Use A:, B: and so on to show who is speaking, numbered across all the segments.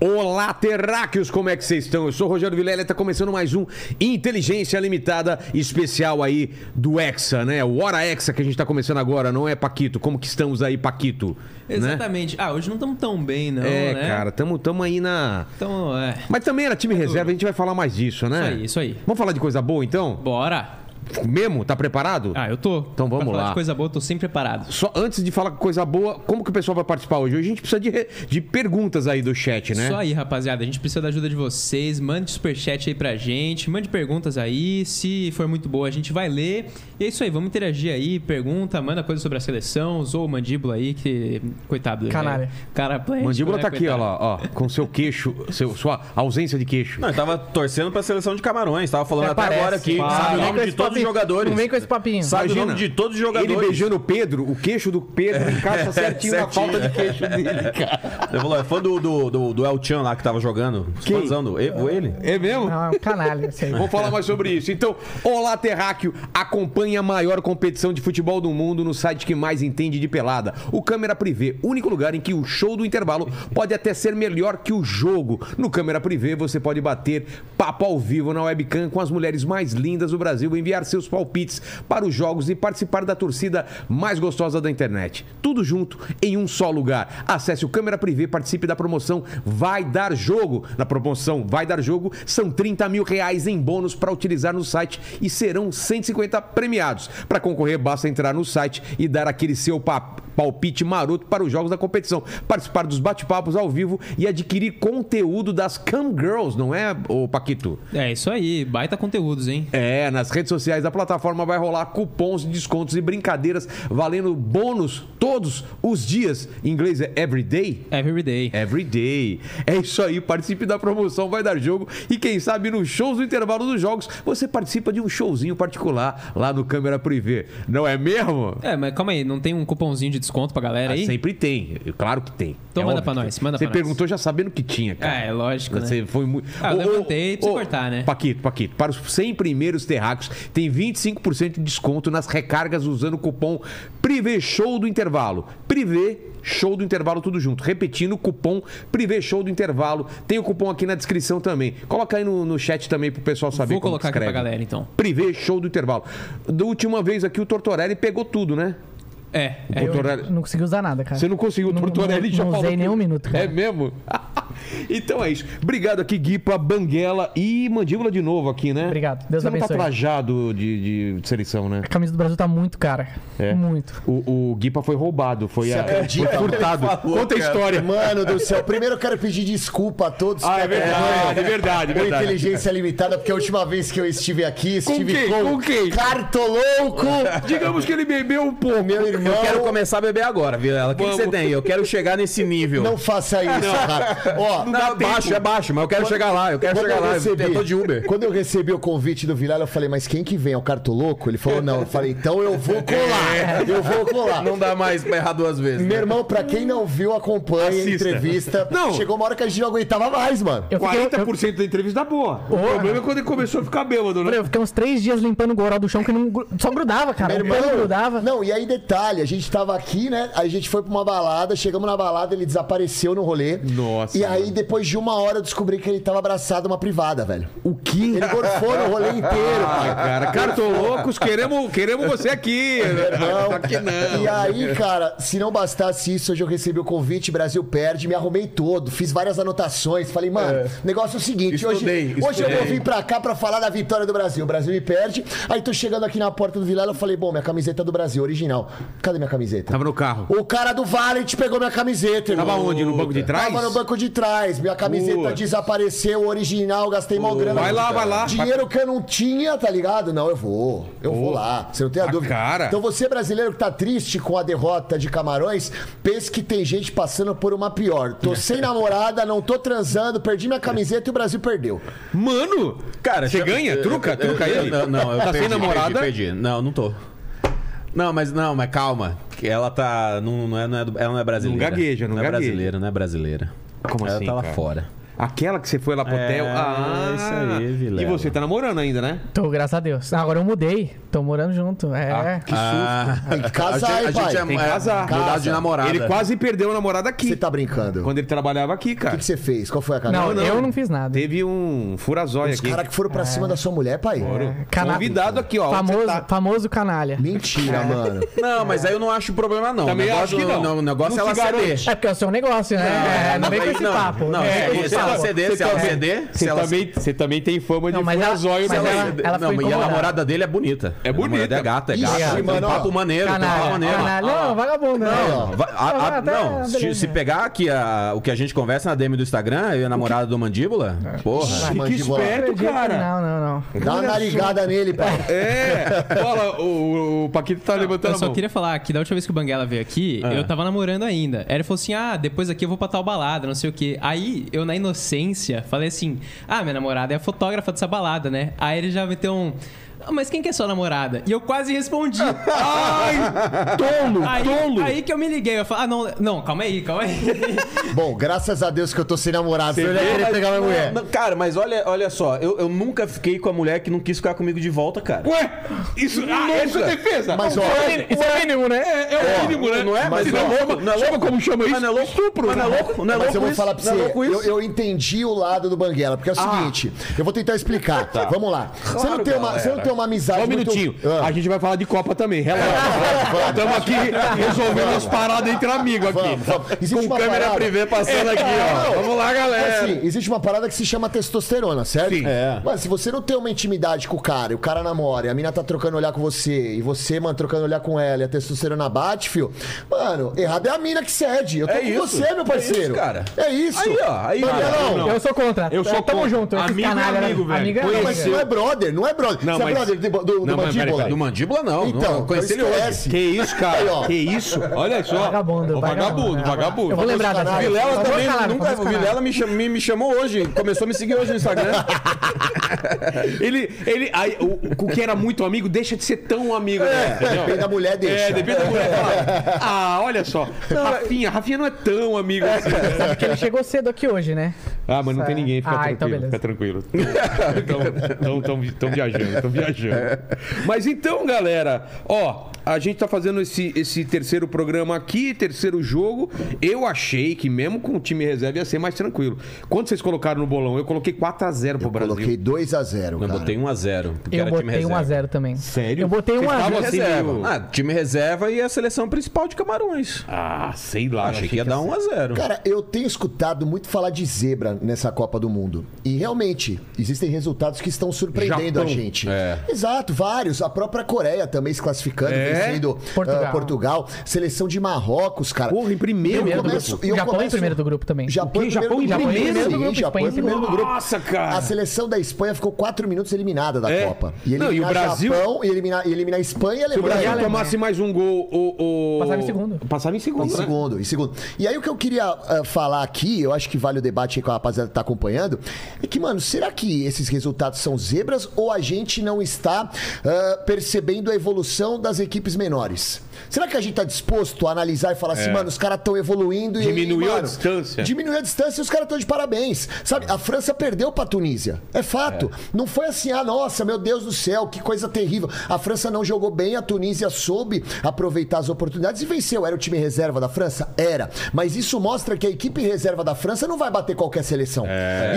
A: Olá, terráqueos, como é que vocês estão? Eu sou o Rogério Vilela e tá começando mais um Inteligência Limitada especial aí do Hexa, né? O Hora Hexa que a gente tá começando agora, não é, Paquito? Como que estamos aí, Paquito? Né?
B: Exatamente. Ah, hoje não estamos tão bem, não,
A: É,
B: né?
A: cara, tamo, tamo aí na...
B: Então, é.
A: Mas também era time reserva, a gente vai falar mais disso, né?
B: Isso aí, isso aí.
A: Vamos falar de coisa boa, então?
B: Bora.
A: Mesmo? Tá preparado?
B: Ah, eu tô.
A: Então vamos
B: pra falar
A: lá.
B: de coisa boa, eu tô sempre preparado.
A: Só antes de falar coisa boa, como que o pessoal vai participar hoje? Hoje a gente precisa de, re- de perguntas aí do chat, né?
B: Só aí, rapaziada. A gente precisa da ajuda de vocês. Mande superchat aí pra gente. Mande perguntas aí. Se for muito boa, a gente vai ler. E é isso aí, vamos interagir aí. Pergunta, manda coisa sobre a seleção. Zoa o mandíbula aí, que. Coitado. né?
C: Canalha.
B: Cara, play. né,
A: Mandíbula tá aqui, ó, lá, ó, com seu queixo, seu- sua ausência de queixo.
D: Não, eu tava torcendo pra seleção de Camarões, tava falando
C: Até
D: até
C: parece.
D: agora aqui.
C: Para.
D: É, Sabe
C: Não
D: o
C: vem
D: nome
C: com
D: de
C: esse
D: todos os
C: papinho.
D: jogadores.
C: Não vem com esse papinho.
D: Sabe o
A: Imagina,
D: nome de todos os
A: Ele
D: jogadores. É,
A: beijando o Pedro, o queixo do Pedro encaixa certinho, na
D: certinho.
A: falta de queixo dele, cara.
D: Ele falou, é fã do, do, do, do El Chan lá que tava jogando.
A: Quem?
D: Fãzando. E- o Ele?
A: É mesmo?
C: Não, é um canalha esse aí.
A: Vamos falar mais sobre isso. Então, Olá Terráqueo acompanha a maior competição de futebol do mundo no site que mais entende de pelada, o Câmera Privé, único lugar em que o show do intervalo pode até ser melhor que o jogo. No Câmera Privé você pode bater papo ao vivo na webcam com as mulheres mais lindas do Brasil, enviar seus palpites para os jogos e participar da torcida mais gostosa da internet. Tudo junto em um só lugar. Acesse o Câmera Privé, participe da promoção Vai Dar Jogo. Na promoção Vai Dar Jogo, são 30 mil reais em bônus para utilizar no site e serão 150 premiados. Para concorrer, basta entrar no site e dar aquele seu pa- palpite maroto para os jogos da competição, participar dos bate-papos ao vivo e adquirir conteúdo das Cam Girls, não é, ô Paquito?
B: É isso aí, baita conteúdos, hein?
A: É, nas redes sociais da plataforma vai rolar cupons, descontos e brincadeiras valendo bônus todos os dias. Em inglês é everyday.
B: Every day.
A: Everyday. É isso aí, participe da promoção Vai Dar Jogo e quem sabe nos shows do intervalo dos jogos você participa de um showzinho particular lá no Câmera Privé. Não é mesmo?
B: É, mas calma aí, não tem um cupomzinho de desconto pra galera aí?
A: Ah, sempre tem, claro que tem.
B: Então
A: É
B: manda
A: óbvio
B: pra
A: que
B: nós,
A: tem.
B: manda
A: Você
B: pra nós.
A: perguntou já sabendo que tinha, cara.
B: É, lógico, né?
A: Você foi muito.
B: Ah, eu
A: Ô, ô,
B: levantei pra você
A: ô,
B: cortar, né?
A: Paquito, Paquito, para os 100 primeiros terráqueos, tem 25% de desconto nas recargas usando o cupom Privé Show do Intervalo. Privé Show do Intervalo, tudo junto. Repetindo, cupom Privé Show do Intervalo. Tem o cupom aqui na descrição também. Coloca aí no, no chat também pro pessoal saber
B: Vou
A: como
B: colocar
A: que
B: aqui pra
A: escreve.
B: galera, então.
A: Privé Show do Intervalo. Da última vez aqui, o Tortorelli pegou tudo, né?
B: É, é.
A: O Tortorelli.
C: Não consegui usar nada, cara.
A: Você não conseguiu, o
C: Não-
A: Tortorelli
C: não-
A: já
C: não
A: falou.
C: usei
A: que-
C: nenhum minuto, cara.
A: É mesmo? então é isso. Obrigado aqui, Guipa, Banguela e Mandíbula de novo aqui, né?
C: Obrigado. Deus
A: Você não tá
C: abençoe.
A: trajado de, de seleção, né?
C: A camisa do Brasil tá muito cara.
A: É.
C: Muito.
A: O, o Guipa foi roubado, foi, a, foi
E: acredita?
A: furtado. Conta a história.
E: Mano do céu, primeiro eu quero pedir desculpa a todos
A: Ah, é verdade, é verdade, é
E: o
A: verdade.
E: Inteligência Limitada, porque a última vez que eu estive aqui, estive
A: quem?
E: com,
A: Com quem?
E: Cartolouco,
A: Digamos que ele bebeu um pouco.
E: meu irmão.
D: Eu quero começar a beber agora, viu? Ela, o que que você tem? Eu quero chegar nesse nível.
E: Não faça isso, cara. Ó,
D: Não, é baixo, é baixo, mas eu quero chegar lá, eu quero
E: Quando
D: chegar
E: eu,
D: lá.
E: recebi,
D: Eu tô de Uber.
E: quando eu recebi o convite do Vilar, eu falei, mas quem que vem? É o Cartoloco? Ele falou, não. Eu falei, então eu vou colar. Eu vou colar.
D: Não dá mais pra errar duas vezes.
E: Meu irmão, pra quem não viu, acompanha a
A: Assista.
E: entrevista.
A: Não.
E: Chegou uma hora que a gente não aguentava mais, mano.
C: Eu fiquei, eu,
A: 40% da entrevista tá boa. O problema é quando ele começou a ficar bêbado, né?
C: eu fiquei uns três dias limpando o goró do chão que não, gru- só grudava, cara.
E: Meu
C: O pano
E: irmão,
C: grudava.
E: Não, e aí detalhe, a gente tava aqui, né? Aí a gente foi pra uma balada, chegamos na balada, ele desapareceu no rolê.
A: Nossa,
E: E aí,
A: mano.
E: depois de uma hora, eu descobri que ele tava abraçado a uma privada, velho.
A: O que?
E: Ele gorfou no rolê inteiro,
A: Ah,
E: pai.
A: cara, cartolocos, queremos, queremos você aqui.
E: Não.
A: Só que não.
E: E aí, cara, se não bastasse isso, hoje eu recebi o convite, Brasil perde, me arrumei todo, fiz várias anotações, falei, mano, o negócio é o seguinte,
D: Estudei,
E: hoje, hoje eu
D: estudei.
E: vou vir pra cá pra falar da vitória do Brasil, o Brasil me perde, aí tô chegando aqui na porta do Vilela, eu falei, bom, minha camiseta é do Brasil, original, cadê minha camiseta?
A: Tava no carro.
E: O cara do Valent pegou minha camiseta, irmão.
A: Tava onde? No banco de trás?
E: Tava no banco de trás. Minha camiseta
A: Puta.
E: desapareceu, original, gastei mal grana.
A: Vai lá, vai lá.
E: Dinheiro que eu não tinha, tá ligado? Não, eu vou. Eu vou lá. Você não tem a
A: Ah,
E: dúvida.
A: cara.
E: Então você, brasileiro, que tá triste com a derrota de Camarões, pense que tem gente passando por uma pior. Tô sem namorada, não tô transando, perdi minha camiseta e o Brasil perdeu.
A: Mano!
D: Cara,
A: você
D: chama-
A: ganha?
D: eu-
A: truca,
D: eu-
A: truca
D: eu-
A: ele.
D: Não, não, eu
A: tá
D: perdi,
A: sem namorada?
D: Perdi, perdi. Não, não tô. Não, mas não, mas calma. que Ela tá. Não, não é, não é, do- ela não é brasileira.
A: Não gagueja, não
D: é
A: gagueja.
D: brasileira, não é brasileira.
A: Como
D: ela
A: assim,
D: tá lá
A: cara?
D: fora.
A: Aquela que você foi lá pro
D: É,
A: hotel. Ah,
D: isso aí,
A: E
D: Vilela.
A: você tá namorando ainda, né?
C: Tô, graças a Deus. Agora eu mudei. Tô morando junto. É.
A: Que susto.
D: Ah,
E: Tem que casar,
D: a gente,
E: hein, pai?
D: A gente é,
A: Tem que casar.
D: é, mudar de
E: Casa.
D: namorada.
A: Ele quase perdeu a namorada
E: Você
A: aqui.
E: tá brincando. O
A: Quando ele trabalhava aqui, cara.
E: que, que você fez? Qual foi a
C: não,
E: canal?
C: eu É. não fiz nada.
A: Teve um furazóia
E: Os
A: aqui.
E: caras que foram pra cima da sua mulher, pai.
A: Foram.
C: cana-
A: Convidado aqui, ó. onde
C: famoso,
A: você tá?
C: famoso canalha.
E: Mentira,
C: É.
E: mano.
D: Não, mas aí eu não acho problema, não.
A: Também
D: o negócio,
A: acho que não.
D: O negócio
A: Não
D: é ela
A: se garante.
D: ceder.
C: É porque é o seu negócio, né? É, não vem com esse
D: não,
C: papo.
D: Não, tá
C: É,
D: se-
C: esse
D: se ela
C: papo.
D: ceder, se ela ceder, se
A: Você
D: ela
A: também, você também tem fama de
C: Não, mas ela-
A: furazóio,
C: mas
A: né?
C: ela- ela
D: não,
C: foi
D: e a
C: incomodada.
D: namorada dele é bonita.
A: É
D: A namorada
A: bonita.
D: É gata, é
E: Ixi,
D: gata. tem
E: mano,
D: papo
E: ó.
D: maneiro, tem um papo
C: Canalha.
D: maneiro.
C: Canalha. Não, vagabundo. né?
E: Não,
D: Va- a- a-
C: Ah, tá,
D: não, se,
C: beleza.
D: se pegar aqui a- o que a gente conversa na DM do Instagram, eu e a namorada do Mandíbula,
C: É.
D: porra.
A: Fica
E: Mandíbula.
A: esperto,
C: Acredito que
A: cara.
C: Não, não, não.
E: Dá uma narigada nele, pai.
A: É. Fala, o, o Paquito tá levantando
B: Eu
A: a
B: só
A: mão.
B: queria falar que da última vez que o Banguela veio aqui,
A: Ah.
B: eu tava namorando ainda. Aí ele falou assim: ah, depois aqui eu vou pra tal balada, não sei o quê. Aí eu, na inocência, falei assim: ah, minha namorada é a fotógrafa dessa balada, né? Aí ele já meteu um. "Ah, Mas quem que é sua namorada? E eu quase respondi.
A: Ai, tolo,
B: aí,
A: tolo.
B: aí que eu me liguei. Eu falei, ah, não, não, calma aí, calma aí.
E: Bom, graças a Deus que eu tô sem namorado. Você
D: Não,
E: querer
D: mas-
E: pegar minha
D: não,
E: mulher.
D: não, cara, mas olha, olha só, eu, eu nunca fiquei com a mulher que não quis ficar comigo de volta, cara.
A: Ué, isso, ah, essa é defesa.
E: Mas, ó,
C: Isso é mínimo, né?
A: É, é o mínimo, né?
D: não é?
A: Mas
D: Mas
A: se não,
D: não é
A: chama-
D: louco, não é
A: chama
D: louco?
A: como chama isso?
D: Mas não é louco?
A: Estupro.
D: Mas não é louco? Não é
E: né? Mas
D: louco
E: eu vou
D: isso?
E: falar pra
D: Não é
E: você,
D: louco isso? Ah.
E: eu, eu entendi o lado do Banguela, porque é o seguinte, eu vou tentar explicar.
D: Tá.
E: Vamos lá. você, não tem uma, você não tem uma amizade
A: Só um
E: muito-
A: minutinho.
E: Ah, É,
A: A gente vai falar de Copa também. Relaxa. Estamos aqui resolvendo as paradas entre amigos
E: Vamos, vamos.
A: aqui.
E: Existe uma parada.
A: passando aqui, ó. Vamos lá,
E: É
A: galera.
E: assim, existe uma parada que se chama testosterona, certo?
A: Sim.
D: É.
E: Mas se você não tem uma intimidade com o cara, e o cara namora, e a mina tá trocando olhar com você, e você, mano, trocando olhar com ela, e a testosterona bate, fio, mano, errado é a mina que cede. Eu tô
D: É
E: com
D: isso.
E: você, meu
D: É
E: parceiro.
D: isso, cara.
E: É isso.
D: Aí, ó, aí,
E: Banguelão,
A: Não.
C: Eu sou contra.
A: Eu sou
C: Tamo
A: contra.
C: junto. esses
A: Amigo é
C: canalha, né?
A: amigo, velho.
C: Amigo é
A: Conheci-
C: amigo.
E: Mas não é brother, não é brother.
A: Não,
E: você
A: mas-
E: é brother do, do, do
A: Não, mas
E: mandíbula?
A: peraí,
D: Do Mandíbula, não.
E: Então,
D: não, conheci ele
E: então
D: hoje.
E: esquece.
A: Que isso,
E: Aí,
A: cara?
E: ó.
A: Que isso? Olha só.
C: Vagabundo,
A: Ô,
C: vagabundo,
A: Vagabundo,
C: né?
A: vagabundo.
C: Eu vou lembrar dessa.
E: Famoso
D: Vilela
C: Famoso
D: também
C: canalha,
D: nunca.
C: famoso
D: O
C: canalha.
D: Vilela me, cham- me- me chamou hoje. Começou a me seguir hoje no Instagram.
A: Ele, ele, aí, o, o que era muito amigo deixa de ser tão amigo. né? Entendeu?
E: É, Depende da mulher deixa.
A: É, depende da mulher. Fala, Ah, olha só. Rafinha, Rafinha não é tão amigo assim.
C: Sabe que ele chegou cedo aqui hoje, né?
A: Ah, mas não tem ninguém, fica
C: Ah, então
A: tranquilo.
C: beleza.
A: fica tranquilo. Então, Estão viajando, estão viajando. Mas então, galera, ó, a gente tá fazendo esse, esse terceiro programa aqui, terceiro jogo. Eu achei que mesmo com o time reserva ia ser mais tranquilo. Quanto vocês colocaram no bolão? Eu coloquei 4x0 pro Brasil. um.
E: Coloquei 2x0,
D: Eu
E: cara.
D: botei 1x0.
C: Eu botei 1x0 também.
A: Sério?
C: Eu botei
A: Vocês estavam
C: 1x0.
A: assim, meio-
D: Reserva. Ah, time reserva e a seleção principal de Camarões.
A: Ah, sei lá.
D: Achei que ia dar
C: assim.
D: 1x0.
E: Cara, eu tenho escutado muito falar de zebra nessa Copa do Mundo. E realmente, existem resultados que estão surpreendendo
A: Japão.
E: a gente.
D: É.
E: Exato, vários. A própria Coreia também se classificando,
A: É.
E: vencendo
C: Portugal.
E: ah, Portugal. Seleção de Marrocos, cara.
A: Porra, em primeiro.
E: Eu
C: Primeiro do
E: começo-
C: grupo.
E: eu
C: Japão em
E: começo-
C: primeiro do grupo também.
E: Japão,
A: O quê?
E: em primeiro,
A: Japão em
E: do grupo.
A: primeiro
E: Sim,
C: do grupo,
E: Japão em
C: Espanha em
E: primeiro do grupo. Assim,
A: Nossa, cara.
E: A seleção da Espanha ficou 4 minutos eliminada da
A: Ah. É.
E: Copa.
A: Não, e o Brasil-
E: Japão, e eliminar, e eliminar a Espanha e a
A: Se o
E: Alemanha.
A: Brasil
C: Alemanha.
A: tomasse mais um gol, o. o...
C: Passava em segundo.
A: Passava em segundo.
E: Em
A: né?
E: segundo, em segundo. E aí o que eu queria ah, falar aqui, eu acho que vale o debate aí que a rapaziada tá acompanhando, é que, mano, será que esses resultados são zebras ou a gente não está ah, percebendo a evolução das equipes menores? Será que a gente tá disposto a analisar e falar assim, mano, os caras estão evoluindo e.
A: É. Diminuiu
E: e,
A: a
E: mano,
A: distância.
E: Diminuiu a distância e os caras estão de parabéns. Sabe, a França perdeu pra Tunísia. É fato. Não foi assim, ah, nossa, meu Deus do céu, que coisa terrível. A França não jogou bem, a Tunísia soube aproveitar as oportunidades e venceu. Era o time reserva da França? Era. Mas isso mostra que a equipe reserva da França não vai bater qualquer seleção.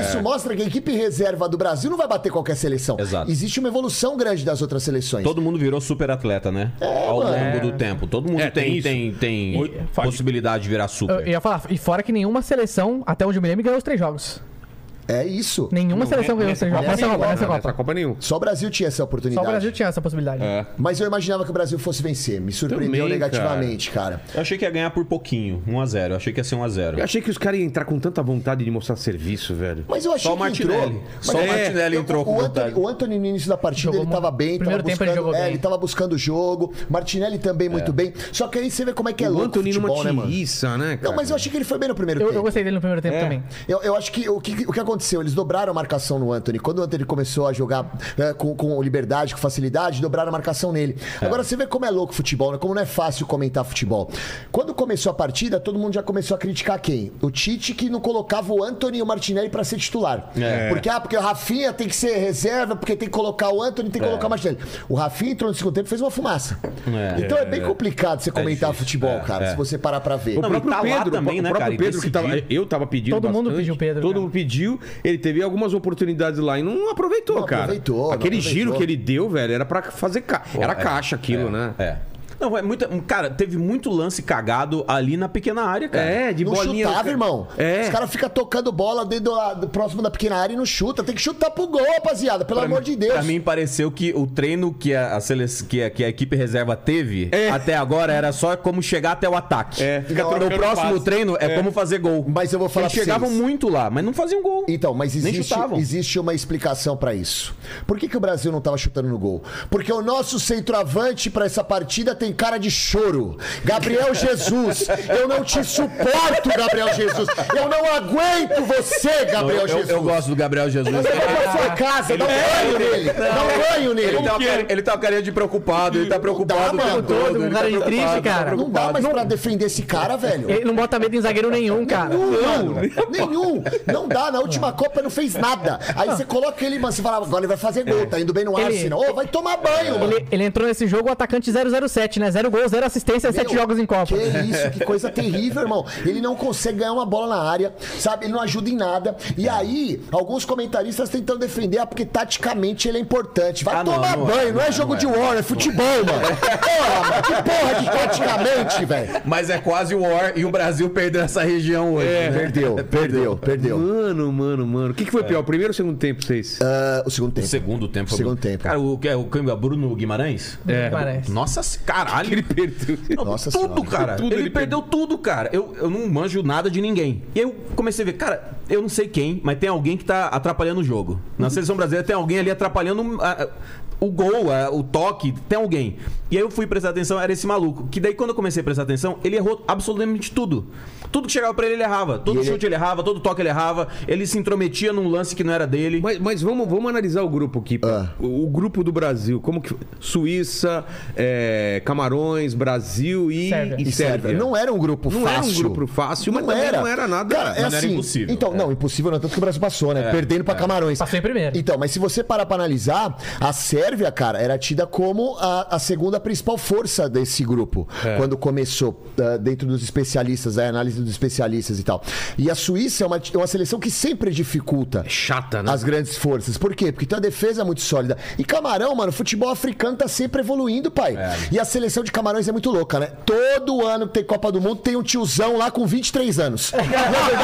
E: Isso mostra que a equipe reserva do Brasil não vai bater qualquer seleção.
D: Exato.
E: Existe uma evolução grande das outras seleções.
D: Todo mundo virou super atleta, né? Ao longo do tempo. Todo mundo
A: É, tem
D: tem,
A: isso.
D: tem, tem
C: Fala.
D: possibilidade de virar
C: Eu,
D: super.
C: eu ia falar, e fora que nenhuma seleção, até onde eu me lembro, ganhou os três jogos.
E: É isso.
C: Nenhuma seleção ganhou
A: Nessa
C: os três jogos.
A: Copa
C: Nessa
A: nenhuma,
C: Copa,
A: né?
C: nessa
A: Nessa
C: Copa.
A: Copa nenhuma.
E: Só o Brasil tinha essa
C: Só
E: oportunidade.
C: o Brasil tinha essa possibilidade.
E: Mas eu imaginava que o Brasil fosse vencer. Me surpreendeu
A: Também,
E: negativamente, cara.
D: Eu achei que ia ganhar por pouquinho. 1x0. Eu achei que ia ser 1x0.
A: Eu achei que os caras iam entrar com tanta vontade de mostrar serviço, velho.
E: Mas eu achei
D: Só o
E: que entrou.
D: Martinelli.
E: Mas é,
D: Só o
E: eu-
D: Martinelli entrou com
E: o Anthony,
D: vontade.
E: o Anthony no início da partida
C: Jogou
E: ele
C: muito.
E: tava bem, tava
C: Primeiro tempo ele
E: buscando,
C: jogou
E: é,
C: bem. É.
E: ele tava buscando o jogo. Martinelli também muito bem. Só que aí você vê como é que é
A: o
E: louco o
A: Anthony
E: futebol,
A: numa
E: né, mano?
A: tiriça, né, cara?
E: Não, mas eu achei que ele foi bem no primeiro
C: Eu, eu
E: tempo.
C: gostei dele no primeiro tempo
A: É.
C: também.
E: Eu, eu acho que o que, o que aconteceu? Eles dobraram a marcação no Anthony. Quando o Anthony começou a jogar né, com, com liberdade, com facilidade, dobraram a marcação nele. Agora você vê como é louco o futebol, né? Como não é fácil comentar futebol. Quando começou a partida, todo mundo já começou a criticar quem? O Tite que não colocava o Anthony e o Martinelli pra ser titular.
D: É.
E: Porque, ah, porque o Rafinha tem que ser reserva, porque tem que colocar o Anthony, tem que colocar o Martinelli. O Rafinha entrou no segundo tempo e fez uma fumaça.
D: É.
E: Então é bem complicado você comentar
D: difícil.
E: futebol,
D: É,
E: cara,
D: é.
E: se você parar pra ver.
A: O
D: Não,
A: próprio
D: e tá lá
A: Pedro,
D: também,
A: o
D: né,
A: próprio
D: cara, e
A: Pedro que tava,
D: decidiu.
A: eu tava pedindo
C: Todo mundo
A: bastante,
C: pediu o Pedro, né?
A: Todo
C: cara.
A: mundo pediu, ele teve algumas oportunidades lá e não aproveitou,
E: Não
A: cara.
E: aproveitou, não
A: Aquele giro
E: aproveitou.
A: que ele deu, velho, era pra fazer ca... era
D: é,
A: caixa aquilo, né?
D: É. Não, é muita. Cara, teve muito lance cagado ali na pequena área, cara.
A: É, de
E: não
A: bolinha.
E: chutava, irmão.
A: É.
E: Os caras ficam tocando bola dentro da- do- próximo da pequena área e não chuta. Tem que chutar pro gol, rapaziada. Pelo amor de Deus.
D: Pra mim pareceu que o treino que a, a sele- que a- que a equipe reserva teve
A: É.
D: até agora era só como chegar até o ataque.
A: É, fica
D: no
A: trocando
D: próximo
A: passe.
D: treino é, como fazer gol.
E: Mas eu vou falar
D: Eles
E: pra
D: chegavam
E: vocês.
D: muito lá, mas não faziam gol.
E: Então, mas
D: Nem
E: existe,
D: chutavam.
E: existe uma explicação pra isso. Por que, que o Brasil não tava chutando no gol? Porque o nosso centroavante pra essa partida tem cara de choro. Gabriel Jesus, eu não te suporto, Gabriel Jesus. Eu não aguento você,
D: Não,
E: Gabriel
D: eu, eu-
E: Jesus.
D: eu gosto do Gabriel Jesus.
E: Você vai pra sua casa, dá um banho nele. Dá um banho nele.
D: é Ele tá, ele tá com a carinha de preocupado, ele tá preocupado
E: Não dá,
D: o tempo
E: mano.
D: todo.
C: Todo
D: ele
C: um
D: tá
C: cara de
D: preocupado,
C: triste,
D: ele tá
C: cara.
E: Não dá
D: preocupado.
E: mais pra defender esse cara, velho.
C: Ele não bota medo em zagueiro nenhum, é, cara.
E: Nenhum, mano. Nenhum. Não dá. Na última Copa não fez nada. Aí você coloca ele, mano, você fala, agora ele vai fazer gol, tá indo bem no
C: Ele-
E: Arsenal. Ô, vai tomar banho, mano.
C: Ele, ele entrou nesse jogo atacante 007, né? Zero gols, zero assistência, sete
E: Meu,
C: jogos em Copa.
E: Que isso, que coisa terrível, irmão. Ele não consegue ganhar uma bola na área, sabe? Ele não ajuda em nada. E aí, alguns comentaristas tentando defender, ah, porque taticamente ele é importante. Vai
D: Ah, não,
E: tomar
D: não é,
E: banho,
D: não
E: não é,
D: é,
E: jogo
D: não é.
E: de War, é futebol, mano. Porra, mano, que porra de taticamente, velho.
D: Mas é quase o War e o Brasil perdeu essa região hoje.
E: É.
C: É.
D: né?
E: Perdeu, perdeu, perdeu.
C: Uhum.
A: Mano, mano, mano. O que, que
D: É.
A: foi pior? Primeiro ou segundo tempo, vocês?
E: Ah, o segundo tempo.
D: Segundo tempo. foi
E: Segundo
D: muito-
E: tempo.
D: Cara, o que é o Canga Bruno Guimarães?
C: É. Parece.
D: Nossa, caralho.
A: Ele perdeu.
D: Não,
E: Nossa
D: tudo,
E: Senhora.
D: cara.
A: Tudo
D: ele,
A: ele
D: perdeu tudo, cara. Eu, eu não manjo nada de ninguém. E eu comecei a ver, cara, eu não sei quem, mas tem alguém que tá atrapalhando o jogo. Na seleção brasileira tem alguém ali atrapalhando ah, ah, o gol, ah, o toque, tem alguém. E aí eu fui prestar atenção, era esse maluco. Que daí quando eu comecei a prestar atenção, ele errou absolutamente tudo. Tudo que chegava pra ele, ele errava. Todo
E: ele-
D: chute ele errava, todo toque ele errava. Ele se intrometia num lance que não era dele.
A: Mas, mas vamos, vamos analisar o grupo aqui.
D: É.
E: Ah.
A: O, o grupo do Brasil, como que. Suíça, é, Camarões, Brasil e,
C: Sérvia.
A: e
E: E
A: Sérvia.
E: Sérvia.
D: é.
E: Não era um grupo
A: Não era um
E: fácil.
A: grupo fácil, mas também não era nada-
E: Cara,
A: mas
E: é
A: não
E: assim,
A: era impossível. É.
E: Então, não, impossível não, tanto que o Brasil passou, né? Perdendo pra Camarões.
C: Passou em primeiro.
E: Então, mas se você parar pra analisar, a Sérvia, cara, era tida como a, a segunda principal força desse grupo.
A: É.
E: Quando começou, ah, dentro dos especialistas, a análise dos especialistas e tal. E a Suíça é uma, é uma seleção que sempre dificulta
A: Chata, né?
E: as grandes forças. Por quê? Porque tem uma defesa muito sólida. E Camarão, mano, o futebol africano tá sempre evoluindo, pai. E a seleção de Camarões é muito louca, né? Todo ano que tem Copa do Mundo tem um tiozão lá com 23 anos. Não é
A: Ah, Pode crer.
D: É a
E: verdade? Mano, é impressionante, mano.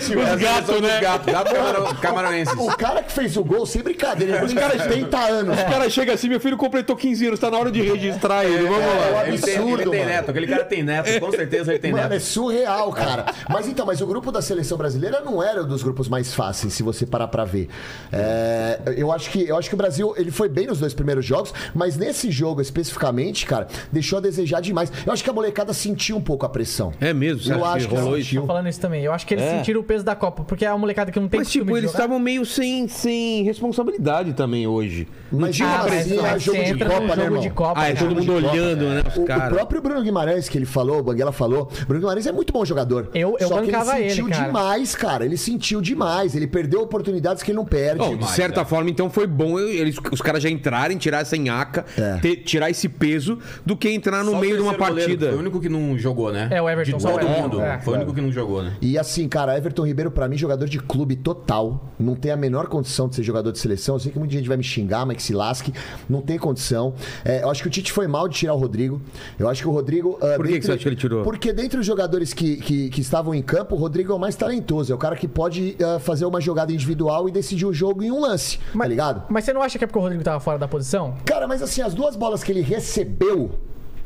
D: seleção dos
A: né?
D: gatos, gato camaro- camaronenses.
E: O é um cara que fez o gol, sem brincadeira, ele tem 70 anos.
C: É.
A: O cara chega assim, meu filho completou 15 anos, tá na hora de registrar ele. Vamos lá.
E: É um
D: Ele tem, ele
E: absurdo,
D: tem
E: mano.
D: neto, aquele cara tem neto, com certeza ele tem
E: Mano,
D: neto.
E: é surreal, cara. Mas então, mas o grupo da seleção brasileira não era um dos grupos mais fáceis, se você parar pra ver. É, eu, acho que, eu acho que o Brasil ele foi bem nos dois primeiros jogos, mas nesse jogo especificamente, cara, deixou a desejar demais. Eu acho que a molecada sentiu um pouco a pressão.
A: É mesmo, você
E: Eu
A: acha que
E: acho que
A: rolou
E: ela
A: isso?
E: sentiu.
C: Falando isso também. Eu acho que eles sentiram o peso da Copa, porque é uma molecada que não tem
A: Mas,
C: costume
A: tipo,
C: de
A: eles
C: jogar.
A: estavam meio sem, sem responsabilidade também hoje. Não
E: Mas
A: tinha uma
E: ah,
A: pressão.
E: pressão.
C: mas
E: É jogo
C: você
E: de
C: entra
E: Copa,
C: num
E: né,
C: jogo
E: irmão?
C: de Copa,
A: Ah, é
C: cara.
A: todo mundo
E: de Copa,
A: olhando, né? Os
E: O, o
A: caras.
E: próprio Bruno Guimarães, que ele falou, o Banguela falou, o Bruno Guimarães é muito bom jogador.
C: Eu- eu
E: Só que ele
C: bancava ele,
E: sentiu
C: cara.
E: demais, cara. Ele sentiu demais. Ele perdeu oportunidades que ele não perde.
A: Bom, de certa forma, então foi bom eu- eles, os caras já entrarem, tirar essa enhaca,
E: É.
A: ter- tirar esse peso, do que entrar no
D: Só o
A: meio de uma
D: terceiro
A: partida.
D: goleiro, Foi o único que não jogou, né?
C: É, o Everton,
D: De
C: só o
D: todo
C: Everton.
D: mundo.
C: É.
D: Foi o único que não jogou, né?
E: E assim, cara, Everton Ribeiro, pra mim, jogador de clube total. Não tem a menor condição de ser jogador de seleção. Eu sei que muita gente vai me xingar, mas que se lasque. Não tem condição. É, eu acho que o Tite foi mal de tirar o Rodrigo. Eu acho que o Rodrigo. ah,
A: Por que que você acha que ele tirou?
E: Porque dentre os jogadores que, que, que estavam em campo, o Rodrigo é o mais talentoso. É o cara que pode ah, fazer uma jogada individual e decidir o jogo em um lance. Tá ligado?
C: Mas você não acha que é porque o Rodrigo tava fora da posição?
E: Cara, mas assim, as duas bolas que ele recebeu.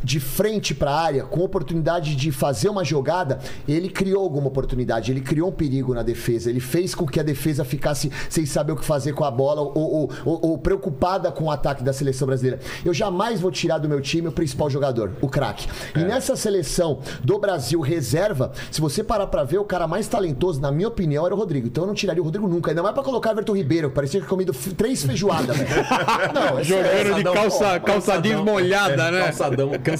E: de frente para a área, com oportunidade de fazer uma jogada, ele criou alguma oportunidade, ele criou um perigo na defesa, ele fez com que a defesa ficasse sem saber o que fazer com a bola ou, ou- ou- ou preocupada com o ataque da seleção brasileira. Eu jamais vou tirar do meu time o principal jogador, o craque. E nessa seleção do Brasil reserva, se você parar pra ver, o cara mais talentoso, na minha opinião, era o Rodrigo. Então eu não tiraria o Rodrigo nunca, ainda mais pra colocar Everton Ribeiro, que parecia que tinha comido f- três feijoadas. velho. não, é sério.
A: Jogando de
D: Cansadão,
A: calça, calça
D: pô,
A: jeans
D: cansadão.
A: molhada,
D: É,
A: né?
D: Calçadão, cansadão.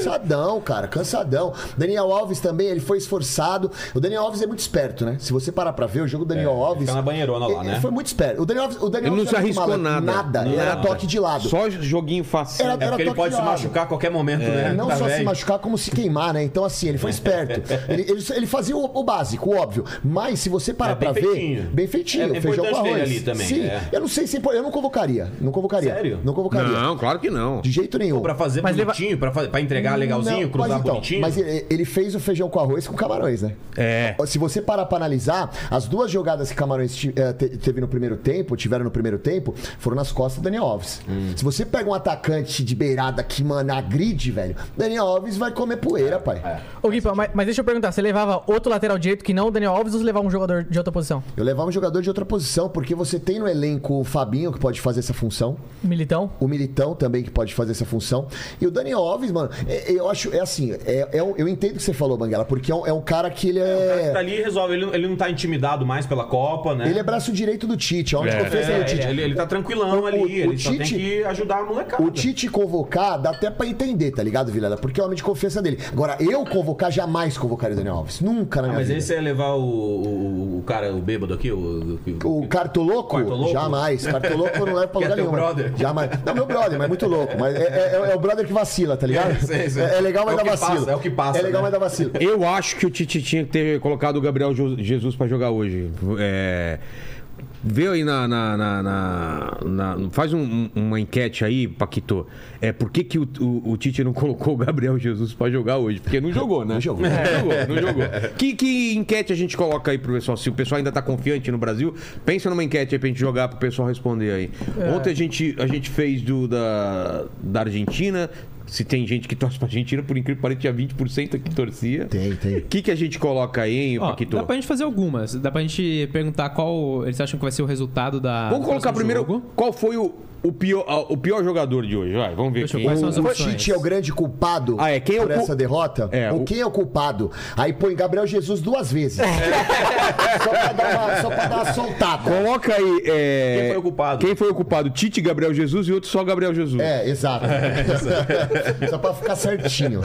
E: Cansadão, cara, cansadão. Daniel Alves também, ele foi esforçado. O Daniel Alves é muito esperto, né? Se você parar pra ver, o jogo do Daniel Alves.
D: É, fica na banheirona lá,
E: ele-
D: né?
E: ele Foi muito esperto. O Daniel Alves, o Daniel
A: Ele não
E: Alves
A: se
E: era muito
A: arriscou
E: malandro.
A: nada.
E: Nada, ele era toque de lado.
A: Só joguinho fácil.
E: Era-
D: É porque ele
E: toque
D: pode
E: de
D: se
E: lado.
D: machucar a qualquer momento,
A: É.
D: né?
E: Não
D: Tá
E: só se
D: velho.
E: machucar, como se queimar, né? Então, assim, ele foi esperto. Ele, ele- ele fazia o, o básico, o óbvio. Mas, se você parar
D: É,
E: pra
D: bem
E: ver.
D: feitinho.
E: Bem feitinho.
D: É, é
E: feijão com
D: importante
E: arroz.
D: ter ele ali também,
E: Sim.
D: é.
E: Eu não sei se. Eu não convocaria. Não convocaria.
D: Sério?
E: Não convocaria.
A: Não, claro que não.
E: De jeito nenhum.
D: Pra fazer
C: Mas leva-
D: bonitinho, pra, fa- pra entregar legalzinho,
E: Não,
D: cruzar
E: mas então,
D: bonitinho.
E: Mas ele, ele fez o feijão com arroz com camarões, né?
A: É.
E: Se você parar pra analisar, as duas jogadas que Camarões ti- eh, te- teve no primeiro tempo, tiveram no primeiro tempo, foram nas costas do Daniel Alves.
D: Hum.
E: Se você pega um atacante de beirada que, mano, agride, velho, Daniel Alves vai comer
D: É,
E: poeira, pai.
C: Ô, Guipa, mas, mas deixa eu perguntar, você levava outro lateral direito que não o Daniel Alves ou você levava um jogador de outra posição?
E: Eu levar um jogador de outra posição, porque você tem no elenco o Fabinho, que pode fazer essa função.
C: Militão?
E: O Militão também que pode fazer essa função. E o Daniel Alves, mano, é- eu acho, é assim, é, é um- eu entendo o que você falou, Banguela, porque é um, é um cara que ele
D: O cara
E: é.
D: que tá ali e resolve. Ele, ele não tá intimidado mais pela Copa, né?
E: Ele é braço direito do Tite. Onde
A: É.
E: que eu fiz
D: É,
E: aí, Tite?
D: ele, ele tá tranquilão
E: O-
D: ali,
E: o-
D: ele
E: o
D: só
E: Tite-
D: tem que ajudar a molecada.
E: O Tite convocar dá até pra entender, tá ligado, Vilela? Porque é o homem de confiança dele. Agora, eu convocar, jamais convocaria o Daniel Alves. Nunca na
D: Ah,
E: minha
D: mas
E: vida.
D: esse é levar o, o, o cara, o bêbado aqui, o... o-
E: O Cartoloco?
D: Cartoloco?
E: Jamais. Cartoloco eu não levo pra
D: Que é
E: lugar
D: teu
E: nenhum.
D: brother.
E: Jamais. Não, meu brother, mas é muito louco. Mas é, é- é o brother que vacila, tá ligado?
D: É, sim, sim.
E: É, é legal,
D: É
E: mas
D: o
E: dá
D: que
E: vacila.
D: passa, é o que passa,
E: É legal,
D: né?
E: mas dá vacila.
A: Eu acho que o Tite tinha que ter colocado o Gabriel Jo- Jesus pra jogar hoje. É, Vê aí na. na- na- na- na- faz um- um- uma enquete aí, Paquito. É, por que, que o, o- o Tite não colocou o Gabriel Jesus pra jogar hoje? Porque não jogou, né? Não jogou. Não jogou, Que, que enquete a gente coloca aí pro pessoal? Se o pessoal ainda tá confiante no Brasil, pensa numa enquete aí pra gente jogar pro pessoal responder aí. Ontem a gente, a gente fez do da, da Argentina. Se tem gente que torce pra Argentina, por incrível que pareça, tinha 20% que torcia.
E: Tem, tem.
A: O que, que a gente coloca aí, hein,
B: Ó,
A: Paquito?
B: dá pra gente fazer algumas. Dá pra gente perguntar qual eles acham que vai ser o resultado da.
A: Vamos
B: do
A: colocar
B: próximo
A: primeiro
B: jogo.
A: qual foi o, o pior, ah, o pior jogador de hoje. Vai, vamos ver
B: Deixa eu
A: quem.
B: ver. são as
E: O
B: opções?
E: Tite é o grande culpado
A: Ah, é, quem é o
E: por
A: cu-
E: essa derrota?
A: É,
E: Ou
A: o-
E: quem é o culpado? Aí põe Gabriel Jesus duas vezes.
D: É.
E: só, pra dar uma, só pra dar uma soltada.
A: Coloca aí. é,
D: Quem foi o culpado?
A: Quem foi o culpado? Tite, Gabriel Jesus e outro só Gabriel Jesus.
E: É, exato. só pra ficar certinho.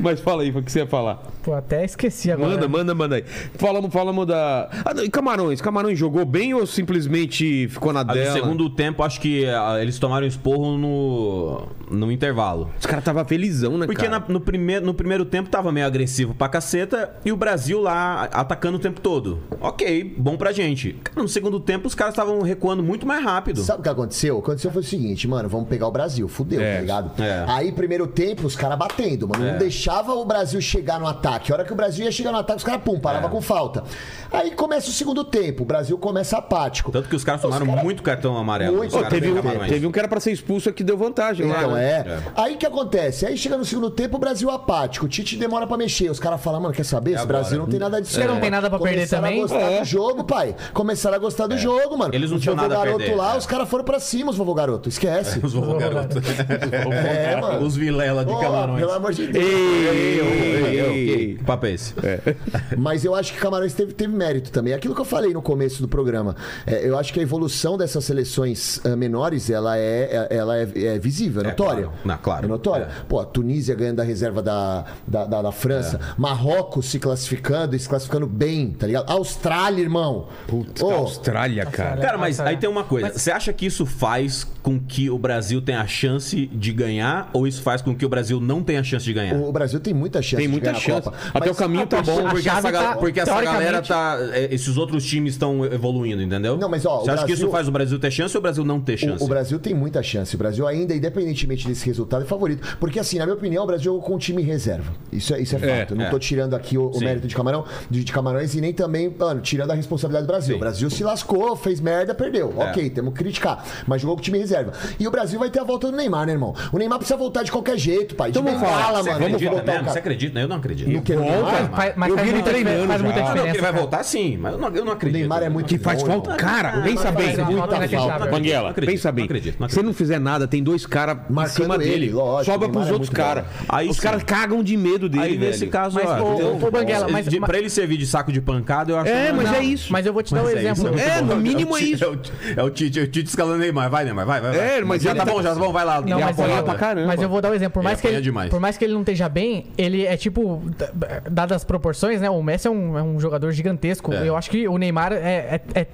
A: Mas fala aí, foi o que você ia falar.
C: Pô, até esqueci agora.
A: Manda, manda, manda aí. Falamos, falamos da. Ah, não, e Camarões, Camarões jogou bem ou simplesmente ficou na
D: Ah, No
A: dela?
D: segundo tempo, acho que ah, eles tomaram esporro no, no intervalo.
A: Os caras tava felizão, né,
D: Porque
A: cara?
D: na- no, primeiro, no primeiro tempo tava meio agressivo pra caceta e o Brasil lá atacando o tempo todo. Ok, bom pra gente. Cara, no segundo tempo os caras estavam recuando muito mais rápido.
E: Sabe o que aconteceu? O que aconteceu foi o seguinte, mano, vamos pegar o Brasil, fudeu,
A: É,
E: tá ligado?
D: é.
E: Aí, primeiro tempo, os caras batendo, mano. Não deixava o Brasil chegar no ataque. A hora que o Brasil ia chegar no ataque, os caras, pum, parava com falta. Aí começa o segundo tempo, o Brasil começa apático.
D: Tanto que os caras tomaram muito cartão amarelo.
E: Muito.
D: Os
A: Ô,
D: caras
A: teve,
D: bem
A: um,
D: camarões.
A: teve um cara pra ser expulso aqui, deu vantagem lá.
E: Então,
A: né?
E: é. Aí que acontece? Aí chega no segundo tempo, o Brasil é apático. O Tite demora pra mexer. Os caras falam, mano, quer saber? Esse
D: É agora. É.
E: Brasil não tem nada disso.
C: Você não tem nada pra perder
E: Começaram
C: também?
E: a gostar do jogo, pai. Começaram a gostar do jogo, mano.
D: Eles não
E: Os
D: tinham
E: vovô
D: nada a
E: garoto
D: perder,
E: lá,
D: é.
E: os caras foram pra cima, os vovô garoto. Esquece.
D: Os vovô garoto.
E: um- É, mano.
D: Os vilela de
E: Ó,
D: camarões.
E: pelo amor de Deus.
A: Ei, ei, ei,
D: Que
A: ei.
D: papo é esse?
E: Mas eu acho que Camarões teve, teve mérito também. É Aquilo que eu falei no começo do programa. É, eu acho que a evolução dessas seleções ah, menores, ela é, é- ela é, é visível, é notória.
D: claro. Não, claro.
E: É notória. Pô, a Tunísia ganhando da reserva da, da, da- da França.
A: É.
E: Marrocos se classificando e se classificando bem, tá ligado? Austrália, irmão. Putz,
A: Ô, Austrália, cara.
D: Cara, mas
C: Nossa,
D: aí tem uma coisa. Você acha que isso faz com que o Brasil tenha a chance de ganhar ou isso faz com que o Brasil não tenha a chance de ganhar?
E: o Brasil tem muita chance
A: Tem
E: de
A: muita
E: ganhar a
A: chance.
E: Copa.
A: Até
E: Mas
A: o caminho tá bom.
C: A
D: Porque essa,
C: chave
D: ga-
C: tá,
D: porque essa
C: teoricamente-
D: galera tá. é, Esses outros times estão evoluindo, entendeu?
E: Não, mas, ó, o
D: Você acha que
E: Brasil-
D: isso faz o Brasil ter chance ou o Brasil não ter chance?
E: O, o Brasil tem muita chance. O Brasil ainda, independentemente desse resultado, é favorito. Porque, assim, na minha opinião, o Brasil jogou com um time em reserva. Isso é, isso é fato. não
D: é.
E: tô tirando aqui o, o
D: Sim.
E: mérito de, camarão, de, de Camarões e nem também, mano, tirando a responsabilidade do Brasil. O Brasil se lascou, fez merda, perdeu.
D: É.
E: Ok, temos que criticar. Mas jogou com o time em reserva. E o Brasil vai ter a volta do Neymar, né, irmão? O Neymar precisa voltar de qualquer jeito, pai. De
A: Então vamos falar.
E: bengala,
D: Você
E: mano.
D: acredita
E: Vamos botar o
D: mesmo?
E: cara.
D: Você acredita? Eu não acredito.
E: No que ele
A: Volta,
E: Neymar?
C: Faz, mas
A: Eu
C: faz
A: vi ele
C: muita-
A: treinando
C: faz muita
A: já.
D: Ah, não, que ele
C: diferença. né?
D: vai
C: cara.
D: voltar sim, mas eu não, eu não
E: O
D: acredito.
E: Neymar é muito
A: Que faz
E: bom,
A: falta.
E: irmão.
A: Cara, nem sabem.
C: faz falta,
A: Muita
C: inacreditável.
A: falta.
D: Banguela,
A: Pensa bem.
D: não acredito, não
A: Se
D: acredito.
A: ele não fizer nada, tem dois caras em
E: Marcando
A: cima
E: ele,
A: dele.
E: lógico,
A: sobra
E: o
A: pros
E: Neymar é
A: outros
E: muito
A: caras.
E: bom.
D: Aí
A: Os
D: sim.
A: caras cagam de medo dele,
D: Aí nesse
A: velho.
D: caso,
C: Mas,
D: ó,
C: ô,
D: eu-
C: ô, ô, Banguela,
D: ele-
C: mas-
D: de-
C: mas-
D: pra ele servir de saco de pancada, eu acho
A: É,
D: que não-
A: mas
C: Não,
A: é isso.
C: Mas eu vou te dar um
D: é isso,
C: exemplo.
D: muito
A: É,
D: bom.
A: no mínimo
D: o
A: é
D: Tite-
A: isso.
D: o Tite- É o Tite, é o Tite escalando Neymar. Vai, Neymar, vai, vai. vai.
A: É, mas
D: já
A: ele
D: tá
A: tá-
D: bom, já tá bom, vai lá.
C: Não,
A: Ele
C: mas,
A: apoia
C: eu,
A: pra caramba.
C: mas eu vou dar um exemplo. Por mais,
D: Ele
C: que ele,
D: apanha demais.
C: por mais que ele não esteja bem, ele é tipo, d- dadas as proporções, né? O Messi é um, é um jogador gigantesco.
D: É.
C: Eu acho que o Neymar é, é- é-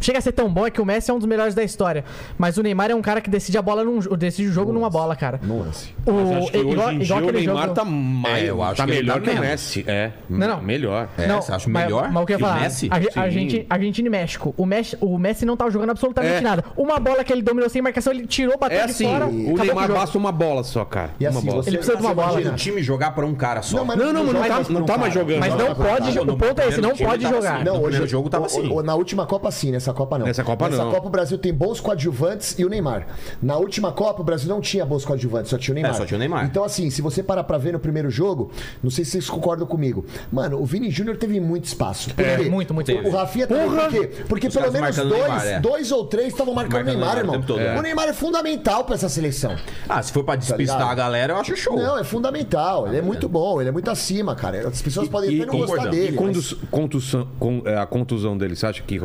C: Chega a ser tão bom é que o Messi é um dos melhores da história. Mas o Neymar é um cara que decide a bola num, jo- decide o jogo numa bola, cara.
E: No lance.
C: O,
F: Acho que
C: igual-
F: hoje em
C: igual
F: dia o
C: aquele
F: Neymar
C: jogo-
F: tá, mais,
D: É, eu acho
F: tá
D: que ele
F: melhor
D: tá
F: que o
D: menos.
F: Messi. É,
C: Não, não.
F: melhor.
D: É, você acha
C: mas-
D: melhor
C: Mas o que eu
D: que o
C: ia falar?
D: Messi?
C: Arge-
F: Sim.
C: Argenti- Argentina e México. O Messi, o Messi não tá jogando absolutamente
A: É.
C: nada. Uma bola que ele dominou sem marcação, ele tirou, bateu
A: É
C: Tá de
A: assim,
C: fora.
A: o
C: acabou com
A: Neymar
C: jogo.
A: basta uma bola só, cara.
E: E
A: uma
E: assim,
A: bola.
E: você
C: Ele precisa de uma bola,
E: imagina,
D: O
C: né?
D: time jogar pra um cara só. Ah,
E: mas
A: Não, não, mas não
E: joga
A: tá-
E: pra
A: não
E: um
A: tá mais
E: cara.
A: jogando.
C: Mas não
E: joga pra um
C: pode,
E: cara.
C: o ponto é esse, não
D: time
C: pode
D: tava
C: jogar.
D: assim,
E: Não,
D: No
E: hoje
D: primeiro jogo tava
E: o-
D: assim.
E: o- na última Copa sim, nessa Copa não.
A: Nessa Copa, não.
E: Nessa Copa o Brasil tem bons coadjuvantes e o Neymar. Na última Copa o Brasil não tinha bons coadjuvantes, só tinha o Neymar.
D: É, só tinha o Neymar.
E: Então assim, se você parar pra ver no primeiro jogo, não sei se vocês concordam comigo, mano, o Vini Júnior teve muito espaço. Por quê?
C: É, muito, muito
E: O Rafinha também, por quê? Porque pelo
D: caras
E: menos
D: marcando o
E: dois,
D: Neymar, é.
E: dois ou três estavam marcando o
D: Marcando o
E: Neymar,
D: Neymar o
E: irmão.
D: tempo todo, é.
E: O Neymar é fundamental pra essa seleção.
D: Ah, se for pra despistar
E: Tá ligado?
D: a galera, eu acho show.
E: Não, é fundamental. Ele é muito bom, ele é muito acima, cara. As pessoas podem
D: e
E: até não gostar
D: concordamos.
E: dele. mas-
A: Condus- contusão- con- é, a contusão dele, você acha que.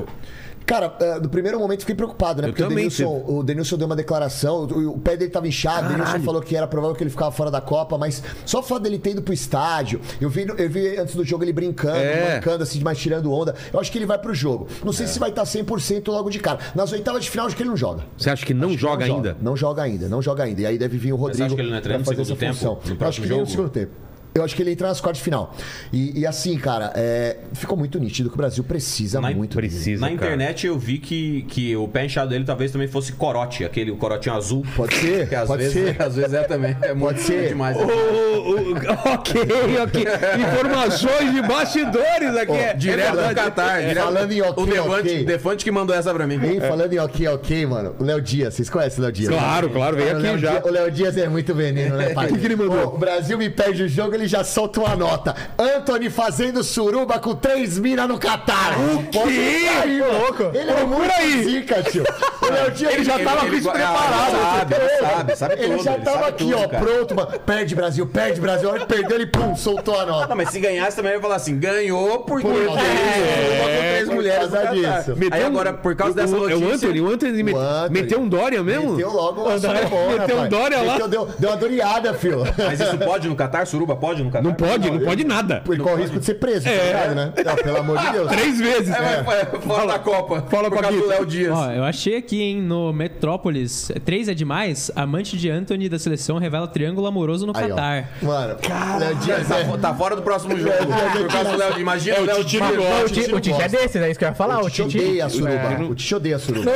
E: Cara, eh, no primeiro momento fiquei preocupado, né?
A: Eu
E: Porque o
A: também
E: Denilson, o Denilson deu uma declaração, o, o pé dele tava inchado, o Denilson falou que era provável que ele ficava fora da Copa, mas só o fato dele ter ido pro estádio, eu vi, no- eu vi antes do jogo ele brincando,
A: É.
E: mancando assim, mas tirando onda. Eu acho que ele vai pro jogo. Não sei se vai tá estar 100% logo de cara. Nas oitavas de final, acho que ele não joga.
A: Você acha que não joga
E: Não
A: ainda?
E: Não joga ainda, não joga ainda. E aí deve vir o Rodrigo.
D: acha que ele não entra
E: pra
D: no
E: fazer
D: segundo
E: essa
D: tempo,
E: função.
D: no
E: Eu acho que
D: próximo
E: vem no
D: jogo?
E: segundo tempo. Eu acho que ele entra nas quartas de final. E, e assim, cara, é, ficou muito nítido que o Brasil precisa
D: Mas
E: muito. dele.
A: Precisa.
D: Na
A: cara.
D: internet eu vi que, que o pé inchado dele talvez também fosse corote, aquele o corotinho azul.
E: Pode ser,
D: Que às
E: pode
D: vezes,
E: ser.
D: Às vezes é também. É muito
E: ser.
D: demais.
A: Ô, ô, ô, ok, ok. Informações de bastidores aqui. é- é
D: Direto do
A: verdade.
D: Catar. direto-
E: falando em ok,
D: O Defante,
E: ok.
D: Defante que mandou essa pra mim.
E: Hein, falando em ok, ok, mano. O Léo Dias, vocês conhecem o Léo Dias?
A: É, Claro, claro, veio
E: Cara, o
A: aqui
E: Léo
A: já.
E: Dias- o Léo Dias é muito veneno, né, pai? O que ele mandou? o Brasil me perde o jogo, ele já solta uma nota. Anthony fazendo suruba com três minas no Catar. O
A: quê?
E: louco. Ele é muito zica, tio. O Léo Dias ele já
D: Ele- ele- ah, Sabe, ele sabe, sabe
E: Ele
D: tudo,
E: já
D: ele
E: tava
D: sabe
E: aqui,
D: tudo,
E: ó,
D: cara.
E: pronto, mano. Perde Brasil, perde Brasil. A hora que perdeu, ele pum, soltou a nota.
D: Não, mas se ganhasse também eu ia falar assim, ganhou por, por
E: causa
D: três,
E: disso.
D: botou três
E: por
D: mulheres
E: causa
D: no Catar.
E: disso.
D: Aí
A: Meteu um-
D: agora, por causa
A: o-
D: dessa
A: o- É o
D: notícia...
A: Anthony, o Anthony, mete-
E: Anthony.
A: meteu um Dória mesmo?
D: hum.
E: Meteu logo a suruba,
A: meteu um
E: pai.
A: Dória lá.
E: Meteu- Deu, deu uma doriada, filho.
D: Mas isso pode no Catar? Suruba pode no Catar?
A: Não pode, não pode nada.
E: Porque corre o risco de ser preso, tá ligado, né? Ah, pelo amor de Deus.
A: Três vezes.
D: É, mas foi- fora da Copa.
A: Fala,
D: por causa
A: Paquito.
D: do Léo Dias.
B: Ó, eu achei aqui, hein, no Metrópolis, três é demais, amante de Anthony da seleção revela triângulo amoroso no
E: Aí, ó.
B: Catar.
E: Mano, Léo Dias
D: Tá,
E: é-
D: fo- tá fora do próximo jogo. Por causa do Léo Dias. Imagina o Léo Dias.
C: O Ti- o Tite é desses, é isso que eu ia falar.
E: O
C: O
E: Tite
C: Tite.
E: odeia a suruba. O Tite odeia a suruba.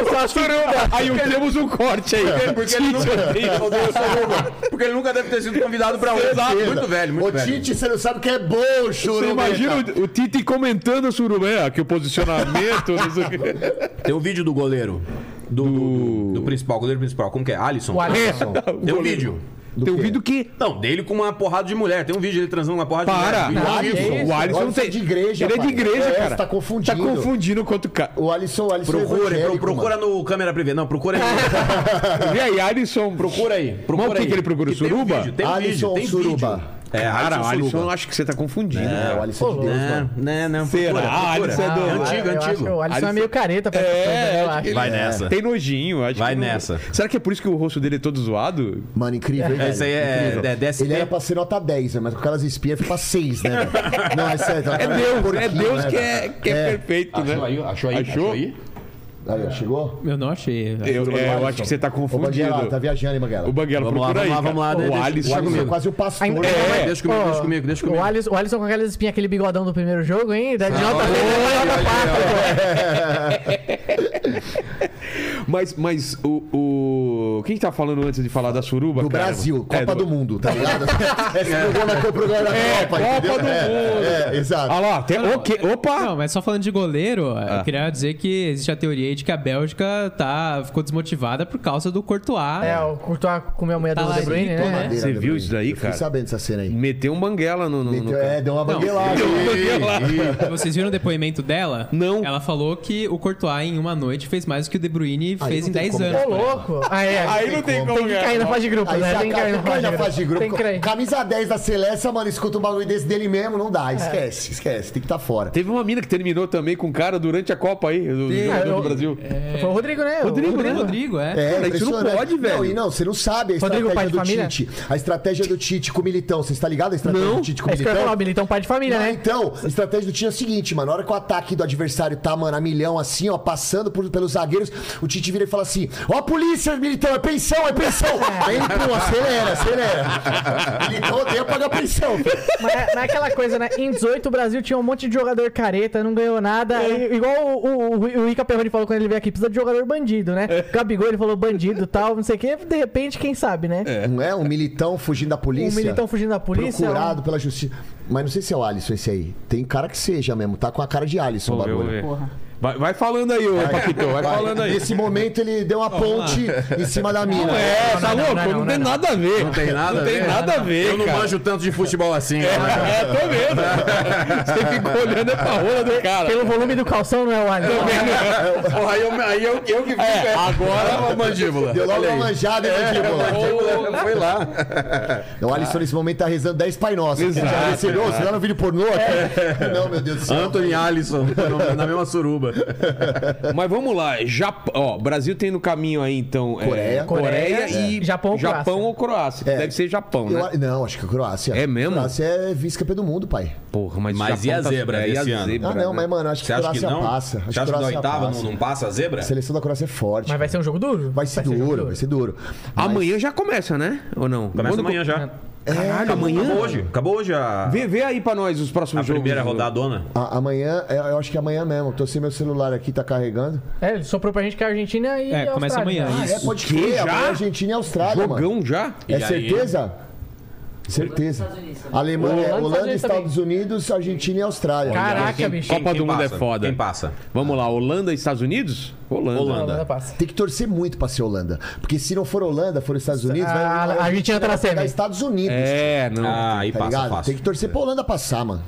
A: Aí temos um corte aí.
D: É, Porque ele nunca, porque ele nunca deve ter sido convidado pra um. Muito velho, muito
E: Ô,
D: velho.
E: Tite, você não sabe o que é bom,
A: Você
E: churuba.
A: imagina o, o Tite comentando a suruba, é, que o posicionamento, não sei o quê.
D: Tem o vídeo do goleiro. Do, do, do principal, goleiro principal. Como que é? Alisson.
C: O Alisson.
D: Tem um vídeo.
A: Tem um vídeo que...
D: Não, dele com uma porrada de mulher. Tem um vídeo dele transando com uma porrada
A: Para!
D: de mulher.
E: Não,
A: o
D: Vídeo ao vivo.
E: que
A: Alisson,
E: isso?
A: o Alisson
E: Alisson
A: tem...
E: é de igreja,
A: Ele é de
E: pai.
A: igreja,
E: É,
A: cara.
E: você tá confundindo.
A: Tá confundindo quanto... o cara...
E: O Alisson, o Alisson é
D: Procura, pro-
E: evangélico,
D: procura
E: mano.
D: no câmera privê. Não, procura aí.
A: Vê aí, Alisson...
D: procura aí. Procura
A: Mas o que
D: aí.
A: que ele procura?
D: Tem um
A: Suruba?
D: vídeo, Tem um vídeo,
E: Alisson
D: tem
E: Suruba.
D: vídeo. É,
A: Cara, o Alisson,
D: Suruba.
A: eu acho que você tá confundindo.
E: É,
A: cara.
E: o Alisson é de Deus, mano.
D: Não, não.
A: Será?
D: procura,
A: Ah,
D: procura.
A: Alisson é
C: Ah,
A: do-
C: eu
D: É
C: acho-
D: antigo,
C: eu acho que
D: antigo.
C: O Alisson é
A: Alisson-
C: meio careta pra né?
A: É,
C: eu
A: acho que
C: acho.
A: ele-
D: Vai nessa.
A: Tem nojinho, acho
D: Vai
A: que não-
D: nessa.
A: Será que é por isso que o rosto dele é todo zoado?
E: Mano, incrível, hein, velho?
D: Esse aí é,
E: Incrível.
D: é DSP.
E: Ele era pra ser nota 10, né? Mas com aquelas espinhas foi pra 6, né? velho? Não, é sério.
A: É Deus, é Deus que é, que é, perfeito, né?
D: achou
A: Achou?
E: Aí, ó, chegou?
B: Eu não achei.
A: Eu, é, eu
E: Alisson.
A: acho que você tá
E: Ô, Banguela,
A: confundindo.
E: tá viajando, hein, Banguela?
A: O Banguela,
D: Vamos lá,
A: procura aí.
D: vamos lá,
A: cara.
D: vamos lá,
A: O
D: deixa-
A: Alisson.
E: O Alisson é
D: comigo.
E: quase o pastor.
C: Ainda-
E: né?
A: É.
D: Deixa comigo, deixa comigo, deixa comigo.
C: O Alisson, o Alisson com aquelas espinhas, aquele bigodão do primeiro jogo, hein? Da de nota
D: olha,
C: três,
D: olha,
C: nota
D: olha,
C: quatro.
A: Mas, mas o, o. Quem que tá falando antes de falar da suruba?
E: Do
A: cara?
E: Brasil,
A: É,
E: Copa do... Mundo, tá ligado? Esse programa aqui é o programa da
A: É,
E: Copa,
A: Copa
E: entendeu?
A: do
E: É,
A: Mundo.
E: É, exato.
A: Ah lá, tem... ok, opa!
B: Não, mas só falando de goleiro, eu queria dizer que existe a teoria aí de que a Bélgica tá, ficou desmotivada por causa do Courtois.
C: É, o Courtois comeu a mulher do
B: Talarico,
C: De Bruyne, né?
B: né?
A: Você viu isso daí,
E: Eu
A: cara?
E: Fui sabendo dessa cena aí.
A: Meteu um banguela no. no, no
E: Meteu-
A: cara.
E: é, deu uma banguelada.
B: Vocês viram o depoimento dela?
A: Não.
B: Ela falou que o Courtois em uma noite fez mais do que o De Bruyne
E: Aí
B: fez
E: não
B: em
E: tem
B: 10
E: como.
B: anos.
C: Ô, louco! Ah, é.
A: Aí não tem como.
C: Tem que cair na fase de grupo,
E: Aí
C: né?
E: você
C: Tem que cair na
E: acaba-
C: fase de
E: na
C: grupo.
E: fase de grupo.
C: Tem que cair.
E: Camisa 10 da Celeste, mano, escuta um bagulho desse dele mesmo, não dá. Esquece, esquece. Tem que estar fora.
A: Teve uma mina que terminou também com um cara durante a Copa aí, do,
B: Sim,
A: jogador
C: eu-
A: do Brasil.
C: Foi o Rodrigo, né? O
A: Rodrigo,
B: Rodrigo,
A: né?
B: Rodrigo, é.
E: É,
A: Cara, isso não
E: impressionante.
A: pode, velho.
E: Não, e não, você não sabe a
C: Rodrigo, pai
E: estratégia
C: de
E: do
C: família?
E: Tite. A estratégia do Tite com o Militão. Você está ligado a estratégia do Tite com o
C: É isso que eu ia
E: Militão?
C: falar, o Militão pai de família,
E: Não,
C: né?
E: Então, a estratégia do Tite é a seguinte, mano. Na hora que o ataque do adversário tá, mano, a milhão assim, ó, passando por- pelos zagueiros, o Tite vira e fala assim: Ó, a polícia, militão, é pensão, é pensão. Aí ele, pô, acelera, acelera. Militão odeia pagar pensão. filho.
C: Mas é- mas é aquela coisa, né? Em 18 o Brasil tinha um monte de jogador careta, não ganhou nada.
E: É.
C: E- Igual o, o, o, o Ica Perrone falou quando ele veio aqui, precisa de jogador bandido, né?
E: É.
C: Gabigol, ele falou bandido e tal, não sei o quê. De repente, quem sabe, né?
E: Não é um militão fugindo da polícia?
C: Um militão fugindo da polícia. um-
E: Procurado pela justiça. Mas não sei se é o Alisson esse aí. Tem cara que seja mesmo, tá com a cara de Alisson o
A: Vamos ver,
E: bagulho.
A: vamos ver. Vai, vai falando aí, ô Paquito, vai falando aí.
E: Nesse momento ele deu uma ponte em cima da mina.
A: É, tá
C: não,
A: louco?
C: não,
A: Não,
C: não,
A: tem
C: não,
A: nada a ver.
D: Não tem nada
A: Não
D: a
A: tem
D: ver.
A: nada a ver,
D: Eu não
A: cara.
D: manjo tanto de futebol assim. cara.
A: É, tô vendo. Você fica olhando é pra rola do cara.
C: Pelo volume do calção, não é o Alisson.
D: Porra, aí eu, aí eu, eu que fico.
A: É,
D: agora uma mandíbula.
E: Deu logo
D: Olha
E: uma
D: aí.
E: manjada, né, hein, Mandíbula?
D: Foi lá.
E: O Alisson nesse momento tá rezando 10 Pai Nosso.
A: Exato,
E: Já recebeu? Você tá no vídeo pornô? Não, meu Deus do céu.
D: É. Anthony Alisson, na mesma suruba.
A: Mas vamos lá. Jap... Ó, Brasil tem no caminho aí, então. é,
E: Coreia.
A: Coreia,
C: Coreia,
A: e
C: é. Japão ou
A: Japão
C: Croácia.
A: ou Croácia.
E: É.
A: Deve ser Japão, né?
E: Eu- não, acho que a Croácia.
A: É mesmo?
E: Croácia é vice-campeã do mundo, pai.
A: Porra, mas, o
D: Mas
A: Japão
D: e a zebra
A: é, e a
D: desse ano?
A: zebra,
E: Ah, não,
A: né?
E: mas, mano, acho que
D: Você
E: a
D: acha que
E: Croácia
D: não?
E: passa. Acho
D: Você acha que na
E: Croácia
D: oitava
E: passa.
D: não, não passa a zebra?
E: A seleção da Croácia é forte.
C: Mas vai ser um jogo duro?
E: Vai ser
C: jogo
E: duro, vai ser duro.
A: Amanhã já começa, né? Ou não?
D: Começa
A: Quando-
D: amanhã já.
A: Caralho, amanhã?
D: Acabou hoje. Acabou hoje a,
A: Vê, vê aí pra nós os
D: a
A: próximos jogos.
D: primeira rodadona.
E: A- amanhã, é, eu acho que amanhã mesmo. Tô sem meu celular aqui, tá carregando.
C: É, ele soprou pra gente que é a Argentina e.
B: É,
C: a
B: começa
C: Austrália.
B: amanhã,
C: Ah,
E: Ah,
B: isso.
E: é, pode
A: O quê?
E: crer.
A: Já?
E: Amanhã Argentina e Austrália, mano.
A: Jogão já?
E: É
D: E aí?
E: certeza? Certeza. Alemanha,
C: Holanda, Estados
E: Holanda, Holanda,
C: Unidos
E: Estados Unidos, Argentina e Austrália.
C: é. Caraca, bicho.
A: Copa do Mundo
D: passa?
A: é foda.
D: Quem passa?
A: Vamos lá, Holanda e Estados Unidos? Holanda.
C: A
D: Holanda.
C: Holanda passa.
E: Tem que torcer muito pra ser Holanda. Porque se não for Holanda, for Estados Unidos,
C: Ah, a Argentina tá na
E: vai
C: semi.
E: pegar Estados Unidos.
A: É, não.
D: Ah, aí
E: tá
D: passa
E: ligado?
D: fácil.
E: Tem que torcer pra Holanda passar, mano.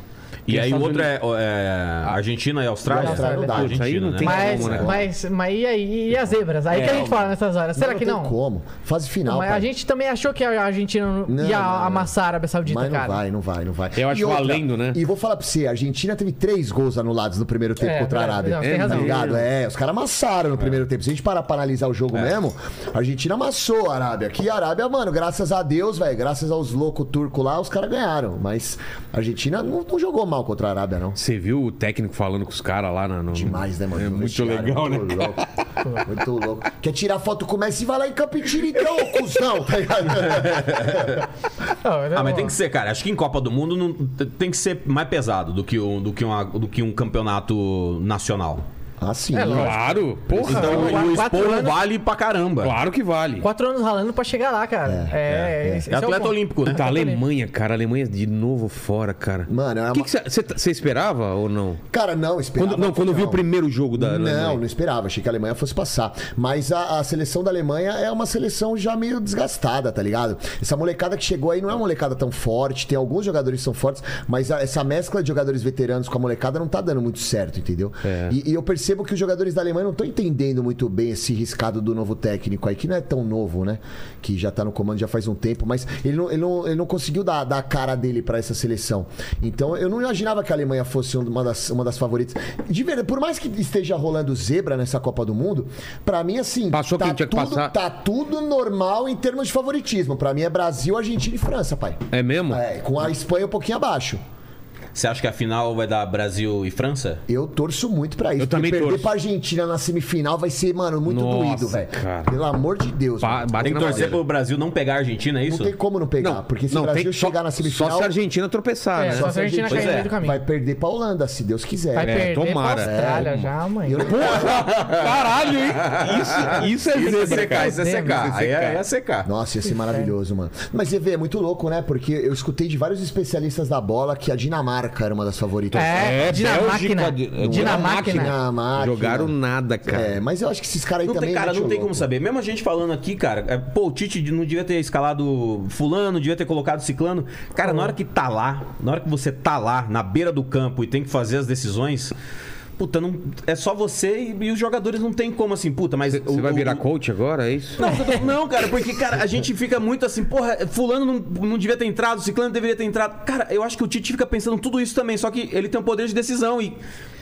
D: E aí o
A: Estados
D: outro é, é, Argentina e Austrália?
E: Austrália não dá.
D: Argentina,
A: Aí não
D: né?
A: tem
C: Mas,
A: como, né?
C: mas, mas e aí? E as zebras? Aí
E: É.
C: que a gente fala nessas horas. Será que
E: Tem
C: não?
E: como. Fase final.
C: Mas a
E: pai.
C: gente também achou que a Argentina
E: Não,
C: ia
E: não, não.
C: amassar a Arábia Saudita,
E: Mas não
C: cara.
E: vai, não vai, não vai.
A: Eu acho
E: E outra,
A: valendo, né?
E: E vou falar pra você, a Argentina teve três gols anulados no primeiro tempo
C: É,
E: contra a
C: verdade,
E: Arábia.
C: não, você tem
E: tá
C: razão.
E: ligado? É, os caras amassaram no primeiro tempo. Se a gente parar pra analisar o
A: É.
E: jogo mesmo, a Argentina amassou a Arábia. Que a Arábia, mano, graças a Deus, velho, graças aos loucos turcos lá, os caras ganharam. Mas a Argentina não, não jogou mal contra a Arábia, não.
A: Você viu o técnico falando com os caras lá na, no...
E: Demais, né, mano?
A: É
E: No
A: muito
E: vestiário,
A: legal, né?
E: muito Louco. Muito louco. Quer tirar foto com o Messi? Vai lá em Campitina então, ô cuzão. Tá ligado?
C: é
D: Ah, mas tem que ser, cara. Acho que em Copa do Mundo não- tem que ser mais pesado do que, um, do que, uma- do que um campeonato nacional.
E: Ah, sim.
C: É, lógico.
A: Claro, porra.
D: Então,
C: quatro-
D: e o
C: quatro
D: esporro
C: anos-
D: vale pra caramba.
A: Claro que vale.
C: Quatro anos ralando pra chegar lá, cara. É, é, esse-
D: É
C: esse o
D: atleta
C: ponto.
D: olímpico, né?
A: Tá, Alemanha, cara. Alemanha de novo fora, cara.
E: Mano, é uma-
A: O que que você- tá, Você esperava ou não?
E: Cara, não, esperava.
A: Quando- não, quando eu vi o né,
E: não.
A: primeiro jogo da
E: Não, não
A: Alemanha.
E: esperava. Achei que a Alemanha fosse passar. Mas a, a seleção da Alemanha é uma seleção já meio desgastada, tá ligado? Essa molecada que chegou aí não é uma molecada tão forte. Tem alguns jogadores que são fortes, mas a- essa mescla de jogadores veteranos com a molecada não tá dando muito certo, entendeu?
A: É.
E: E, e eu percebo que os jogadores da Alemanha não estão entendendo muito bem esse riscado do novo técnico aí, que não é tão novo, né? Que já tá no comando já faz um tempo, mas ele não, ele não, ele não conseguiu dar, dar a cara dele pra essa seleção. Então eu não imaginava que a Alemanha fosse um, uma das, uma das favoritas. De verdade, por mais que esteja rolando zebra nessa Copa do Mundo, pra mim, assim.
A: Passou
E: tá
A: quem tinha que
E: tudo,
A: passar?
E: Tá tudo normal em termos de favoritismo. Pra mim é Brasil, Argentina e França, pai.
A: É mesmo?
E: É, com a Espanha um pouquinho abaixo.
D: Você acha que a final vai dar Brasil e França?
E: Eu torço muito pra isso.
F: Eu
E: porque
F: também
E: perder
F: torço.
E: pra Argentina na semifinal vai ser, mano, muito
A: Nossa,
E: doído, velho.
A: cara.
E: Pelo amor de Deus.
A: Ba-
E: mano.
A: bate
D: Tem
A: na
D: que torcer
A: madeira.
D: pro Brasil não pegar a Argentina, é
E: Não
D: isso?
E: tem como não pegar, porque se o Brasil
A: tem- só-
E: chegar na semifinal,
A: Só se a Argentina tropeçar,
C: É,
A: né?
C: só se a Argentina
D: Pois
C: cair no
D: é,
C: meio do caminho.
E: vai perder pra Holanda, se Deus quiser.
C: Vai
E: né?
C: perder
A: tomara.
C: pra Austrália
E: É,
C: já, mãe.
E: Eu não-
A: Caralho, hein? Isso, isso é
D: Isso é
A: zebra,
D: secar,
A: cara.
D: isso é secar. Aí é, aí é secar.
E: Nossa, ia ser maravilhoso, mano. Mas, EV, é muito louco, né? Porque eu escutei de vários especialistas da bola que a Dinamarca era uma das favoritas.
C: É,
F: É,
C: Dinamáquina.
F: Bélgica,
E: Não era
D: é
C: Dinamáquina.
E: Dinamarca.
A: Jogaram nada, cara.
E: É, mas eu acho que esses caras aí
D: Não
E: também. né,
D: tem, cara,
E: mete
D: não
E: o
D: tem
E: louco.
D: como saber. Mesmo a gente falando aqui, cara, é, pô, o Tite não devia ter escalado fulano, devia ter colocado ciclano. Cara, na hora que tá lá, na hora que você tá lá, na beira do campo e tem que fazer as decisões, puta, não, é só você e, e os jogadores não tem como assim, puta, mas...
A: Você
D: o-
A: vai
D: o-
A: virar coach agora, é isso?
D: Não, eu tô- não, cara, porque, cara, a gente fica muito assim, porra, fulano não, não devia ter entrado, ciclano deveria ter entrado. Cara, eu acho que o Tite fica pensando tudo isso também, só que ele tem um poder de decisão e...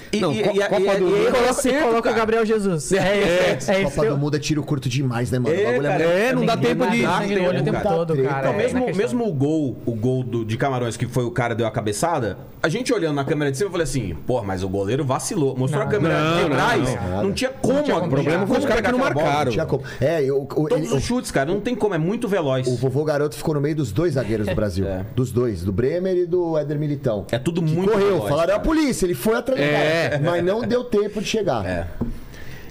D: E,
A: Não,
D: e,
A: Co-
D: e-
A: Copa
D: e-
A: do
D: e-
A: Mundo- é
D: e-
C: Coloca,
D: acerto,
C: coloca o
D: cara.
C: Gabriel Jesus. É, isso. É, isso.
E: Copa do Mundo é tiro curto demais, né, mano?
D: É,
E: o bagulho
D: cara.
E: é muito-
A: É, não dá
C: Ninguém
A: tempo de.
C: dá,
D: Não
C: ninguém olha o
D: tem
C: tempo
E: como,
C: todo,
E: cara.
C: cara.
D: Então,
C: é
D: mesmo,
C: inacreditável.
D: mesmo o gol, o gol do- de Camarões, que foi o cara deu a cabeçada, a gente olhando na câmera de cima, eu falei assim, pô, mas o goleiro vacilou. Mostrou
C: Não,
D: a câmera
A: não,
D: de
A: não,
D: trás,
E: não,
D: não,
E: nada.
D: tinha como.
C: como
D: o
C: problema
A: foi os caras que não marcaram.
E: Não tinha como. É, eu, o-
D: Todos
E: ele-
D: os chutes, cara, não tem como, é muito veloz.
E: o vovô garoto ficou no meio dos dois zagueiros do Brasil. Dos dois, do Bremer e do Éder Militão.
D: É tudo muito
E: Correu,
D: veloz.
E: falaram "É
D: cara.
E: a polícia, ele foi atrás do cara, mas não deu tempo de chegar.
D: É.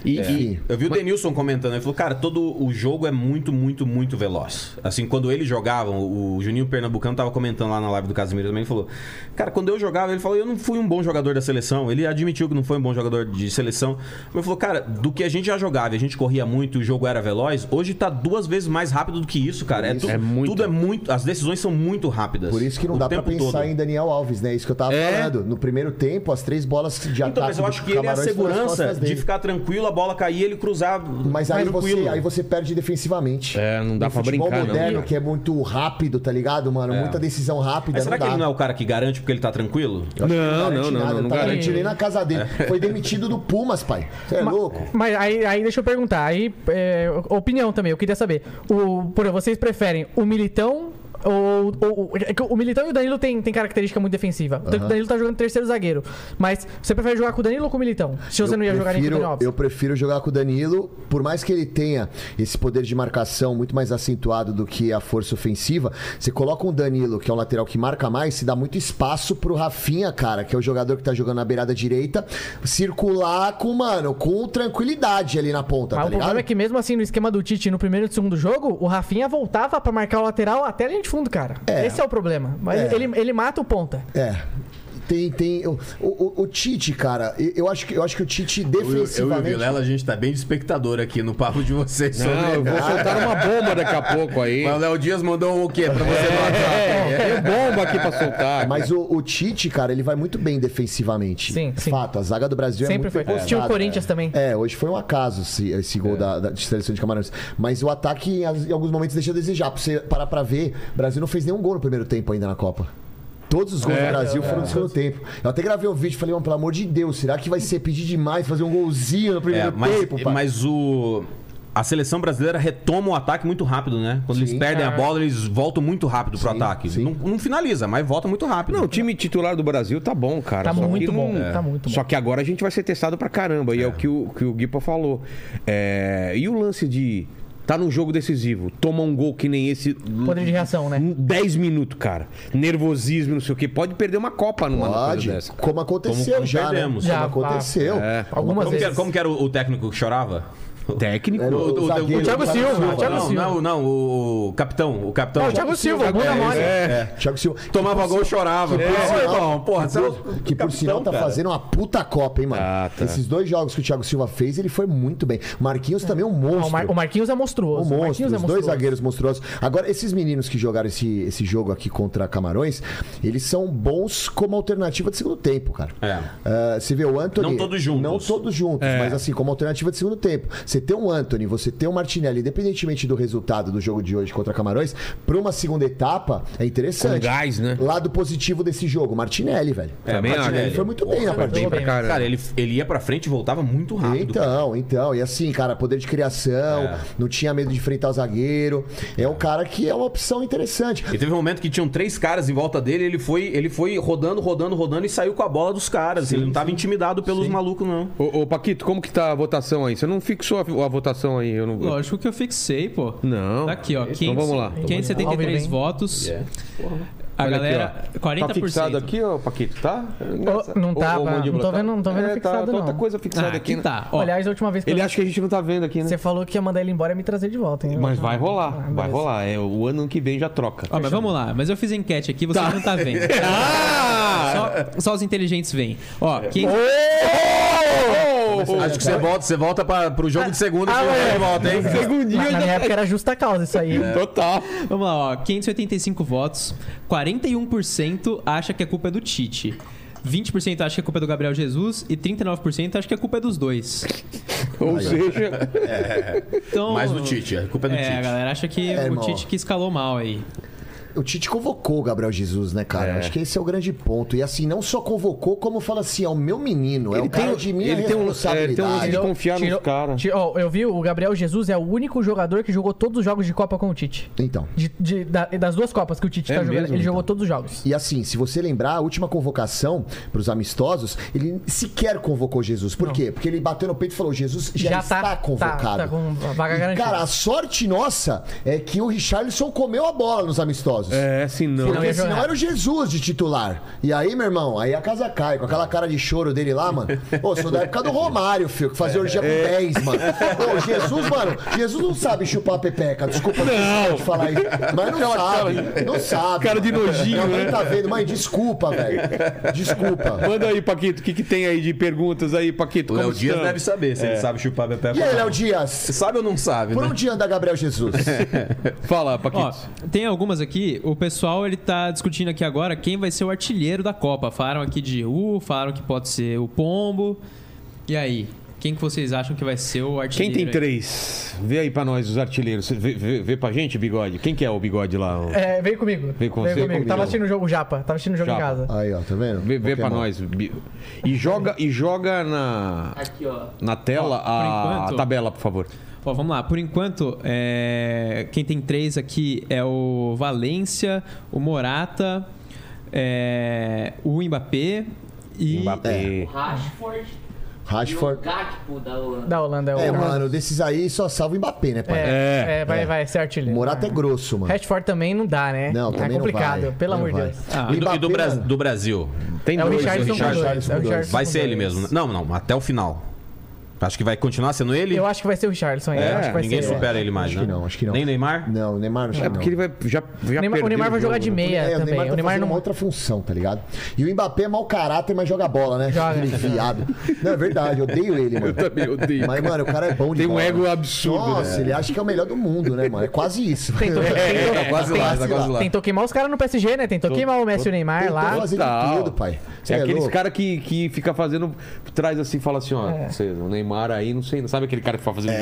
E: E,
D: E
E: e-
D: Eu vi o Denilson comentando, ele falou, cara, todo o jogo é muito, muito, muito veloz. Assim, quando eles jogavam, o Juninho Pernambucano tava comentando lá na live do Casimiro também, ele falou, cara, quando eu jogava, ele falou, eu não fui um bom jogador da seleção. Ele admitiu que não foi um bom jogador de seleção. Mas ele falou, cara, do que a gente já jogava, e a gente corria muito e o jogo era veloz, hoje tá duas vezes mais rápido do que isso, cara. É, tu-
A: É muito.
D: Tudo é muito, as decisões são muito rápidas.
E: por isso que não
D: o
E: dá pra
D: tempo
E: pensar
D: todo.
E: em Daniel Alves, né? Isso que eu tava
A: É.
E: falando. No primeiro tempo, as três bolas de ataque
D: Então, mas eu
E: do
D: acho que ele é a
E: Camarões foram nas
D: segurança
E: costas
D: de
E: dele.
D: ficar tranquilo, a bola cair, ele cruzar
E: Mas aí você,
D: tranquilo.
E: aí você perde defensivamente.
A: É, não dá
E: No
A: pra
E: futebol
A: brincar, não,
E: moderno,
A: cara.
E: que é muito rápido, tá ligado, mano? Muita decisão rápida.
D: É. Mas será
E: não
D: que
E: dá.
D: ele não é o cara que garante porque ele tá tranquilo?
E: Eu acho que
A: Não,
E: garante
A: não, não,
E: nada,
A: não, não
E: tá
A: garante.
E: garantido nem na casa dele. Foi demitido do Pumas, pai. Você é louco?
C: Mas aí, aí deixa eu perguntar, aí é, opinião também, eu queria saber. O, por exemplo, vocês preferem o Militão ou, ou- é que o Militão e o Danilo tem, tem característica muito defensiva. Tanto que O Danilo tá jogando terceiro zagueiro. Mas você prefere jogar com o Danilo ou com o Militão? Se Então você não ia jogar nem com o
E: prefiro,
C: Danilo Alves.
E: Eu prefiro jogar com o Danilo, por mais que ele tenha esse poder de marcação muito mais acentuado do que a força ofensiva. Você coloca um Danilo, que é um lateral que marca mais, se dá muito espaço pro Rafinha, cara, que é o jogador que tá jogando na beirada direita, circular com, mano, com tranquilidade ali na ponta,
C: Mas
E: tá
C: o
E: ligado?
C: problema é que mesmo assim, no esquema do Tite, no primeiro e no segundo jogo, o Rafinha voltava pra marcar o lateral até a linha de fundo, cara. Esse é o problema. Mas
E: É.
C: Ele, ele mata o ponta.
E: É. Tem, tem. O, o- o Tite, cara, eu, eu acho que, eu acho que o Tite defensivamente.
G: a gente tá bem de espectador aqui no papo de vocês.
A: Não, eu vou soltar uma bomba daqui a pouco aí.
G: Mas o Léo Dias mandou um o quê? Pra você no WhatsApp?
A: É, tem bomba aqui pra soltar.
E: Mas o, o Tite, cara, ele vai muito bem defensivamente. É
C: Sim, sim.
E: Fato, a zaga do Brasil é
C: Sempre
E: muito
C: foi.
E: bem
C: Tinha o
E: postada.
C: Corinthians também. É.
E: É, hoje foi um acaso esse, esse gol da, da de seleção de Camarões. Mas o ataque, em, as- em alguns momentos, deixa a desejar. Pra você parar pra ver, o Brasil não fez nenhum gol no primeiro tempo ainda na Copa. Todos os
C: É.
E: gols do Brasil foram no segundo tempo. Eu até gravei um vídeo e falei, mano, pelo amor de Deus, será que vai ser pedir demais fazer um golzinho no
D: É,
E: primeiro
D: mas,
E: tempo, pai?
D: mas o. A seleção brasileira retoma o ataque muito rápido, né? Quando eles perdem a bola, eles voltam muito rápido pro ataque. Não, não finaliza, mas volta muito rápido.
A: Não, tipo, o time titular do Brasil tá bom, cara.
C: Tá
A: Só que
C: muito
A: não-
C: bom, tá muito bom.
A: Só que agora a gente vai ser testado pra caramba. E é, o que o, que o Guipa falou. É, E o lance de. Tá num jogo decisivo, toma um gol que nem esse.
C: Poder de reação, né?
A: 10 minutos, cara. Nervosismo, não sei o quê. Pode perder uma Copa numa
E: Pode,
A: coisa dessa.
E: como aconteceu
D: é Como- como
E: já, né?
D: perdemos.
C: Já,
E: como aconteceu.
A: É.
C: Algumas
D: como, que era,
C: vezes.
D: como que era o, o técnico que chorava?
A: Técnico.
E: Era
D: O- o- o-
E: zagueiro,
D: o Thiago
E: Thiago
C: Silva, o Thiago
E: né?
D: Não, não, não, o, o capitão. O capitão.
C: Não, o Thiago
E: é,
C: Silva, bunda mole.
E: Thiago Silva.
D: Tomava gol e chorava. É. Ô, irmão, porra, sabe-
E: Que por
D: capitão,
E: sinal tá
D: cara.
E: fazendo uma puta Copa, hein, mano?
A: Ah, tá.
E: Esses dois jogos que o Thiago Silva fez, ele foi muito bem. Marquinhos também é um
C: Não,
E: monstro.
C: o, Mar- o Marquinhos é monstruoso.
E: Um
C: o
E: monstro,
C: Marquinhos é
E: os
C: monstruoso.
E: dois zagueiros monstruosos. Agora, esses meninos que jogaram esse, esse jogo aqui contra Camarões, eles são bons como alternativa de segundo tempo, cara.
D: É.
E: Ah, você vê o Anthony.
D: Não todos juntos.
E: Não todos juntos, mas assim, como alternativa de segundo tempo. Você Você ter um Anthony, você ter um Martinelli, independentemente do resultado do jogo de hoje contra Camarões, pra uma segunda etapa é interessante.
A: Com gás, né?
E: Lado positivo desse jogo, Martinelli, velho.
A: Também acho.
E: Martinelli foi muito bem na
C: Porra,
E: partida.
A: Bem pra caramba.
D: Cara, ele, ele ia pra frente e voltava muito rápido.
E: Então, então, e assim, cara, poder de criação, não tinha medo de enfrentar o zagueiro. É um cara que é uma opção interessante.
D: E teve um momento que tinham três caras em volta dele, ele foi, ele foi rodando, rodando, rodando e saiu com a bola dos caras. ele não tava intimidado pelos malucos, não.
A: Ô, ô, Paquito, como que tá a votação aí? Você não fixou a, a votação aí? Eu não...
B: Lógico que eu fixei, pô.
A: Não.
B: Tá aqui, ó.
A: Então
B: 500,
A: vamos lá.
B: 573
C: Então,
B: votos. A
A: Olha aqui,
B: galera,
A: ó.
B: 40%.
A: Tá fixado aqui, ó, Paquito, tá? Engraçado.
C: não
A: Ô,
C: tá,
A: ô,
C: pá.
A: Mandíbula,
C: Não tô vendo- não tô vendo
A: É, tá,
C: fixado,
A: tá outra
C: não.
A: coisa fixada
B: Ah,
A: aqui.
B: aqui
A: né?
B: tá. Ó,
C: Aliás, a última vez que
A: Ele
C: eu...
A: acha que a gente não tá vendo aqui, né?
C: você falou que ia mandar ele embora e me trazer de volta, hein?
A: Mas vai
C: Ah,
A: rolar, vai
C: beleza.
A: rolar. É, o ano que vem já troca.
B: ó, mas vamos lá. Mas eu fiz enquete aqui, você não tá vendo.
A: Ah!
B: Só, só os inteligentes vêm. Ó,
A: É.
B: 500,
G: Acho que você volta, você volta pra, pro jogo de segunda que você volta, hein?
A: Segundinho
C: Mas na minha
A: já
C: época era justa causa isso aí.
A: É, Total.
B: Vamos lá, ó. 585 votos. 41% acha que a culpa é do Tite. 20% acha que a culpa é do Gabriel Jesus e 39% acha que a culpa é dos dois.
A: Ou seja,
B: Então,
G: Mais do Tite, a culpa é do
B: É, a
G: Tite.
B: galera acha que
E: É,
B: o
E: irmão.
B: Tite que escalou mal aí.
E: O Tite convocou o Gabriel Jesus, né, cara? Acho que esse é o grande ponto. E assim, não só convocou, como fala assim, é o meu menino, é o cara de minha
A: ele tem um- é, ele tem um-
E: responsabilidade.
A: de confiar nos caras.
C: ti- ó, eu vi, o Gabriel Jesus é o único jogador que jogou todos os jogos de Copa com o Tite.
E: Então.
C: De- de- da- das duas Copas que o Tite
A: É
C: tá jogando,
A: mesmo,
C: ele
A: então?
C: jogou todos os jogos.
E: E assim, se você lembrar, a última convocação para os amistosos, ele sequer convocou Jesus. Por quê? Porque ele bateu no peito e falou: Jesus já, está convocado.
C: Tá, tá com a vaga
E: E,
C: garantida.
E: cara, a sorte nossa é que o Richarlison comeu a bola nos amistosos.
A: é, se não.
C: Não ia
E: Porque senão
C: jogar.
E: era o Jesus de titular. E aí, meu irmão, aí a casa cai, com aquela cara de choro dele lá, mano. Ô, sou da época do Romário, filho, que fazia orgia com 10, mano. Ô, Jesus, mano, Jesus não sabe chupar a pepeca, desculpa não. de falar isso. Mas não sabe, não sabe.
A: cara de
E: mano.
A: nojinho,
E: Minha mãe
A: né?
E: tá vendo, mãe, desculpa, velho. Desculpa.
A: Manda aí, Paquito, o que, que tem aí de perguntas aí, Paquito?
G: O Léo
A: Como
G: Dias
A: estamos?
G: deve saber se ele sabe chupar Pepe.
E: E aí, Léo Dias?
G: Você sabe ou não sabe,
E: Por
G: né?
E: onde anda Gabriel Jesus?
A: Fala,
B: Ó,
A: Paquito.
B: tem algumas aqui. O pessoal ele tá discutindo aqui agora quem vai ser o artilheiro da Copa. Falaram aqui de U, falaram que pode ser o Pombo. E aí, quem que vocês acham que vai ser o
A: Quem
B: artilheiro?
A: tem
B: aí?
A: três? Vê aí pra nós, os artilheiros. Vê, vê, vê pra gente, bigode. Quem que é o bigode lá? O-
C: É, veio comigo.
A: Veio com você,
C: comigo.
A: comigo.
C: Tava assistindo o jogo Japa. Tava assistindo o jogo
A: Japa.
C: em casa.
E: Aí, ó, tá vendo?
A: Vê, vê pra
E: Pokémon.
A: nós. bi- E joga, e joga na,
B: Aqui, ó.
A: na tela
B: Ó, por
A: a,
B: enquanto-
A: a tabela, por favor.
B: Ó, vamos lá. Por enquanto, é, quem tem três aqui é o Valência, o Morata, é, o Mbappé e
A: Mbappé.
F: Rashford
E: Rashford.
F: e o Gakpo da Holanda.
C: Da Holanda é o.
E: É, mano, desses aí só salva o Mbappé, né, pai?
C: É,
A: É,
C: é, vai, vai ser artilheiro.
E: Morata é grosso, mano.
C: Rashford também não dá, né?
E: Não, também
C: é
E: não
C: complicado,
E: vai.
C: pelo
E: Não
C: amor de
E: vai.
C: Deus.
B: Ah,
G: E do, e
E: Mbappé,
G: do Bras-
E: mano.
G: do Brasil?
A: Tem
C: É o
A: dois. né?
C: Richardson com
E: Richardson
C: dois.
E: com
C: É o
E: dois.
C: Richardson
G: Vai
C: com
G: ser ele
C: dois.
D: né?
G: mesmo. né? Não, não, até o final. Acho que vai continuar sendo ele?
C: Eu acho que vai ser o Richardson aí.
A: É,
C: eu acho que vai
G: Ninguém
C: ser
G: supera ele mais,
E: Acho
G: né?
E: que não, acho que não.
G: Nem Neymar?
E: Não, o Neymar acho
A: É
E: que
A: porque ele
E: não.
A: vai já, já
C: O Neymar, o
A: perdeu
C: Neymar vai
A: jogo,
C: jogar de
A: né?
C: meia
E: É, o
C: também.
E: Neymar, tá
C: o Neymar
E: fazendo
C: não
E: uma outra função, tá ligado? E o Mbappé é mau caráter, mas joga bola, né?
C: Joga.
E: Aquele viado. Não, é verdade, eu odeio ele, mano.
A: Eu também odeio.
E: Mas, mano, o cara é bom de
A: Tem um
E: bola,
A: ego
E: mano.
A: absurdo,
E: Nossa,
A: né?
E: ele acha que é o melhor do mundo, né, mano? É quase isso.
C: Tentou, tentou-
G: Tá quase lá, tá quase lá.
C: tentou queimar os caras no PSG, né? Tentou queimar o Messi e o Neymar
E: Tentou
C: lá.
E: fazer de
A: Total.
E: tudo, pai. Cê
A: É, aqueles
E: louco.
A: caras que, que fica fazendo. Traz assim, fala assim, ó.
C: É.
A: cê- o Neymar aí, não sei. Sabe aquele cara que faz fazendo
E: É,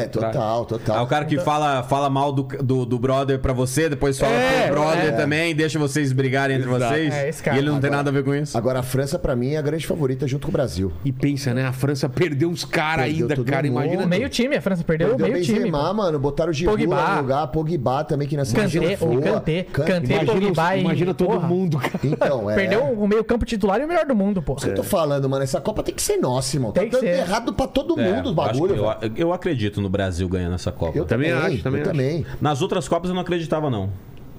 A: joguinho? tá?" Traz.
E: total, total.
G: Ah, o cara que fala, fala mal do, do, do brother pra você, depois fala
A: É,
G: pro brother
E: é.
G: também, deixa vocês brigarem entre
A: Exato.
G: vocês.
C: É, esse cara.
G: E ele não tem nada a ver com isso.
E: Agora, a França, pra mim, é a grande favorita junto com o Brasil.
A: E pensa, né? A França perdeu uns caras
E: Perdeu
A: ainda,
E: todo
A: cara.
E: mundo.
A: Imagina.
C: O meio time, a França perdeu,
E: Perdeu
C: o
E: o
C: meio time.
E: Benzema, mano. Botaram o Giroud
C: Pogba.
E: lá no lugar. Pogba também, que nessa
C: Kanté,
E: região é
C: o
E: voa.
C: Kanté,
E: Kan-
C: Kanté,
E: Imagina-
A: Imagina,
C: Pogba e-
A: imagina todo
C: porra.
A: mundo, cara.
E: Então, é.
C: Perdeu o meio campo titular e o melhor do mundo, pô.
E: Eu tô falando, mano, essa Copa tem que ser nossa, irmão. Tá
C: Tem que
E: dando
C: ser.
E: errado pra todo
G: É,
E: mundo os
G: eu acho que-
E: bagulhos.
G: eu, eu acredito no Brasil ganhando essa Copa.
A: também acho, também
E: eu
A: acho.
E: também.
G: Nas outras Copas eu não acreditava, não.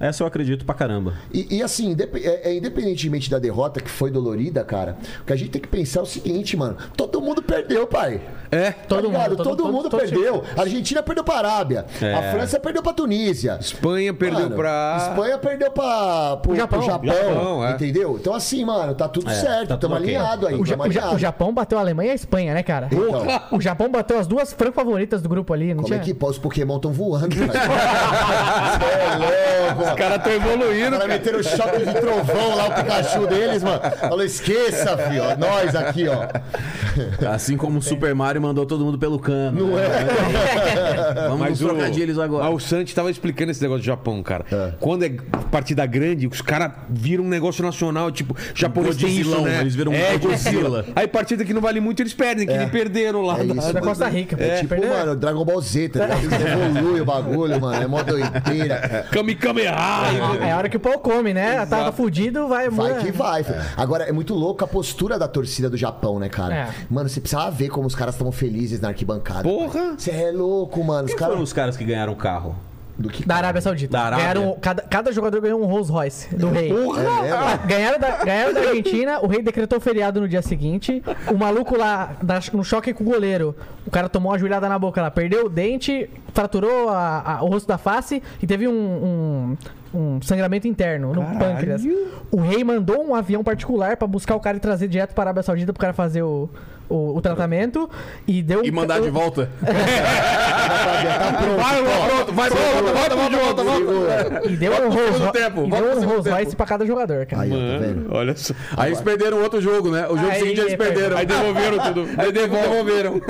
G: Essa eu acredito pra caramba.
E: E, e assim, indep- é, é, independentemente da derrota que foi dolorida, cara, o que a gente tem que pensar é o seguinte, mano. Todo mundo perdeu, pai.
A: É.
E: Todo,
C: Todo
E: ligado?
C: mundo,
E: todo,
C: todo- todo-
E: mundo
C: todo
E: perdeu. A Argentina perdeu pra Arábia. A França perdeu pra Tunísia.
A: Espanha perdeu
E: Mano,
A: pra.
E: Espanha perdeu pra, pro, pro Japão.
C: Japão.
A: Japão, é.
E: Entendeu? Então, assim, mano, tá tudo certo.
G: tá
E: tamo
G: tudo ok.
E: alinhado aí.
C: O, Ja-
E: tamo
C: o Ja-
E: alinhado.
C: o Japão bateu a Alemanha e a Espanha, né, cara?
E: Então,
C: O Japão bateu as duas franco-favoritas do grupo ali, não
E: como é
C: tinha?
E: que pô, os Pokémon estão voando, velho? Cê é louco,
A: Os caras tão evoluindo,
E: Os caras
A: cara.
E: meteram o choque de trovão lá, o Pikachu deles, mano. Falou, esqueça, filho. ó, Nós aqui, ó.
D: Tá,
G: Assim como o Super Mario
D: Romário mandou todo mundo pelo cano. Né?
E: Não é?
D: Vamos
A: Mas
D: nos
A: o-
D: trocadilhos agora.
A: Mas o Santi tava explicando esse negócio do Japão, cara. Quando é partida grande, os caras viram um negócio nacional, tipo, japonês tem isso,
D: Godzillão,
A: né?
D: eles viram um
A: é,
D: Godzilla.
A: Godzilla. Aí partida que não vale muito, eles perdem, que eles perderam lá.
E: É
A: da-
E: isso,
C: Da
E: mano.
C: Costa Rica, pô. tá
E: É tipo,
C: Perdeu-
E: mano, Dragon Ball Z, tá ligado? Eles evoluem o bagulho, mano. É mó doideira.
A: Kami Kami Rai.
C: É a hora que o pau come, né? Tá, tá fudido, vai...
E: Vai que vai. filho. Agora, é muito louco a postura da torcida do Japão, né, cara?
C: É.
E: Mano, você precisava ver como os caras estavam felizes na arquibancada.
A: Porra!
E: Você é louco, mano. Os
G: Quem
E: caras.
G: foram os caras que ganharam o carro?
E: Do que.
C: Da Arábia Saudita.
G: Da Arábia.
C: Ganharam, cada, cada jogador ganhou um Rolls Royce do rei.
E: É, é, mano.
C: Ganharam da, ganharam da Argentina, o rei decretou feriado no dia seguinte. O maluco lá, da- no choque com o goleiro, o cara tomou uma joelhada na boca lá, perdeu o dente, fraturou a- a- o rosto da face e teve um, um- um sangramento interno no pâncreas. O rei mandou um avião particular pra buscar o cara e trazer direto pra Arábia Saudita pro cara fazer o, o- o tratamento. E deu
D: E mandar de
C: o-
D: volta.
E: Tá pronto.
A: Vai, vai, pronto, vai, volta, volta, volta, volta, volta.
C: E deu um Rolls
D: segundo
C: Roy-
D: tempo,
C: e
D: volta pro
C: deu um
D: segundo
C: Rolls Royce pra cada jogador, cara.
E: Aí, ó, tá vendo?
A: Olha só.
D: Aí eles perderam outro jogo, né? O jogo
C: Aí,
D: seguinte eles perderam.
A: Aí devolveram tudo.
D: Aí devolveram.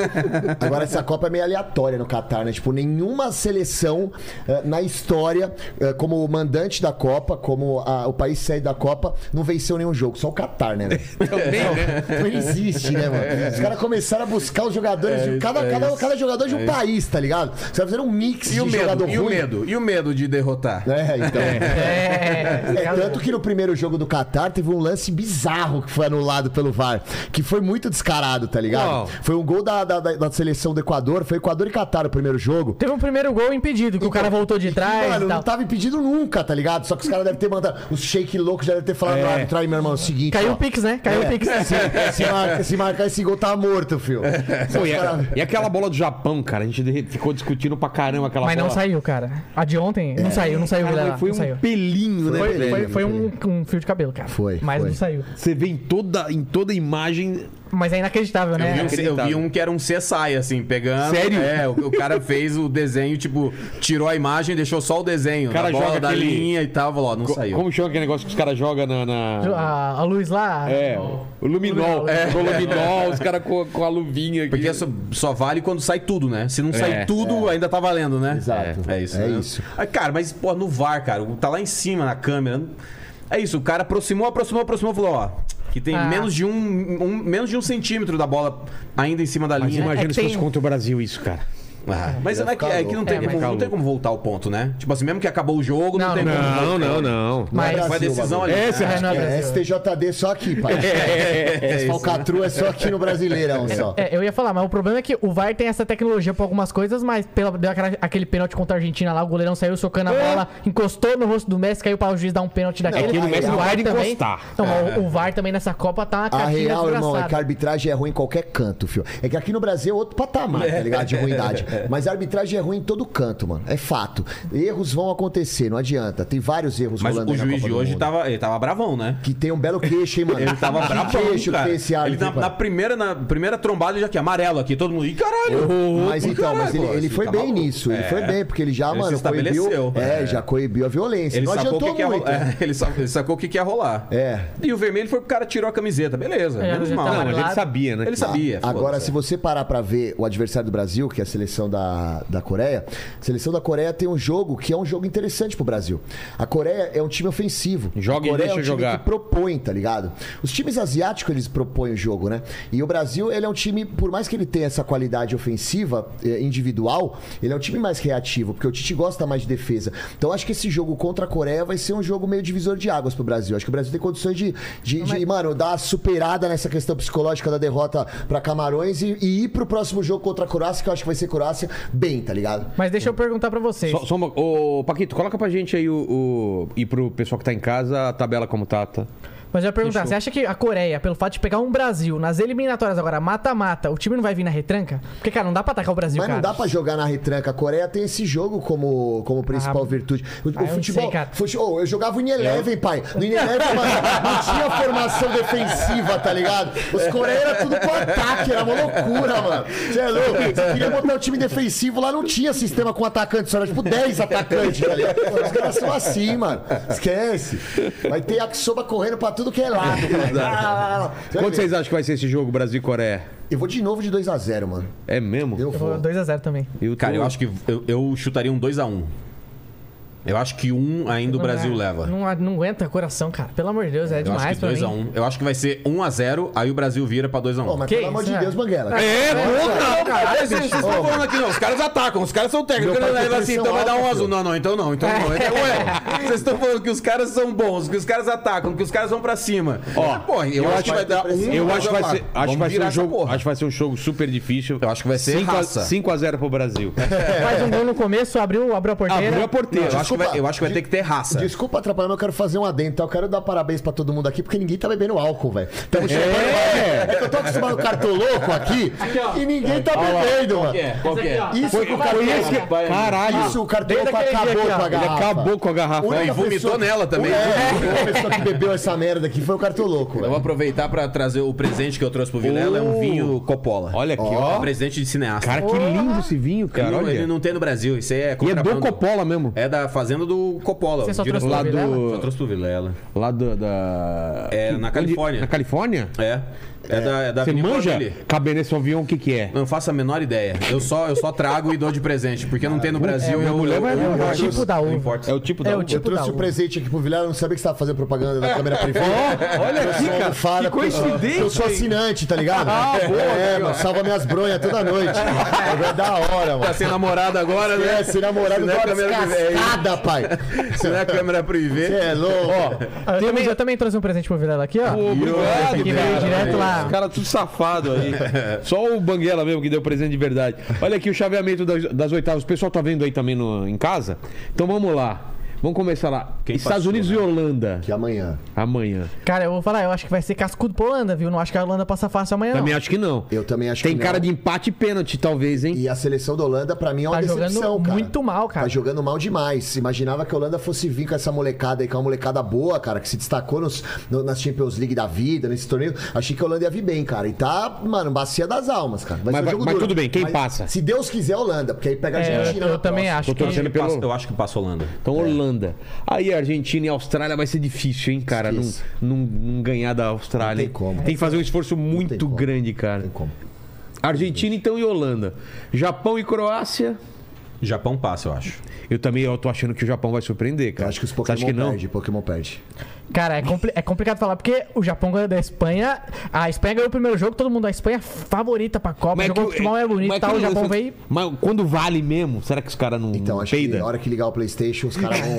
E: Agora, essa Copa é meio aleatória no Catar, né? Tipo, nenhuma seleção eh, na história, eh, como o mandante da Copa, como a- o país sede da Copa, não venceu nenhum jogo. Só o Catar, né? velho? Não existe, né,
D: É,
E: mano? Os caras começaram a buscar os jogadores, de, cada, cada, cada jogador de um país, tá ligado? Os caras fizeram um mix
D: É E
E: de
D: o medo?
E: jogador
D: E
E: ruim.
D: o medo? E o medo de derrotar?
E: É, então.
C: É,
E: É, tanto que no primeiro jogo do Qatar teve um lance bizarro que foi anulado pelo VAR, que foi muito descarado, tá ligado?
A: Qual?
E: Foi um gol da, da, da- da seleção do Equador, foi Equador e Qatar o primeiro jogo.
C: Teve um primeiro gol impedido, que o cara voltou de trás
E: Mano,
C: e
E: não
C: tal.
E: tava impedido nunca, tá ligado? Só que os caras devem ter mandado. Os shake loucos já devem ter falado no árbitro aí, meu irmão, é o seguinte.
C: Caiu
E: ó,
C: o Pix, né?
E: É.
C: Caiu o Pix.
E: se, se marca- se marcar esse gol, tá morto, filho. Só
A: Pô,
E: os
A: e,
E: cara-
A: a- e aquela bola do Japão, cara, a gente de- ficou discutindo pra caramba aquela
C: Mas
A: bola.
C: não saiu, cara. A de ontem não saiu, não saiu,
A: Cara,
C: galera.
A: mas foi
C: não saiu.
A: um pelinho, né,
C: Foi,
A: velho?
C: foi, foi um, um fio de cabelo, cara.
E: Foi,
C: Mas
E: foi.
C: não saiu.
A: Você vê em toda, em toda imagem
C: Mas é inacreditável, né?
D: Eu vi um- Eu vi um que era um CSI, assim, pegando.
A: Sério?
D: É, o, o cara fez o desenho, tipo, tirou a imagem, deixou só o desenho.
A: O
D: O
A: cara
D: cara bola,
A: joga
D: da
A: aquele-
D: linha e tal, falou, ó, não
A: Co-
D: saiu.
A: Como chama aquele negócio que os caras jogam na. na...
C: A, a luz lá.
A: É, o luminol. É. O luminol, os caras com, com a luvinha aqui.
D: Porque é só, só vale quando sai tudo, né? Se não sai
A: É,
D: tudo, ainda tá valendo, né?
E: Exato.
D: É, é isso.
E: É
D: né?
E: isso.
D: Ah, Cara, mas, pô, no VAR, cara, tá lá em cima na câmera. É isso, o cara aproximou, aproximou, aproximou, falou, ó. Que tem
C: Ah.
D: menos, de um, um- menos de um centímetro da bola ainda em cima da
A: Mas
D: linha.
A: imagina
C: É,
A: se fosse
C: tem-
A: contra o Brasil isso, cara.
D: Ah, mas é que,
E: ficar
D: é que não,
E: louco.
D: tem,
C: É,
D: como-
C: mas-
D: não tem como voltar ao ponto, né? Tipo assim, mesmo que acabou o jogo, não,
C: Não,
D: tem como.
A: Não, não, não.
C: Mas,
E: Não é
D: Foi
E: Brasil,
D: decisão ali.
E: bagulho.
D: né?
C: é, não é
E: É,
C: Brasil.
E: STJD só aqui, pai. Essa falcatrua é só aqui no Brasileirão, só.
C: É, eu ia falar, mas o problema é que o VAR tem essa tecnologia pra algumas coisas, mas pela, deu aquela- aquele pênalti contra a Argentina lá, o goleirão saiu socando a
E: É.
C: bola, encostou no rosto do Messi, caiu pra o juiz dar um pênalti daquele.
E: que É, o Messi
A: não
C: VAR
A: pode
C: também-
A: encostar.
C: Então, mas o, o VAR também nessa Copa tá uma
E: É. A
C: caixinha
E: real, irmão, é que a
C: desgraçada.
E: arbitragem é ruim em qualquer canto, fio. É que aqui no Brasil é outro patamar, tá ligado? De ruindade. Mas a arbitragem é ruim em todo canto, mano. É fato. Erros vão acontecer, não adianta. Tem vários erros
D: Mas
E: rolando
D: o
E: aí na
D: juiz
E: Copa
D: de
E: do
D: hoje
E: Mundo.
D: tava, ele tava bravão, né?
E: Que tem um belo queixo, hein, mano?
D: Ele tava
E: Que
D: bravão,
E: queixo
D: cara.
E: tem esse
D: ele tá
E: árbitro,
D: na, na
E: mano.
D: primeira, na primeira trombada, já que amarelo aqui, todo mundo. Ih, caralho!
E: Mas então, mas ele,
D: Caralho,
E: ele
D: assim,
E: foi
D: tá
E: bem
D: maluco.
E: nisso. Ele
D: É.
E: foi bem, porque ele já,
D: Ele se
E: mano, coibiu.
D: estabeleceu.
E: É, já coibiu a violência.
D: Ele
E: não
D: sacou
E: adiantou
D: o que, que ia
E: muito. né?
D: rolar. É, ele, sa- ele sacou o que, que ia rolar.
E: É.
D: E o vermelho foi pro cara tirou a camiseta. Beleza,
C: É,
D: menos
C: já
D: mal.
C: tava
A: Não,
D: Ele
A: mas ele
C: claro.
A: sabia, né?
D: ele
A: cara?
D: sabia.
E: Tá. Agora,
D: foda-se. é.
E: se você parar pra ver o adversário do Brasil, que é a seleção da, da Coreia, a seleção da Coreia tem um jogo que é um jogo interessante pro Brasil. A Coreia é um time ofensivo.
A: Joga e
E: a Coreia
A: deixa
E: é um time
A: jogar.
E: que propõe, tá ligado? Os times asiáticos, eles propõem o jogo, né? E o Brasil, ele é um time, por mais que ele tenha essa qualidade ofensiva eh, individual, ele é um time mais reativo, porque o Tite gosta mais de defesa. Então, acho que esse jogo contra a Coreia vai ser um jogo meio divisor de águas pro Brasil. Acho que o Brasil tem condições de, de, de, mano, dar uma superada nessa questão psicológica da derrota pra Camarões e, e ir pro próximo jogo contra a Croácia, que eu acho que vai ser Croácia bem, tá ligado?
C: Mas deixa eu perguntar pra vocês.
A: Só, só uma, ô, Paquito, coloca pra gente aí o, o- E pro pessoal que tá em casa, a tabela como tá. tá?
C: Mas eu ia perguntar, você acha que a Coreia, pelo fato de pegar um Brasil nas eliminatórias agora, mata-mata, o time não vai vir na retranca? Porque, cara, não dá pra atacar o Brasil,
E: Mas
C: cara.
E: não dá pra jogar na retranca. A Coreia tem esse jogo como, como principal
C: Ah,
E: virtude. O, o
C: eu não
E: futebol.
C: sei, cara.
E: fute- oh, eu jogava o Ineleven, pai. No Ineleven, mano, não tinha formação defensiva, tá ligado? Os coreanos eram tudo pro ataque, era uma loucura, mano. Você é louco? Você queria botar o time defensivo lá, não tinha sistema com atacante, só era tipo 10 atacantes, tá ligado? Os caras são assim, mano. Esquece. Vai ter Aksoba correndo pra tudo que é lado, mano. Ah, lá, lá, lá. Você vai
A: Quanto
E: ver.
A: vocês acham que vai ser esse jogo, Brasil e Coreia?
E: Eu vou de novo de 2x0, mano.
A: É mesmo?
E: Eu
C: Eu vou
E: vou.
C: 2x0 também.
A: Eu
D: Cara,
A: tô-
D: eu acho que eu, eu chutaria um 2x1. Eu acho que um ainda o Brasil
C: Não, é.
D: leva.
C: Não, não aguenta coração, cara. Pelo amor de Deus, é
D: Eu acho
C: demais
D: que
C: pra mim.
D: 2x1. Eu acho que vai ser 1x0, aí o Brasil vira pra 2x1.
E: Pô, mas
C: Que
E: pelo amor
C: isso,
E: de
C: né?
E: Deus, Banguela.
D: É, não, não, cara.
E: Caralho,
D: Vocês
E: bicho.
D: estão
E: Ô,
D: falando aqui, não. Os caras atacam, os caras são técnicos.
E: Meu pai
D: Ele
E: tem
D: leva assim,
E: pressão
D: então vai dar um
E: alta,
D: azul.
E: filho.
D: Não, não, então não, então não. Então, ué, vocês estão falando que os caras são bons, que os caras atacam, que os caras vão pra cima.
A: Ó,
D: Mas, porra, eu, acho que vai dar um.
A: Eu acho que vai
D: a
A: ser, acho
D: quatro.
A: que
D: Vamos
A: vai ser
D: virar
A: um
D: essa
A: jogo,
D: porra.
A: acho que vai ser um jogo super difícil.
D: Eu acho que vai ser raça.
A: 5 a 0 pro Brasil.
C: Faz um gol no começo, abriu, abriu a porteira.
A: Abriu a
D: Eu,
A: porteira.
D: acho que vai, eu acho que vai ter que ter raça.
E: Desculpa atrapalhar, mas eu quero fazer um adendo. Então eu quero dar parabéns pra todo mundo aqui, porque ninguém tá bebendo álcool, velho. Estamos chegando. É. Eu tô acostumado com cartoloco aqui, e ninguém tá bebendo, mano.
D: Qual que é?
E: Isso,
A: Foi,
E: o
A: foi esse que...
D: Vai,
A: Caralho.
E: Isso, o cartoloco
C: Desde aquele
E: acabou
C: dia
E: com a
C: aqui, ó.
A: Ele
E: garrafa.
A: acabou com a
E: A
A: garrafa.
E: única
D: e vomitou
E: pessoa-
D: nela também.
E: É, a única pessoa que bebeu essa merda aqui foi o cartoloco.
D: Eu
E: velho.
D: vou aproveitar pra trazer o presente que eu trouxe pro Vilela, é um
A: Oh.
D: vinho Coppola.
A: Olha aqui,
D: É um
A: ó.
D: presente de cineasta.
A: Cara, que lindo esse vinho, cara.
D: Ele não- ele
A: Olha.
D: não tem no Brasil, isso aí é
A: E é do
D: contrabando.
A: Coppola mesmo.
D: É da fazenda do Coppola.
C: Você só
D: o diretor-
C: trouxe
A: Lá
C: pro Vilela?
D: Só
A: do...
D: trouxe pro Vilela.
A: É, Lá do- da...
D: É, na
A: onde-
D: Califórnia.
A: Na Califórnia?
D: É. É, da, é da
A: Você
D: vinícola
A: manja?
D: dele.
A: Cabernet Sauvignon, o que que é?
D: Não faço a menor ideia. Eu só, eu só trago e dou de presente, porque não tem no Brasil. eu,
A: mulher
D: eu,
A: vai
D: eu,
A: adorar.
C: É o tipo da
D: não
C: uva.
D: importa.
A: É o tipo da
C: É o
A: uva?
E: Eu
C: tipo da
E: trouxe o
C: uva.
E: presente aqui pro Vilar, eu não sabia que você tava fazendo propaganda da câmera privada.
A: Olha
E: Eu
A: aqui,
E: sou
A: cara.
E: um fara,
A: Que coincidência,
E: Eu sou assinante, tá ligado? Ah, boa, é, mano, salva minhas bronhas toda noite. É da hora,
D: Tá
E: mano.
D: sem namorada agora, né?
E: É, ser namorado
D: Se não é
E: da hora
D: câmera privê.
E: descascada, pai.
D: Se não é câmera
E: Você
D: privê.
E: é louco.
C: Ah, eu, também, eu também trouxe um presente pro Vilela aqui, ó.
A: Obrigado,
C: Esse aqui veio
A: cara.
C: direto lá.
A: Os caras tudo safado aí. Só o Banguela mesmo que deu presente de verdade. Olha aqui o chaveamento das, das oitavas. O pessoal tá vendo aí também no- em casa? Então vamos lá. Vamos começar lá. Estados
D: passou,
A: Unidos e Holanda.
E: Que amanhã.
A: Amanhã.
C: Cara, eu vou falar, eu acho que vai ser cascudo pra Holanda, viu? Não acho que a Holanda passa fácil amanhã, não.
A: Também acho que não.
E: Eu também acho
A: Tem
E: que não.
A: cara de empate e pênalti, talvez, hein?
E: E a seleção da Holanda, pra mim, é uma
C: Tá jogando
E: decepção, cara.
C: muito mal, cara.
E: Tá jogando mal demais. Imaginava que a Holanda fosse vir com essa molecada aí, que é uma molecada boa, cara, que se destacou nos, no- nas Champions League da vida, nesse torneio. Achei que a Holanda ia vir bem, cara. E tá, mano, bacia das almas, cara.
A: Mas
E: ser um
A: vai-
E: jogo
A: mas
E: duro.
A: tudo bem, quem passa?
E: Se Deus quiser, a Holanda, porque aí pega a
C: É, eu-
E: Argentina.
C: eu,
E: na
C: também
E: próxima.
C: acho
A: Tô torcendo
C: que...
A: pelo-
D: Passa- Eu acho que passa a Holanda.
A: Então, Holanda.
E: É.
A: Aí, Argentina e Austrália vai ser difícil, hein, cara? Não,
E: Difícil.
A: não, não ganhar da Austrália.
E: Não tem como.
A: que fazer um esforço muito
E: como.
A: grande, cara.
E: Não tem como.
A: Argentina, então, e Holanda. Japão e Croácia.
D: Japão passa, eu acho.
A: Eu também eu tô achando que o Japão vai surpreender,
E: Eu
A: cara.
E: acho que os
A: Você
E: Pokémon
A: acha que não?
E: perde, Pokémon perde.
C: Cara, é, compli- é complicado falar, porque o Japão ganhou da Espanha, a Espanha ganhou o primeiro jogo, todo mundo, a Espanha é favorita pra Copa,
A: Mas é
C: jogou
A: que o-
C: futebol é bonito
A: mas
C: e tal, o
A: que-
C: Japão
A: mas-
C: veio...
A: Mas quando vale mesmo, será que os caras não
E: Então,
A: não
E: acho que
A: peida?
E: na hora que ligar o Playstation, os caras vão...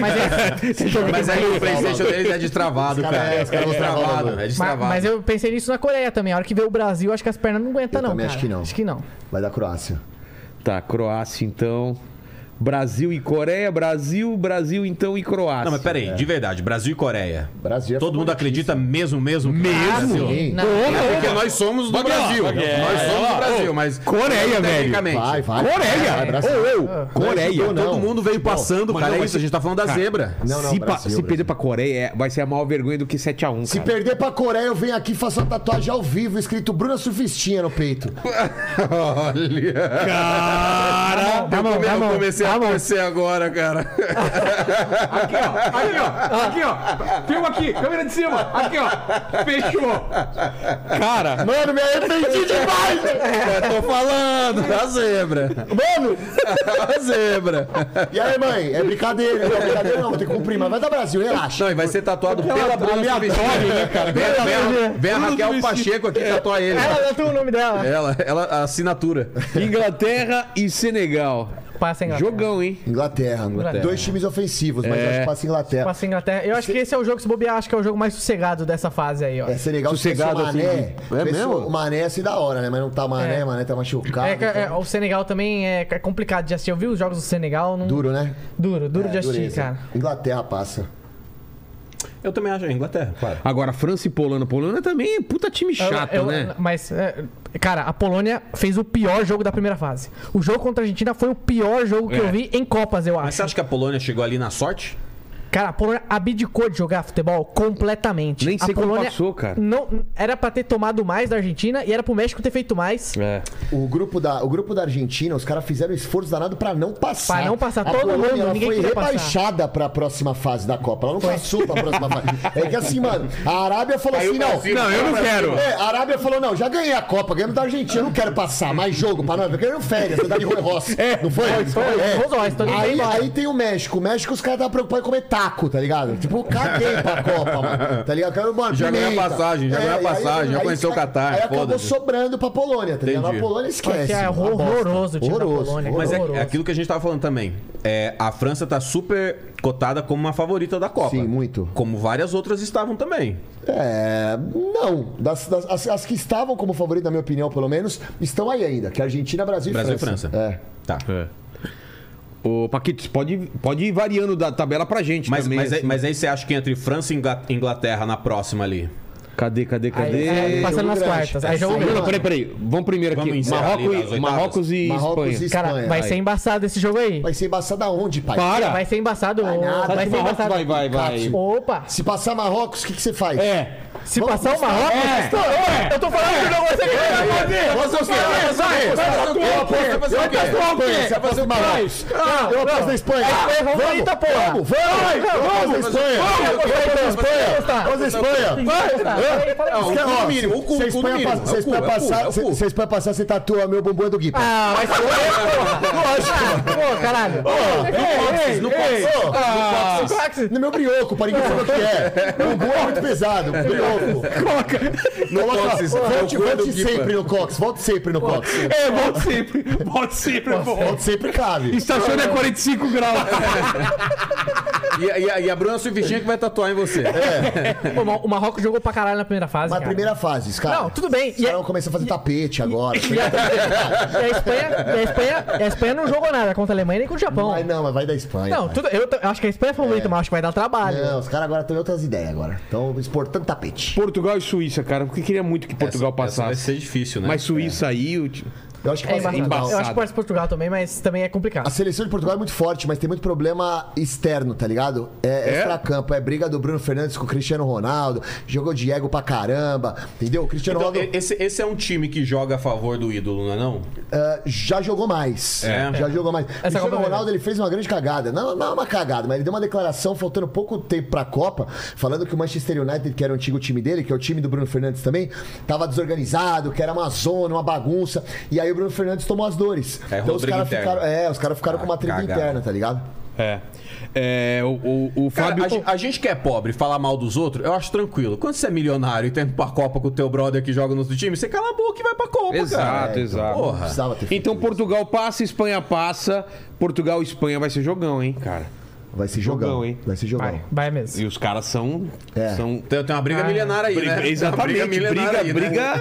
C: Mas é,
D: Mas aí o Playstation deles é destravado,
E: Os cara-
D: cara.
E: é, os caras vão travar,
D: destravado,
E: mano.
D: É
C: Mas,
D: destravado.
C: mas eu pensei nisso na Coreia também. A hora que vê o Brasil, acho que as pernas não aguentam, Tá
E: Eu
C: não.
E: também
C: cara.
E: acho que não.
C: Acho que não.
E: Vai dar Croácia.
A: Tá, Croácia então. Brasil e Coreia, Brasil, Brasil então e Croácia.
D: Não, mas peraí,
E: É.
D: de verdade, Brasil e Coreia.
E: Brasil é
D: Todo mundo acredita mesmo, mesmo?
A: Mesmo?
E: Sim.
C: Ah, Não.
D: Porque nós somos do Brasil. Nós somos do Brasil, mas.
A: Coreia,
D: Tecnicamente.
E: Vai, vai.
A: Coreia!
E: Vai, Brasil. É.
A: Ô, ô, Coreia!
E: Não,
D: Todo mundo veio passando,
A: Mas
D: cara.
A: não,
D: É
A: mas-
D: isso, a gente tá falando da zebra.
E: Não, não,
A: se, pa-
E: Brasil,
A: se
E: Brasil.
A: perder pra Coreia, é- vai ser a maior vergonha do que 7x1.
E: Se
A: cara.
E: perder pra Coreia, eu venho aqui e faço uma tatuagem ao vivo, escrito Bruna Surfistinha no peito.
D: Olha.
C: Tá bom,
D: é eu
C: tá bom.
D: comecei a torcer agora, cara.
H: Aqui, ó. Aqui, ó. Aqui, ó. Filma aqui. Câmera de cima. Aqui, ó. Fechou.
A: Cara,
E: Mano, me arrependi demais!
D: Eu tô falando, da zebra.
E: Mano!
D: Da zebra.
E: E aí, mãe? É brincadeira, não é brincadeira, não, vou ter que cumprir, mas vai dar Brasil, relaxa.
D: Não, e vai ser tatuado pela Bruna Substituta. Vem, vem, a- vem a Raquel Pacheco aqui tatuar ele.
C: Ela não tem o nome dela.
D: Ela, ela, a assinatura.
A: Inglaterra e Senegal.
C: Passa a Inglaterra.
A: Jogão, hein?
E: Inglaterra, dois times ofensivos, mas eu acho que passa Inglaterra.
C: É. Passa a Inglaterra. Eu acho que esse é o jogo, se bobear, acho que é o jogo mais sossegado dessa fase aí, ó.
E: É, seria legal se fosse
A: Sossegado,
E: o Mané.
A: assim, é
E: Vê se
A: mesmo?
E: O Mané ia ser da hora, né? Mas não tá Mané,
C: É.
E: Mané tá machucado.
C: É que,
E: então-
C: é, o Senegal também é, é complicado de assistir. Eu vi os jogos do Senegal. Não...
E: Duro, né?
C: Duro, duro de
E: É,
C: assistir,
E: dureza.
C: cara.
E: Inglaterra passa.
D: Eu também acho, Inglaterra, claro.
A: Agora, França e Polônia. Polônia também é puta time chato,
C: Eu- eu-
A: né?
C: Mas, é, cara, a Polônia fez o pior jogo da primeira fase. O jogo contra a Argentina foi o pior jogo que
A: É.
C: eu vi em Copas, eu
D: Mas
C: acho.
D: você acha que a Polônia chegou ali na sorte?
C: Cara, a Polônia abdicou de jogar futebol completamente.
A: Nem sei
C: a
A: como
C: Polônia
A: passou, cara.
C: Não, era pra ter tomado mais da Argentina e era pro México ter feito mais.
A: É.
E: O grupo da, o grupo da Argentina, os caras fizeram um esforço danado pra não passar.
C: Pra não passar,
E: a
C: todo
E: Polônia,
C: mundo,
E: ela
C: ninguém
E: foi
C: queria passar.
E: rebaixada pra próxima fase da Copa. Ela não passou pra próxima fase. É que assim, mano, a Arábia falou assim, não.
I: Não, eu não quero.
E: É, a Arábia falou, não, já ganhei a Copa, ganhamos da Argentina, eu não quero passar mais jogo pra nós, eu quero férias, andar de Roy Ross. não foi? É.
C: Rolls Royce, todo mundo
E: aí,
C: então embora.
E: aí tem o México. O México, os caras estavam preocupados em comer taco, tá ligado? Tipo, caguei pra Copa, mano. Tá ligado? Quero, mano,
D: Já ganhou a
E: pimenta.
D: passagem, já ganhou a
E: e aí-
D: passagem, já
E: aí-
D: conheceu o Catar,
E: Aí acabou
D: foda-se.
E: sobrando pra Polônia, tá ligado? A
D: Entendi.
E: Polônia esquece.
C: É
E: uma bosta.
C: horroroso o time da
E: Horroroso,
C: Polônia, né?
E: horroroso.
D: Mas é,
C: Horroroso.
D: é aquilo que a gente tava falando também. É, a França tá super cotada como uma favorita da Copa.
E: Sim, muito.
D: Como várias outras estavam também.
E: É, não. Das- das- as, as que estavam como favorito, na minha opinião, pelo menos, estão aí ainda. Que é Argentina, Brasil e
D: Brasil e
E: França.
D: França.
E: É.
D: Tá.
A: Ô, Paquito, pode, pode ir variando da tabela pra gente
D: Mas,
A: também.
D: mas, aí-
A: assim.
D: mas aí você acha que entre França e Inga- Inglaterra na próxima ali?
A: Cadê, cadê, cadê?
C: Aí, é, passando
E: jogo
C: nas
E: grande.
C: quartas. Aí jogo
E: Sim.
A: Não,
C: grande.
A: não, peraí, peraí. Vamos primeiro aqui.
D: Vamos encerrar
A: Marrocos,
D: ali
A: e,
D: nas oitavas.
A: Marrocos e
E: Marrocos
A: Espanha.
E: e Espanha.
C: Cara, vai
A: aí.
C: ser embaçado esse jogo aí.
E: Vai ser embaçado aonde, pai?
A: Para!
C: Vai ser embaçado.
E: Vai nada.
A: Sabe
C: Vai
A: que
C: ser
A: Marrocos
C: embaçado.
A: vai, vai, vai.
C: Opa!
E: Se passar Marrocos, o que, que você faz?
A: É.
C: Se passar o Marrocos, estourou. Eu tô falando que o jogo vai ser grande.
E: Você é o quê? Eu aposto- eu aposto na Espanha, você aposta no Marrocos. Eu aposto na Espanha.
C: Espanha favorita,
E: Vamos,
C: porra.
E: Vamos, vamos! Vamos, Espanha! Vamos, Espanha! Vamos, Espanha!
D: o cu no mínimo, o cu,
E: Se a
D: o cu no
E: Espanha
D: mínimo.
E: passa- se a
D: É o cu, é o
E: Espanha
D: cu, é
E: passar,
D: o
E: se-
D: cu.
E: se a Espanha passar, você tatua meu bumbum do Gui. pai.
C: Ah, vai ser Lógico. Pô, caralho.
D: Não pode.
E: Ô, No meu brioco, para ninguém saber o que é. O bumbum é muito pesado, brioco.
D: Não
E: Coloca,
D: pode.
E: volte, volte sempre no Cox, volte sempre no Cox.
I: É, volte sempre. Volte sempre, pô.
E: Volte sempre cabe.
I: Estaciona
A: é
I: a 45 graus.
D: E, e, a- e a Bruna Silvistinha que vai tatuar em você.
C: Pô, o Marrocos jogou pra caralho na primeira fase.
E: Mas
C: cara.
E: primeira fase, os caras.
C: Não, tudo bem.
E: Os
C: E, é a,
E: caras vão começar a fazer tapete agora.
C: e a Espanha, e a Espanha, e a Espanha não jogou nada contra a Alemanha nem contra o Japão.
E: Mas não, mas vai da Espanha.
C: Não,
E: pai.
C: tudo, eu, t- eu acho que a Espanha é favorita, mas acho que vai dar trabalho.
E: Não, os caras agora têm outras ideias agora. Estão exportando tapete.
A: Portugal e Suíça, cara, porque queria muito que Portugal
D: Essa vai
A: passasse.
D: ser difícil, né?
A: Mas Suíça aí, o ti-
E: Eu acho que
C: É
E: passa
C: embaçado.
E: Portugal.
C: Eu acho que pode ser Portugal também, mas também é complicado.
E: A seleção de Portugal é muito forte, mas tem muito problema externo, tá ligado? É, extra-campo, é briga do Bruno Fernandes com o Cristiano Ronaldo, jogou Diego pra caramba, entendeu? O Cristiano
D: Então, e-
E: Ronaldo
D: esse, esse é um time que joga a favor do ídolo, não é não?
E: ah, já jogou mais.
D: É.
E: Já jogou mais. O Cristiano
C: Copa é
E: Ronaldo ele fez uma grande cagada. Não, não é uma cagada, mas ele deu uma declaração faltando pouco tempo pra Copa, falando que o Manchester United, que era o antigo time dele, que é o time do Bruno Fernandes também, tava desorganizado, que era uma zona, uma bagunça. E aí o Bruno Fernandes tomou as dores.
D: É,
E: os
D: Rodrigo
E: caras
D: interno.
E: ficaram, é, os caras ficaram
D: Ah,
E: com uma tribo
D: cagada.
E: interna, tá ligado?
A: É. É, o, o, o
D: Cara,
A: Fábio.
D: a, gen- a gente que é pobre, falar mal dos outros, eu acho tranquilo. Quando você é milionário e tá indo pra Copa com o teu brother que joga no outro time, você cala a boca e vai pra Copa, cara.
A: Exato,
E: É, então,
A: exato.
E: não
D: Porra.
E: precisava ter feito
A: Então
E: isso.
A: Portugal passa, Espanha passa. Portugal e Espanha vai ser jogão, hein, cara.
E: Vai se jogão,
A: Jogão, hein?
E: Vai se jogão.
A: Vai.
C: Vai mesmo.
A: E os caras são.
E: É.
A: são
D: Tem, tem uma briga milionária aí, né?
A: briga,
D: Tem uma
A: exatamente, briga, briga,
D: milionária aí,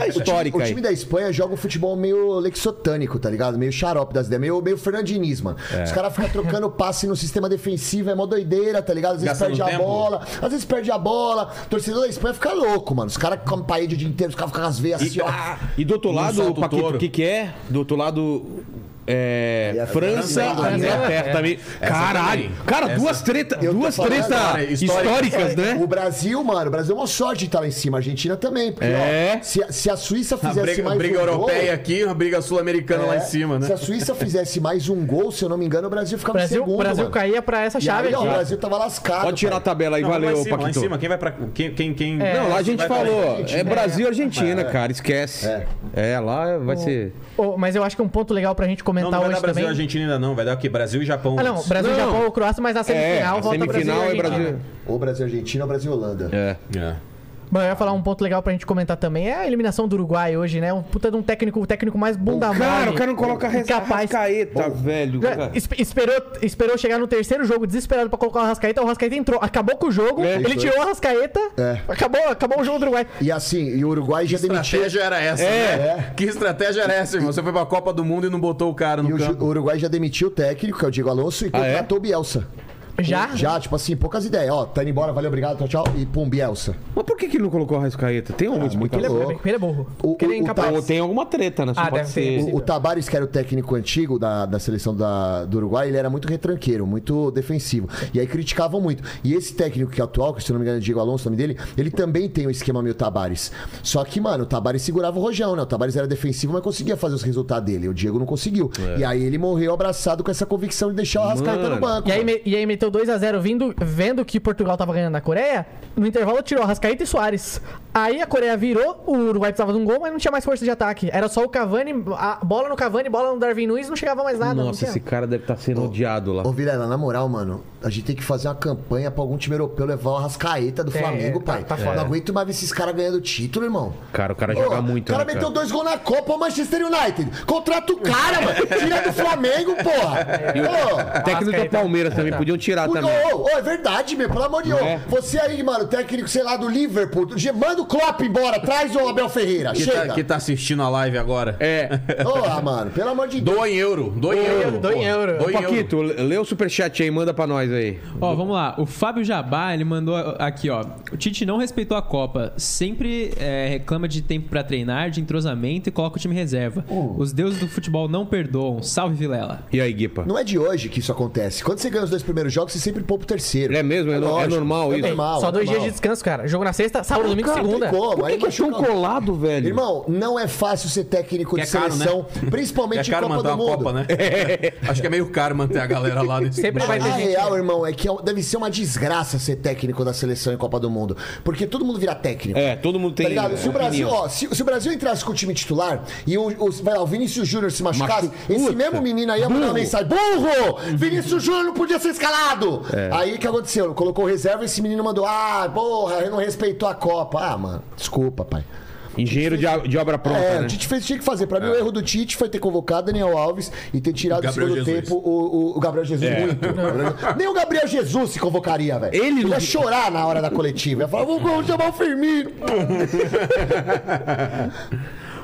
D: né?
A: histórica
E: Tipo, O
A: aí.
E: time da Espanha joga um futebol meio lexotânico, tá ligado? Meio xarope das ideias, meio, meio Fernandiniz, mano.
A: É.
E: Os caras ficam trocando passe no sistema defensivo, é mó doideira, tá ligado? Às vezes
D: Gastando
E: perde a
D: tempo.
E: bola, às vezes perde a bola. O torcedor da Espanha fica louco, mano. Os caras comem parede o dia inteiro, os caras ficam com as veias assim, ó.
A: E do outro
D: Não
A: lado,
D: um solta o
A: Paquito, o
D: touro.
A: que, que é? Do outro lado. É,
E: E a
A: França,
E: França,
A: Inglaterra,
C: né?
A: também. Caralho.
D: também.
A: Cara,
D: Essa-
A: duas tretas
E: Eu tô
A: duas
E: falando,
A: treta
E: cara,
A: históricas,
E: O
A: né?
E: Brasil, mano, o Brasil é uma sorte de estar lá em cima, a Argentina também. Porque,
A: É.
E: ó, se, a- se a Suíça
D: Uma
E: fizesse
D: briga,
E: mais
D: briga
E: um
D: europeia
E: gol,
D: aqui, uma briga sul-americana lá
E: é,
D: em cima, né?
E: Se a Suíça fizesse mais um gol, se eu não me engano, o Brasil ficava em
C: Brasil,
E: segundo.
C: Brasil
E: mano.
C: caía pra essa
E: E
C: chave
E: aí, ó,
C: aqui.
E: o Brasil tava lascado.
A: Pode tirar a
E: pai.
A: tabela aí,
D: Não,
A: valeu,
D: lá em cima, lá em
A: Paquito.
D: cima, quem vai pra. Quem. quem, quem...
C: É,
A: Não, lá a gente
D: vai pra
A: falou,
D: frente,
A: é Brasil e Argentina, cara, esquece. É,
E: É.
A: lá vai ser.
C: Ô, mas eu acho que um ponto legal pra gente
D: Não,
C: comentar
D: não vai dar
C: hoje
D: Brasil e
C: também.
D: Argentina ainda não, vai dar o quê? Brasil e Japão.
C: Ah, não,
D: antes.
C: Brasil,
A: Não.
C: Japão ou Croácia, mas na
A: É,
C: semifinal
A: a
C: volta
A: semifinal
C: Brasil.
A: é
C: e Argentina.
A: Brasil.
E: Ou Brasil Argentina ou Brasil Holanda.
A: É.
D: É.
C: Bom, eu ia falar um ponto legal pra gente comentar também. É a eliminação do Uruguai hoje, né? Um puta de um técnico, o técnico mais bunda
A: Cara,
C: mole.
A: o cara não coloca
C: Ah, Incapaz. É,
A: Rascaeta, velho.
C: Já
A: cara.
C: esp- esperou, esperou chegar no terceiro jogo desesperado pra colocar o Rascaeta. O Rascaeta entrou, acabou com o jogo,
A: É,
C: ele
A: isso
C: tirou o Rascaeta,
E: É.
C: acabou, acabou o jogo do Uruguai.
E: E assim, e o Uruguai já
D: Que
E: demitiu.
D: estratégia era essa?
A: É.
D: né? Que estratégia era essa, irmão? Você foi pra Copa do Mundo e não botou o cara
E: E
D: no
E: o, é Ju-
D: campo.
A: Ah, é?
E: o Uruguai já demitiu o técnico, que é o Diego Alonso, e contratou o Bielsa.
C: Já?
E: Já, tipo assim, poucas ideias. Ó, tá indo embora, valeu, obrigado, tchau, tchau. E pum, Bielsa.
A: Mas por que, que ele não colocou a Rascaeta? Tem um alguma
E: muito
A: explicação?
C: Ele é burro.
E: louco.
C: Ele é burro.
E: O-
C: Porque ele é
E: o- o
C: incapaz.
E: Tao-
A: Ou tem alguma treta, né? Só
C: Ah,
A: pode
C: deve
A: ser.
C: ter.
E: O, o Tabares, que era o técnico antigo da, da seleção da- do Uruguai, ele era muito retranqueiro, muito defensivo. E aí criticavam muito. E esse técnico que é atual, que se eu não me engano é Diego Alonso, o nome dele, ele também tem um esquema meio Tabares. Só que, mano, o Tabares segurava o rojão, né? O Tabares era defensivo, mas conseguia fazer os resultados dele. O Diego não conseguiu. E aí ele morreu abraçado com essa convicção de deixar o Arrascaeta no banco.
C: E aí,
E: mano.
C: me- e aí meteu 2x0 vindo, vendo que Portugal tava ganhando na Coreia. No intervalo tirou Rascaíta e Soares. Aí a Coreia virou, o Uruguai precisava de um gol, mas não tinha mais força de ataque. Era só o Cavani, a bola no Cavani, bola no Darwin Nunes, não chegava mais nada. Ah, não
A: Nossa,
C: tinha.
A: esse cara deve estar sendo odiado lá.
E: Ô, Vilela, na moral, mano, a gente tem que fazer uma campanha pra algum time europeu levar uma rascaeta do
C: É,
E: Flamengo,
C: tá-
E: pai.
C: tá foda.
E: Não aguento mais ver esses caras ganhando título, irmão.
A: Cara, o cara
E: Ô,
A: joga muito,
E: O cara
A: né,
E: meteu
A: cara?
E: dois gols na Copa, o Manchester United. Contrata o cara, mano. Tira do Flamengo, porra. Ô,
A: Técnico do
C: Arrascaeta. Tá.
A: Palmeiras também, podiam tirar
E: o-
A: também. Né?
E: ô, ô, ô, é verdade, meu, pelo amor de Deus. Você aí, mano, técnico, sei lá, do Liverpool, do G- manda o Klopp embora, traz o Abel Ferreira,
D: Que
E: chega.
D: tá, que tá assistindo a live agora.
A: É.
E: Ô, ah, mano, pelo amor de Deus.
D: Doa em euro. Doa em euro.
C: doa em
D: pô.
C: euro.
D: Doa em euro.
A: Paquito, lê o superchat aí, manda pra nós aí.
B: Ó, vamos lá. O Fábio Jabá, ele mandou aqui, ó. O Tite não respeitou a Copa. Sempre é, reclama de tempo pra treinar, de entrosamento e coloca o time reserva.
A: Oh.
B: Os deuses do futebol não perdoam. Salve, Vilela.
A: E aí, Guipa?
E: Não é de hoje que isso acontece. Quando você ganha os dois primeiros jogos, você sempre poupa o terceiro.
A: É mesmo? É no- é
E: lógico,
A: normal isso?
E: normal,
B: Ah,
C: só
E: é
C: dois dias
E: normal.
C: de descanso, cara. Jogo na sexta, sábado, domingo,
E: Cara, não tem
C: segunda.
E: como,
A: Por
E: aí
A: que, que achou um
E: machuca-
A: colado, velho?
E: Irmão, não é fácil ser técnico
D: Que
E: de
D: é caro,
E: seleção,
D: É
E: principalmente em
D: caro
E: Copa
D: mandar
E: do
D: uma
E: Mundo.
D: Copa, né? Acho que é meio caro manter a galera lá nesse.
C: Sempre vai
E: A
C: ter gente.
E: real, irmão, é que é- deve ser uma desgraça ser técnico da seleção em Copa do Mundo. Porque todo mundo vira técnico.
A: É, todo mundo tem.
E: Tá ligado? Se o, Brasil,
A: opinião.
E: ó, se, se o Brasil entrasse com o time titular e o, o, vai lá, o Vinícius Júnior se machucasse,
A: Machu-
E: esse
A: Puta.
E: mesmo menino aí ia mandar uma mensagem: Burro! Vinícius Júnior não podia ser escalado! Aí o que aconteceu? Colocou reserva e esse menino mandou: Ah, porra, ele não respeitou a Copa. Ah, mano, desculpa, pai.
A: Engenheiro de, a- de obra pronta,
E: É,
A: né?
E: o Tite fez, tinha que fazer. Pra mim,
D: É.
E: o erro do Tite foi ter convocado Daniel Alves e ter tirado do
D: Gabriel
E: segundo
D: Jesus. É.
E: tempo o, o- o Gabriel Jesus muito. Nem o Gabriel Jesus se convocaria, velho.
A: Ele
E: Ele
A: não-
E: ia chorar na hora da coletiva. Ia falar, vamos, vamos chamar o Firmino.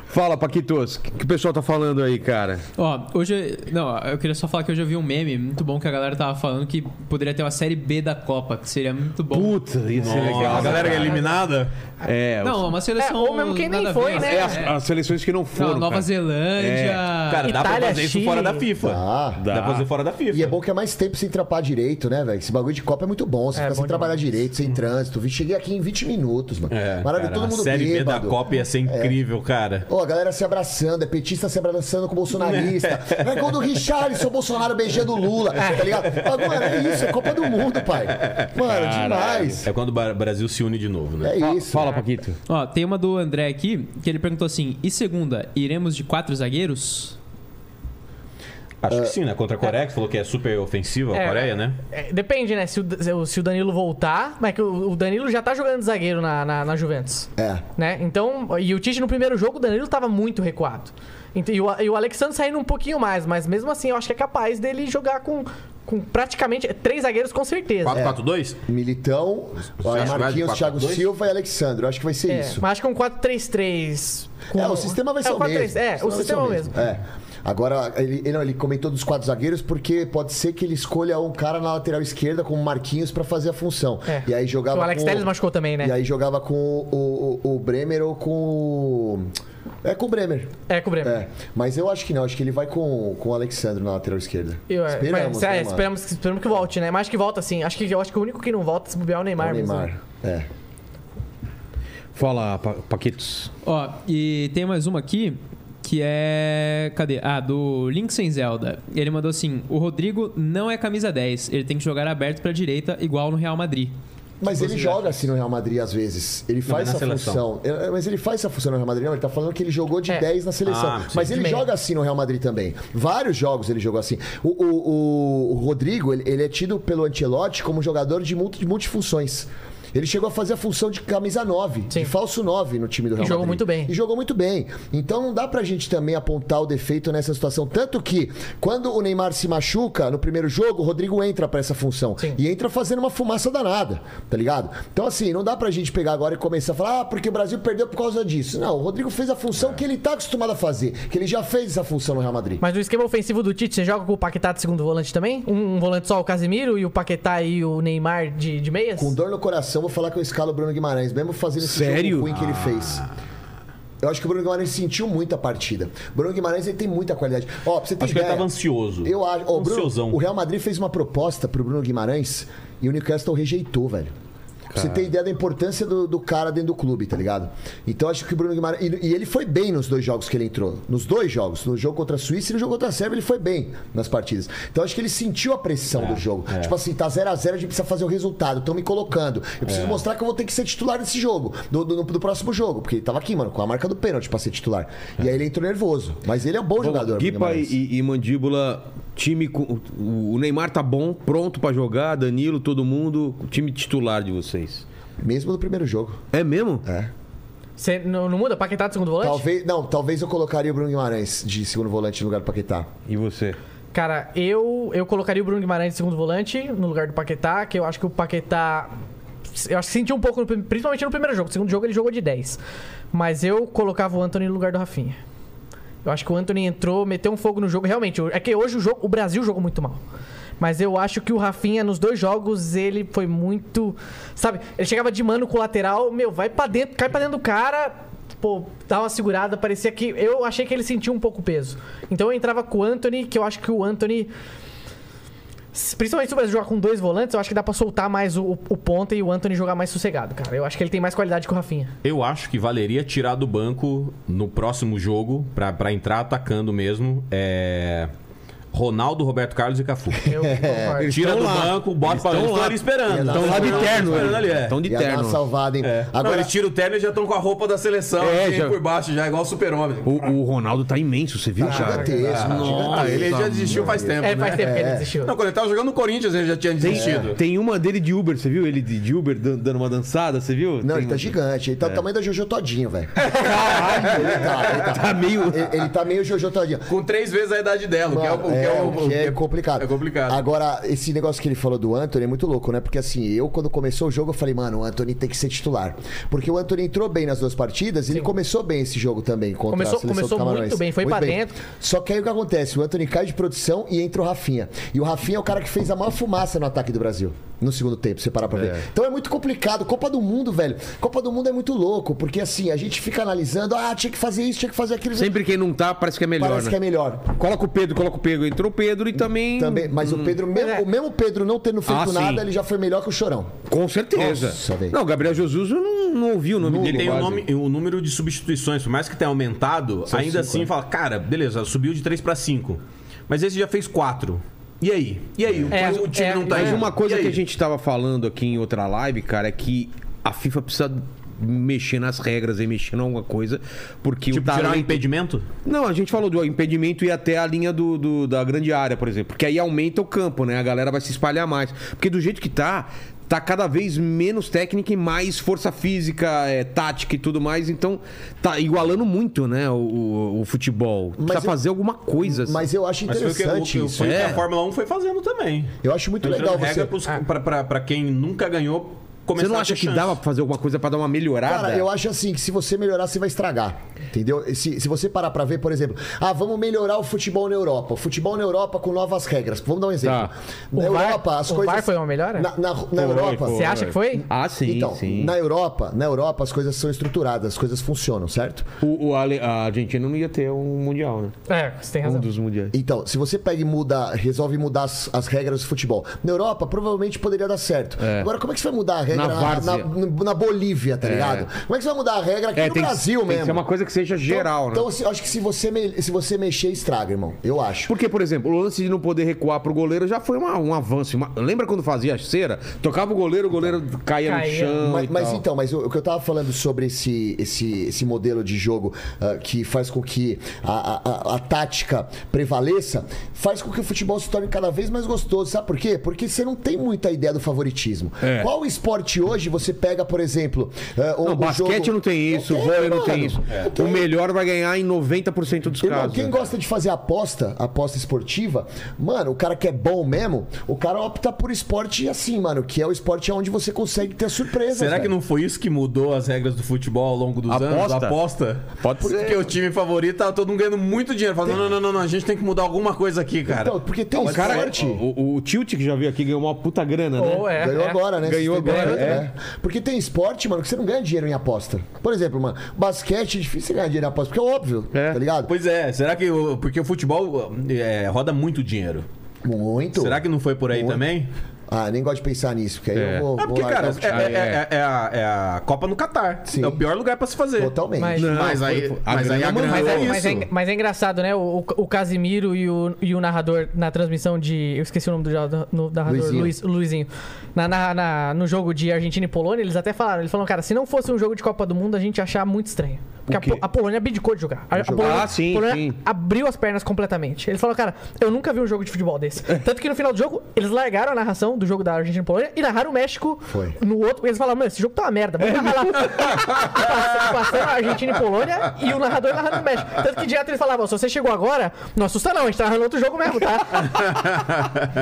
A: Fala, Paquitos, o que, que o pessoal tá falando aí, cara?
B: Ó, hoje. Não, eu queria só falar que hoje eu vi um meme muito bom que a galera tava falando que poderia ter uma série B da Copa, que seria muito bom.
A: Puta, isso é legal.
D: a galera que é
A: cara.
D: eliminada.
A: É, os-
B: Não, uma seleção.
C: É, ou mesmo quem nem
B: nada a
C: foi,
B: ver,
C: né?
A: é as,
B: É.
A: as seleções que não
B: Não,
A: foram.
B: Nova
A: cara. É,
B: Zelândia.
D: Cara, dá pra
C: Ah, Itália,
D: fazer isso
C: Chile.
D: fora da FIFA.
E: Dá,
D: Dá pra fazer fora da FIFA.
E: Ah, E é bom que é mais tempo sem trapar direito, né, velho? Esse bagulho de Copa é muito bom. Você
C: É,
E: fica
C: bom
E: sem trabalhar direito, sem trânsito. Vi- Cheguei aqui em 20 minutos, mano.
D: É,
E: Maravilha,
D: cara,
E: todo
D: a
E: mundo
D: série B da
E: bêbado. É.
D: Copa ia ser incrível, cara.
E: Ó, a galera se abraçando, é petista se abraçando com o bolsonarista. É quando o Richarlison, o Bolsonaro beijando o Lula, tá ligado? Mas, mano, é isso, é Copa do Mundo, pai. Mano, demais.
D: É quando o Ba- Brasil se une de novo, né?
E: É
A: Fa-
E: isso.
A: Fala, Paquito.
B: Ó, tem uma do André aqui, que ele perguntou assim: e segunda, iremos de quatro zagueiros?
D: Acho
E: É.
D: que sim, né? Contra a Coreia, que falou que é super ofensiva a
C: É.
D: Coreia, né?
C: É, depende, né? Se o, se o- se o Danilo voltar, mas que o, o Danilo já tá jogando de zagueiro na, na, na Juventus.
E: É.
C: Né? Então, e o Tite no primeiro jogo, o Danilo tava muito recuado. Então, e, o, e o Alexandre saindo um pouquinho mais, mas mesmo assim eu acho que é capaz dele jogar com, com praticamente é, três zagueiros com certeza.
G: É.
D: 4-4-2?
E: Militão, é
D: acha que vai de
E: Marquinhos,
D: quatro,
E: Thiago
D: dois?
E: Silva e Alexandre. Eu acho que vai ser
C: É,
E: isso.
C: mas acho que é um 4-3-3. com-
E: É, o sistema vai ser
C: é,
E: o mesmo.
C: 4-3-3, É, o sistema é o mesmo.
E: É. Agora, ele, ele, não, ele comentou dos quatro zagueiros porque pode ser que ele escolha um cara na lateral esquerda como Marquinhos pra fazer a função.
C: É.
E: E aí jogava
C: O Alex
E: com...
C: Telles machucou também, né?
E: E aí jogava com o, o, o Bremer ou com o... É com o Bremer.
C: É com o Bremer.
E: É. Mas eu acho que não. Acho que ele vai com, com o Alexandre na lateral esquerda.
C: Eu, é, mas, é,
E: né, mano?
C: esperamos, que- esperamos que volte, né? Mas acho que volta sim. Acho que, eu acho que o único que não volta se bobear é o
E: É
C: Neymar.
E: o
C: mesmo.
E: Neymar. É.
A: Fala, Pa- Paquitos.
B: Ó, e tem mais uma aqui que é. Cadê? Ah, do Link sem Zelda. Ele mandou assim: o Rodrigo não é camisa 10, ele tem que jogar aberto pra direita, igual no Real Madrid.
E: Mas ele joga assim no Real Madrid às vezes. Ele faz
D: mas é. na
E: essa
D: seleção.
E: função. É, Mas ele faz essa função no Real Madrid, não. Ele tá falando que ele jogou de
C: É.
E: 10 na seleção.
D: Ah, sim.
E: mas ele
C: De meia.
E: joga assim no Real Madrid também. Vários jogos ele jogou assim. O, o- o- o Rodrigo, ele, ele é tido pelo Ancelotti como jogador de multi- de multifunções. Ele chegou a fazer a função de camisa 9,
C: Sim.
E: de falso 9 no time do Real
C: E jogou
E: Madrid.
C: muito bem.
E: E jogou muito bem. Então não dá pra gente também apontar o defeito nessa situação. Tanto que, quando o Neymar se machuca no primeiro jogo, o Rodrigo entra pra essa função.
C: Sim.
E: E entra fazendo uma fumaça danada, tá ligado? Então, assim, não dá pra gente pegar agora e começar a falar, ah, porque o Brasil perdeu por causa disso. Não, o Rodrigo fez a
D: É.
E: função que ele tá acostumado a fazer, que ele já fez essa função no Real Madrid.
C: Mas no esquema ofensivo do Tite, você joga com o Paquetá de segundo volante também? Um, um volante só, o Casemiro, e o Paquetá e o Neymar de, de meias?
E: Com dor no coração, vou falar que eu escalo o Bruno Guimarães, mesmo fazendo esse
A: Sério?
E: jogo ruim
D: Ah.
E: que ele fez. Eu acho que o Bruno Guimarães sentiu muito a partida. Bruno Guimarães ele tem muita qualidade. Ó, pra você ter
D: Acho que
E: ideia,
D: ele tava ansioso.
E: é. Eu acho.
G: Um
E: Ó, o Bruno-
D: Ansiosão.
E: o Real Madrid fez uma proposta pro Bruno Guimarães e o Newcastle rejeitou, velho. Pra você ter ideia da importância do, do cara dentro do clube, tá ligado? Então acho que o Bruno Guimarães. E, e ele foi bem nos dois jogos que ele entrou. Nos dois jogos. No jogo contra a Suíça e no jogo contra a Sérvia, ele foi bem nas partidas. Então acho que ele sentiu a pressão do jogo. Tipo assim, tá 0x0, a, 0, a gente precisa fazer o resultado. Estão me colocando. Eu preciso mostrar que eu vou ter que ser titular desse jogo. Do, do, do próximo jogo. Porque ele tava aqui, mano, com a marca do pênalti pra ser titular. E aí ele entrou nervoso. Mas ele é um bom, jogador. Bruno
A: Guipa
E: Guimarães.
A: e, e Mandíbula, time com. O Neymar tá bom, pronto pra jogar, Danilo, todo mundo, o time titular de vocês.
E: Mesmo no primeiro jogo.
A: É mesmo?
E: É.
C: Você não, não muda? Paquetá de segundo volante?
E: Talvez, não, talvez eu colocaria o Bruno Guimarães de segundo volante no lugar do Paquetá.
A: E você?
C: Cara, eu, eu colocaria o Bruno Guimarães de segundo volante no lugar do Paquetá, que eu acho que o Paquetá. Eu acho que sentiu um pouco, no prim- principalmente no primeiro jogo. No segundo jogo ele jogou de 10. Mas eu colocava o Anthony no lugar do Rafinha. Eu acho que o Anthony entrou, meteu um fogo no jogo. Realmente, é que hoje o, jogo, o Brasil jogou muito mal. Mas eu acho que o Rafinha, nos dois jogos, ele foi muito. Sabe, ele chegava de mano com o lateral, meu, vai pra dentro, cai pra dentro do cara, pô, dá uma segurada, parecia que. Eu achei que ele sentiu um pouco o peso. Então eu entrava com o Anthony, que eu acho que o Anthony. se- Principalmente se o Brasil jogar com dois volantes, eu acho que dá pra soltar mais o, o ponta e o Anthony jogar mais sossegado, cara. Eu acho que ele tem mais qualidade que o Rafinha.
D: Eu acho que valeria tirar do banco no próximo jogo, pra, pra entrar atacando mesmo, é... Ronaldo, Roberto Carlos e Cafu.
C: Eu concordo.
D: Tira
A: Estão
D: do
A: lá.
D: banco, bota pra eles
A: estão
D: estão
A: lá.
D: ali esperando.
E: Estão lá de
A: terno,
D: esperando
A: né?
D: ali, é.
A: Estão de
E: Ia dar uma
A: terno.
E: salvada, hein?
D: Agora
E: Agora,
D: eles tiram o terno e já estão com a roupa da seleção
A: É,
D: assim,
A: já-
D: por baixo, já igual o super-homem.
A: O, o Ronaldo tá imenso, você viu, cara?
E: gigantesco,
D: Ah,
E: gigantesco.
D: ele já desistiu faz tempo,
C: É,
D: né?
C: faz tempo que ele desistiu.
D: Não, quando ele tava jogando no Corinthians, ele já tinha desistido.
A: Tem uma dele de Uber, você viu? Ele de de Uber dan- dando uma dançada, você viu?
E: Não,
A: Tem-
E: ele tá gigante. Ele tá
A: É.
E: do tamanho da Jojo Todinho, velho. Caralho, ele tá, ele tá.
A: Tá meio.
E: Ele, ele tá meio Jojo Todinho.
D: Com três vezes a idade dela, o que é o- o que é
E: é,
D: o-
E: o que é complicado.
D: É complicado.
E: Agora, esse negócio que ele falou do Anthony é muito louco, né? Porque assim, eu quando começou o jogo, eu falei, mano, o Anthony tem que ser titular. Porque o Anthony entrou bem nas duas partidas e ele começou bem esse jogo também contra
C: Começou-
E: a seleção
C: começou
E: do Camarões.
C: muito bem, foi pra dentro.
E: Só que aí o que acontece? O Anthony cai de produção e entra o Rafinha. E o Rafinha é o cara que fez a maior fumaça no ataque do Brasil. No segundo tempo, se você parar pra ver. Então é muito complicado. Copa do Mundo, velho. Copa do Mundo é muito louco, porque assim, a gente fica analisando, ah, tinha que fazer isso, tinha que fazer aquilo.
A: Sempre quem não tá, parece que é melhor,
E: Parece
A: né?
E: que é melhor.
A: Coloca o Pedro, coloca o Pedro. Entrou o Pedro e também.
D: Hum,
E: Também, mas o Pedro, mesmo,
C: é.
E: o mesmo Pedro não tendo feito
A: Ah, sim.
E: nada, ele já foi melhor que o Chorão.
A: Com certeza.
E: Nossa, velho.
A: não, o Gabriel Jesus eu não, não ouvi o nome
D: E
A: dele.
D: tem o,
A: quase.
D: nome- o número de substituições, por mais que tenha aumentado, ainda
A: é.
D: assim fala, cara, beleza, subiu de 3 para 5. Mas esse já fez 4. E aí? E aí?
C: É,
D: o time
C: é,
D: não tá
A: Mas
D: indo.
A: uma coisa
D: E aí?
A: que a gente tava falando aqui em outra live, cara, é que a FIFA precisa mexer nas regras e mexer em alguma coisa, porque
D: Tipo,
A: o
D: tirar o
A: talento...
D: impedimento?
A: Não, a gente falou do impedimento e até a linha do, do- da grande área, por exemplo. Porque aí aumenta o campo, né? A galera vai se espalhar mais. Porque do jeito que tá, tá cada vez menos técnica e mais força física, é, tática e tudo mais. Então, tá igualando muito, né? O, o- o futebol. Precisa
E: eu-
A: fazer alguma coisa. assim.
E: Mas eu acho
D: Mas foi o que, o,
E: interessante
D: que-
E: isso.
D: foi o que
A: É.
D: a Fórmula 1 foi fazendo também.
E: Eu acho muito legal
D: regra
E: você.
D: pros- pra- pra- pra quem nunca ganhou começar
A: Você não
D: a
A: acha
D: ter
A: que
D: chance.
A: dava pra fazer alguma coisa pra dar uma melhorada?
E: Cara, eu acho assim que se você melhorar, você vai estragar. Entendeu? E Se, se você parar pra ver, por exemplo, ah, vamos melhorar o futebol na Europa. O futebol na Europa com novas regras. Vamos dar um exemplo.
A: Tá.
E: Na
C: O VAR-
E: Europa, as
C: o
E: coisas.
C: VAR foi uma melhora?
E: Na, na- na Europa.
C: Você acha que foi?
A: Ah, sim,
E: então,
A: sim.
E: na Europa, na Europa as coisas são estruturadas, as coisas funcionam, certo?
A: O, o Ale- a Argentina não ia ter um mundial, né?
C: É, você tem
A: Um
C: razão.
A: dos mundiais.
E: Então, se você pega e muda, resolve mudar as, as regras do futebol. Na Europa, provavelmente poderia dar certo. Agora, como é que você vai mudar a regra
A: Na várzea.
E: na Bolívia, tá ligado? Como é que você vai mudar a regra aqui no
A: que-
E: Brasil
A: tem
E: mesmo?
A: que ser uma coisa que seja geral,
E: então,
A: né?
E: assim, eu acho que se você, me- se você mexer, estraga, irmão. Eu acho.
A: Porque, por exemplo, o lance de não poder recuar pro goleiro já foi uma- um avanço. uma- Lembra quando fazia a cera? Tocava o goleiro, o goleiro caía,
C: Caía.
A: no chão.
E: Mas,
A: e
E: mas
A: tal.
E: então, mas o, o que eu tava falando sobre esse, esse, esse modelo de jogo ah, que faz com que a, a- a- a tática prevaleça, faz com que o futebol se torne cada vez mais gostoso. Sabe por quê? Porque você não tem muita ideia do favoritismo. Qual esporte esporte hoje, você pega, por exemplo. eh, o,
A: É. Não,
E: o
A: basquete
E: jogo- é
A: não tem isso,
E: tem,
A: vôlei não
E: mano.
A: tem isso.
E: Não
A: O melhor vai ganhar em 90% dos
E: Irmão,
A: casos.
E: quem
A: né?
E: gosta de fazer aposta, aposta esportiva, mano, o cara que é bom mesmo, o cara opta por esporte assim, mano, que é o esporte onde você consegue ter
A: é
E: surpresa.
D: Será que não foi isso que mudou as regras do futebol ao longo dos anos?
A: Aposta?
D: Aposta?
A: Pode ser.
D: Porque o time favorito tava todo mundo ganhando muito dinheiro. Falando, não, não, não, não, a gente tem que mudar alguma coisa aqui, cara.
E: Então, porque tem
A: O cara,
E: esporte.
A: o, o Tilt que já veio aqui ganhou uma puta grana, né?
C: Ou é,
E: Ganhou
C: é.
E: agora, né?
A: Ganhou
E: Vocês têm
A: agora,
E: ganho,
A: é.
E: né? Porque tem esporte, mano, que você não ganha dinheiro em aposta. Por exemplo, mano, basquete é difícil você ganhar dinheiro em aposta, porque é óbvio,
A: É.
E: tá ligado?
D: Pois é, será que. o- Porque o futebol é, roda muito dinheiro.
E: Muito.
D: Será que não foi por aí
E: Muito.
D: também?
E: Ah, nem gosto de pensar nisso, porque aí
A: É.
E: eu vou.
D: É porque,
E: vou largar
D: cara,
E: o
D: é,
E: futebol.
D: é- é- é a, é a Copa no Catar.
E: tá Sim.
D: É o pior lugar pra se fazer.
E: Totalmente.
C: Mas-
D: Mas aí,
A: foi-
D: mas aí a grana
C: Mas
D: é
C: é,
D: isso.
C: mas, é, mas é engraçado, né? O, o- o Casimiro e o, e o narrador na transmissão de. Eu esqueci o nome do, ja- do- no- narrador,
E: Luizinho.
C: Luiz, Luizinho. Na, na- na- no jogo de Argentina e Polônia, eles até falaram. Eles falaram, cara, se não fosse um jogo de Copa do Mundo, a gente ia achar muito estranho. Porque a,
A: quê?
C: Po- a Polônia abdicou de jogar. A, a
E: jogar.
C: Polônia,
A: Ah, sim,
C: Polônia
A: sim.
C: abriu as pernas completamente. Eles falaram, cara, eu nunca vi um jogo de futebol desse. Tanto que no final do jogo, eles largaram a narração do jogo da Argentina e Polônia e narraram o México
E: Foi.
C: no outro. Eles falaram, mano, esse jogo tá uma merda. Vamos narrar lá. Passando a Argentina e Polônia e o narrador narrando o México. Tanto que direto ele falava, se você chegou agora, não assusta não, a gente tá narrando outro jogo mesmo, tá?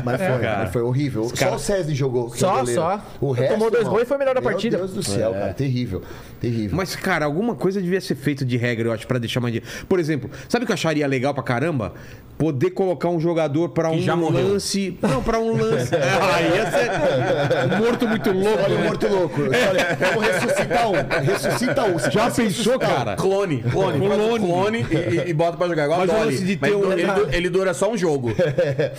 E: Mas
A: é,
E: foi, mas foi horrível. Só o César jogou. que é
C: Só,
E: o goleiro.
C: só.
E: O resto,
C: Tomou dois
E: irmão,
C: gols e foi o melhor da partida.
E: Meu Deus do céu,
A: É.
E: cara. Terrível. Terrível.
A: Mas, cara, alguma coisa devia ser feita de regra, eu acho, pra deixar mais. de- Por exemplo, sabe o que eu acharia legal pra caramba? Poder colocar um jogador pra um
D: já morreu.
A: lance. Não, pra um lance. ah, ia ser. um Morto muito louco.
E: Olha o
A: né?
E: morto louco. Olha, vamos ressuscitar um. Ressuscita um. Você
A: Já
E: pode
A: pensou,
E: ressuscitar um.
A: cara?
D: Clone, clone,
A: Clone.
D: faz um clone e, e- e bota pra jogar. Igual
A: Mas o
D: a Dolly.
A: lance de
D: Mas
A: ter um-
D: ele, du- ele dura só um jogo.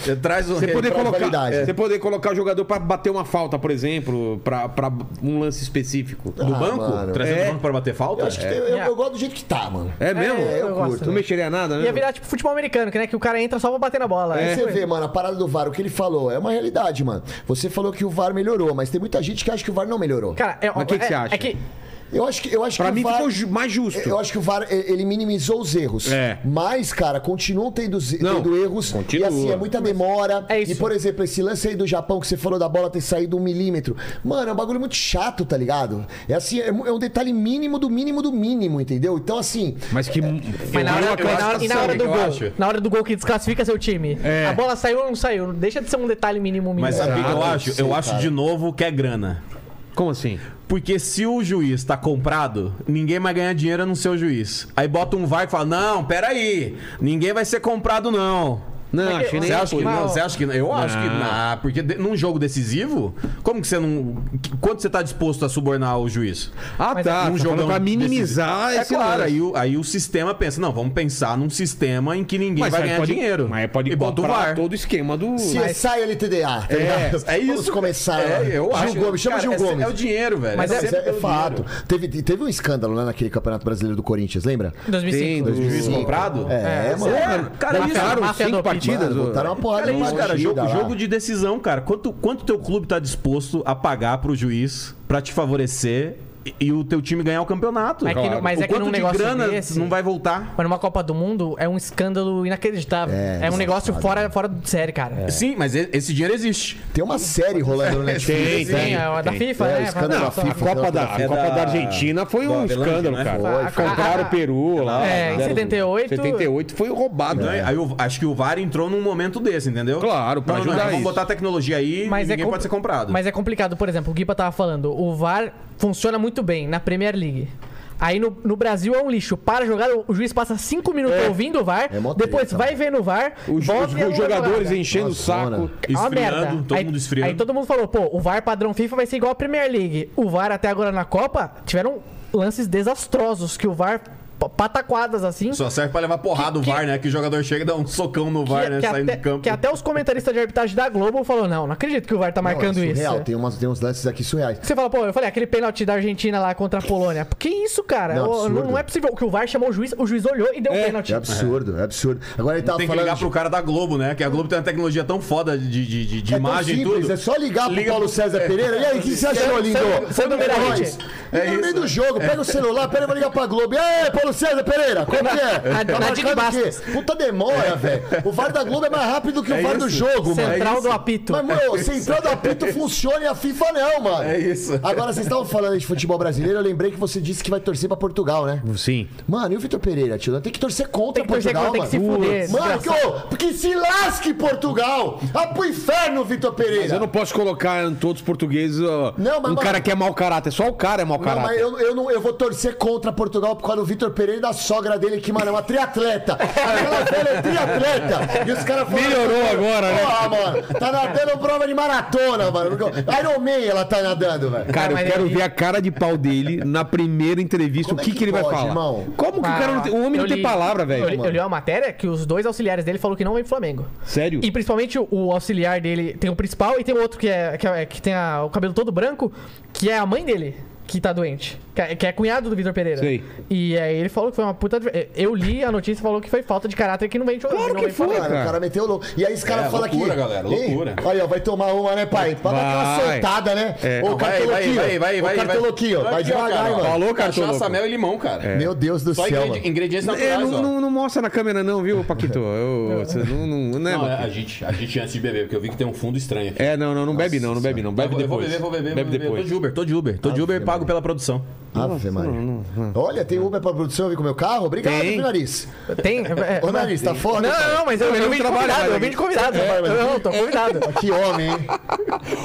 D: Ele traz um.
A: Você poder,
E: pra
A: colocar,
E: validade.
A: você poder colocar o jogador pra bater uma falta, por exemplo, pra, pra um lance específico.
D: Do
E: Ah,
D: banco?
E: mano.
D: Trazendo
A: É.
D: o banco pra bater falta? É.
E: Eu acho que tem- eu, eu gosto do jeito que tá, mano.
A: É mesmo?
C: É, eu gosto.
A: Não mexeria nada, né?
C: Ia virar tipo futebol americano, que, né, que o cara entra só pra bater na bola.
E: Aí
C: É,
E: você vê, mano, a parada do VAR, o que ele falou, é uma realidade, mano. Você falou que o VAR melhorou, mas tem muita gente que acha que o VAR não melhorou.
C: Cara, é,
A: Mas o que que
C: é-
A: você acha?
C: É que
E: Eu acho que, eu acho
A: Pra
E: que
A: mim
E: o VAR...
A: ficou ju- mais justo.
E: Eu acho que o VAR, eh, ele minimizou os erros.
A: É.
E: Mas, cara, continuam tendo, ze-
A: Não,
E: tendo erros.
A: continua.
E: E assim, é muita demora.
C: É isso.
E: E, por exemplo, esse lance aí do Japão que você falou da bola ter saído um milímetro. Mano, é um bagulho muito chato, tá ligado? É assim, é, mu- é um detalhe mínimo do mínimo do mínimo, entendeu? Então, assim,
A: Mas que.
C: É, Mas na hora,
D: Eu
C: mas na
D: acho
C: hora- e na hora
D: que
C: do
D: eu
C: gol,
D: acho.
C: na hora do gol que desclassifica seu time, a bola saiu ou não saiu? Deixa de ser um detalhe mínimo mínimo.
D: Mas sabe o que eu
E: Ah,
D: acho?
E: sei,
D: eu acho
E: cara.
D: de novo que é grana.
A: Como assim?
D: Porque se o juiz tá comprado, ninguém vai ganhar dinheiro a não ser o juiz. Aí bota um VAR e fala: Não, peraí, ninguém vai ser comprado, não.
A: Não,
C: Mas é- que-
A: achei nem.
D: Você acha que
C: Mas,
D: não?
C: ó,
D: Você acha que não? Eu acho que
A: Não.
D: não. Ah, Porque de- num jogo decisivo, como que você não. que- Quanto você tá disposto a subornar o juiz?
A: Ah,
C: é
A: tá.
D: Num
A: tá
D: jogão
A: falando pra
E: Ah,
A: minimizar
D: Um decisivo.
A: esse
D: É claro,
A: lance.
D: aí o, aí o sistema pensa: Não, vamos pensar num sistema em que ninguém
A: Mas
D: vai
A: aí
D: ganhar
A: pode-
D: dinheiro.
A: Mas aí pode
D: e bota o
A: comprar
D: VAR.
A: todo o esquema do.
C: é
E: se sai LTDA, tá ligado?
D: É isso.
E: Vamos começar.
D: É, eu
E: Gil
D: acho.
E: Gomes, chama
D: Cara,
E: Gil
D: é se-
E: Gomes.
D: É o dinheiro, velho.
E: Mas é,
D: sempre
E: é
D: pelo
E: fato.
D: dinheiro.
E: Teve, teve um escândalo lá naquele Campeonato Brasileiro do Corinthians, lembra?
C: 2005.
A: Tem, do-
D: Juiz comprado?
E: É, mano.
D: Cara, isso, é
A: Mataram
C: máfia
A: cinco
C: do
A: partidas.
E: Mano,
A: ô.
E: botaram uma porrada
D: Cara, é
E: de
D: isso, cara.
E: partida
D: Jogo,
E: lá.
D: jogo de decisão, cara. Quanto, quanto teu clube tá disposto a pagar pro juiz pra te favorecer e, e o teu time ganhar o campeonato?
C: Mas é que no- mas
D: o
C: é que
D: quanto
C: num
D: de
C: negócio
D: grana
C: desse-
D: não vai voltar?
C: Mas numa Copa do Mundo é um escândalo inacreditável.
E: É,
C: É, um negócio fora, fora de série, cara.
D: Sim, mas e- esse dinheiro existe.
E: Tem uma série rolando no
A: tem,
E: Netflix. né?
C: Sim, é a da
A: tem.
C: FIFA,
E: É,
C: né?
E: escândalo da
C: Só-
A: A
E: FIFA.
A: Copa da, a
D: É
A: Copa
D: da-
A: da Argentina foi
D: da
A: um
D: Avelange,
A: escândalo,
D: né?
A: cara.
E: Foi, foi.
A: Compraram o Peru lá.
C: É, em
A: Compraram-
C: 78.
A: 78 foi roubado.
D: Então, aí eu acho que o VAR entrou num momento desse, entendeu?
A: Claro, pra
D: não, não,
A: ajudar
D: não, Vamos
A: isso.
D: botar a tecnologia aí
C: Mas é
D: e ninguém
C: compl-
D: pode ser comprado.
C: Mas é complicado, por exemplo, o Guipa tava falando, o VAR funciona muito bem na Premier League. Aí no, no Brasil é um lixo. Para jogar, o juiz passa 5 minutos ouvindo o VAR,
E: É mó treta,
C: depois vai ver no VAR,
A: Os,
C: volta
A: os-
C: e
A: os
C: anula a
A: jogadores
C: jogada.
A: enchendo o
E: Nossa,
A: saco.
E: mano.
D: É esfriando, todo
C: aí,
D: mundo esfriando.
C: Aí todo mundo falou, pô, o VAR padrão FIFA vai ser igual a Premier League. O VAR até agora na Copa tiveram lances desastrosos, que o VAR pa- pataquadas assim.
D: Só serve pra levar porrada
C: Que-
D: o VAR, né? Que o jogador chega e dá um socão no
C: que-
D: VAR, né?
C: que
D: Saindo
C: até,
D: do campo.
C: que até os comentaristas de arbitragem da Globo falou não, não acredito que o VAR tá marcando
E: Não, é
C: isso.
E: surreal, Tem, umas, tem uns lances aqui surreais.
C: Você fala, pô, eu falei, aquele pênalti da Argentina lá contra a Polônia. Que isso, cara?
E: Não,
C: Ô, Não,
E: absurdo.
C: não é possível. Que o VAR chamou o juiz, o juiz olhou e deu o pênalti.
E: É absurdo, é absurdo. Agora ele tava
D: Tem que
E: falando.
D: ligar
E: de-
D: pro cara da Globo, né? Que a Globo tem uma tecnologia tão foda de, de, de, de
E: É tão
D: imagem e
E: simples,
D: tudo.
E: É só ligar pro
D: Liga
E: Paulo
D: pro-
E: César
C: É.
E: Pereira. E aí, o que você achou, lindo?
C: Sandro- Sandro Meirahit.
E: É no meio do jogo, pega o celular, pera, eu vou ligar pra Globo. E aí, Paulo Paulo César Pereira, como que é?
C: Na- na
E: marcando
C: Dini
E: o quê?
C: Bastos.
E: Puta demora, velho. O VAR da Globo é mais rápido que o VAR do jogo, mano. É
C: Central do apito. É
E: Mas, meu, central do apito funciona e a FIFA não, mano.
G: É isso.
E: Agora, vocês estavam falando de futebol brasileiro, eu lembrei que você disse que vai torcer pra Portugal, né?
A: Sim.
E: Mano, e o Vitor Pereira, tio? Tem que torcer contra
C: Tem que torcer
E: Portugal,
C: contra, tem que
E: mano.
C: se fuder,
E: Mano, que, ô, porque se lasque Portugal! Vai pro inferno, Vitor Pereira!
A: Mas eu não posso colocar em todos os portugueses ó,
E: Não, mas,
A: um cara
E: mano-
A: que é mau caráter. Só o cara é mau
E: Não, mas
A: caráter.
E: eu, eu, não, eu vou torcer contra Portugal por causa do Vitor Pereira e da sogra dele, que, mano, é uma triatleta. Aquela velha é triatleta. E os caras falaram.
A: Melhorou agora, né?
E: Porra, mano. Tá nadando prova de maratona, mano. Iron Man ela tá nadando, velho.
A: Cara,
C: Não,
A: eu
C: mas
A: quero
C: aí-
A: ver a cara de pau dele na primeira entrevista.
E: Como
A: o
E: é
A: que,
E: que
A: que ele vai
E: pode,
A: falar?
E: irmão?
A: Como que o cara não tem. O homem
C: Eu
A: não tem
C: li-
A: palavra,
C: eu li-
A: velho.
C: Eu li uma matéria que os dois auxiliares dele falaram que não vem pro Flamengo.
A: Sério?
C: E principalmente o- o auxiliar dele tem o principal e tem o outro que, é, que, é- que tem a- o cabelo todo branco, que é a mãe dele que tá doente. Que é, que é cunhado do Vitor Pereira.
A: Sei.
C: E aí ele falou que foi uma puta. adver- Eu li a notícia e falou que foi falta de caráter que não vem jogar.
A: Claro
C: não
A: que
C: vem
A: foi,
C: falar.
E: Mano, o cara meteu louco. E aí os caras
G: É,
E: falam aqui.
G: loucura, galera,
E: Ih,
G: loucura.
E: Aí, ó, vai tomar uma, né, pai? Pra dar aquela
A: Vai.
E: soltada, né?
A: É.
E: Ô,
A: Não,
G: vai,
E: cartoloquinho.
G: vai, vai, vai,
E: Ô,
G: vai.
E: cartoloquinho. Vai
G: Aqui, ó,
E: devagar,
G: cara,
E: hein,
G: ó.
E: mano.
A: Falou,
G: Cachaça,
A: cartoloco.
G: mel e limão, cara.
E: Meu Deus do
G: Só
E: céu,
G: ingredi-
E: mano.
G: ingredientes
A: É,
G: naturais,
A: não,
G: ó.
A: não- não mostra na câmera, não, viu, Paquito? Eu, você não, não, né,
G: Não, é, a
A: Paquito?
G: gente, a gente antes de beber, porque eu vi que tem um fundo estranho aqui.
A: É, não, não, não bebe, não, não bebe, não. Bebe
G: Eu vou
A: depois.
G: beber, vou beber,
A: Bebe
G: vou beber. Tô
A: depois.
G: de Uber, tô de Uber. Tô de Uber e pago pela produção.
E: Ave Maria. Olha, tem Uber pra produção, eu vim com o meu carro? Obrigado,
A: Tem.
E: viu, Nariz.
C: Tem. é,
E: Ô, Nariz, tá
C: não,
E: foda? cara?
C: não, não, mas eu, eu,
A: não
C: vim de
A: trabalha
C: convidado,
A: mais
C: eu vim de convidado.
E: É,
C: eu não, tô convidado.
E: Tá Que homem, hein?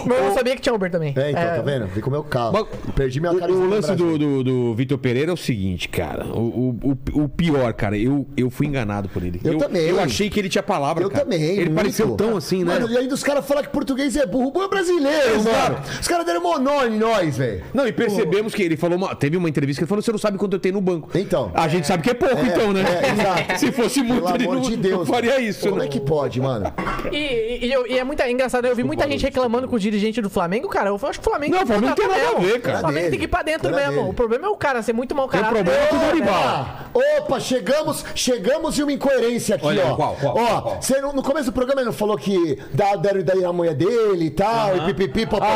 C: Mas eu não sabia que tinha Uber também.
E: É, então,
C: É,
E: tá vendo? Vim com o meu carro.
A: Mas-
E: Perdi minha
A: O-
E: camiseta
A: O lance
E: Brasil.
A: do, do, do Vitor Pereira é o seguinte, cara. O, o, o- o pior, cara, eu, eu fui enganado por ele.
E: Eu também.
A: Eu achei que ele tinha palavra.
E: Eu
A: cara.
E: também,
A: Ele
E: muito.
A: pareceu tão assim, né?
E: Mano, e ainda os caras falam que português é burro. Burro é brasileiro, mano. Os caras deram monólogo em nós, velho.
A: Não, e percebemos que ele falou. uma- teve uma entrevista que ele falou: você não sabe quanto eu tenho no banco.
E: Então.
A: A gente sabe que é pouco, então, né?
E: é, exato.
A: Se fosse muito,
E: Pelo
A: ele
E: amor
A: não,
E: de
A: não
E: Deus.
A: faria isso,
E: Como
A: né?
E: é que pode, mano?
C: E, e- e eu- e é muito é engraçado, eu vi muita
E: tá
C: gente reclamando com o dirigente do Flamengo, cara. Eu acho que o Flamengo
A: Não, o Flamengo
C: contratar
A: tem nada a
C: mesmo.
A: ver, cara.
C: O Flamengo
E: Era
C: tem que ir pra dentro
E: dele, era
C: mesmo.
E: dele.
C: O problema é o cara ser muito mau caráter.
A: problema é com o Dorival.
E: Ah, opa, chegamos, chegamos em uma incoerência aqui,
G: Olha,
E: ó.
G: qual,
E: ó,
G: qual, qual, qual?
E: você não- no começo do programa ele não falou que dá- deram ideia na mulher dele e tal, e pipipi, popopó.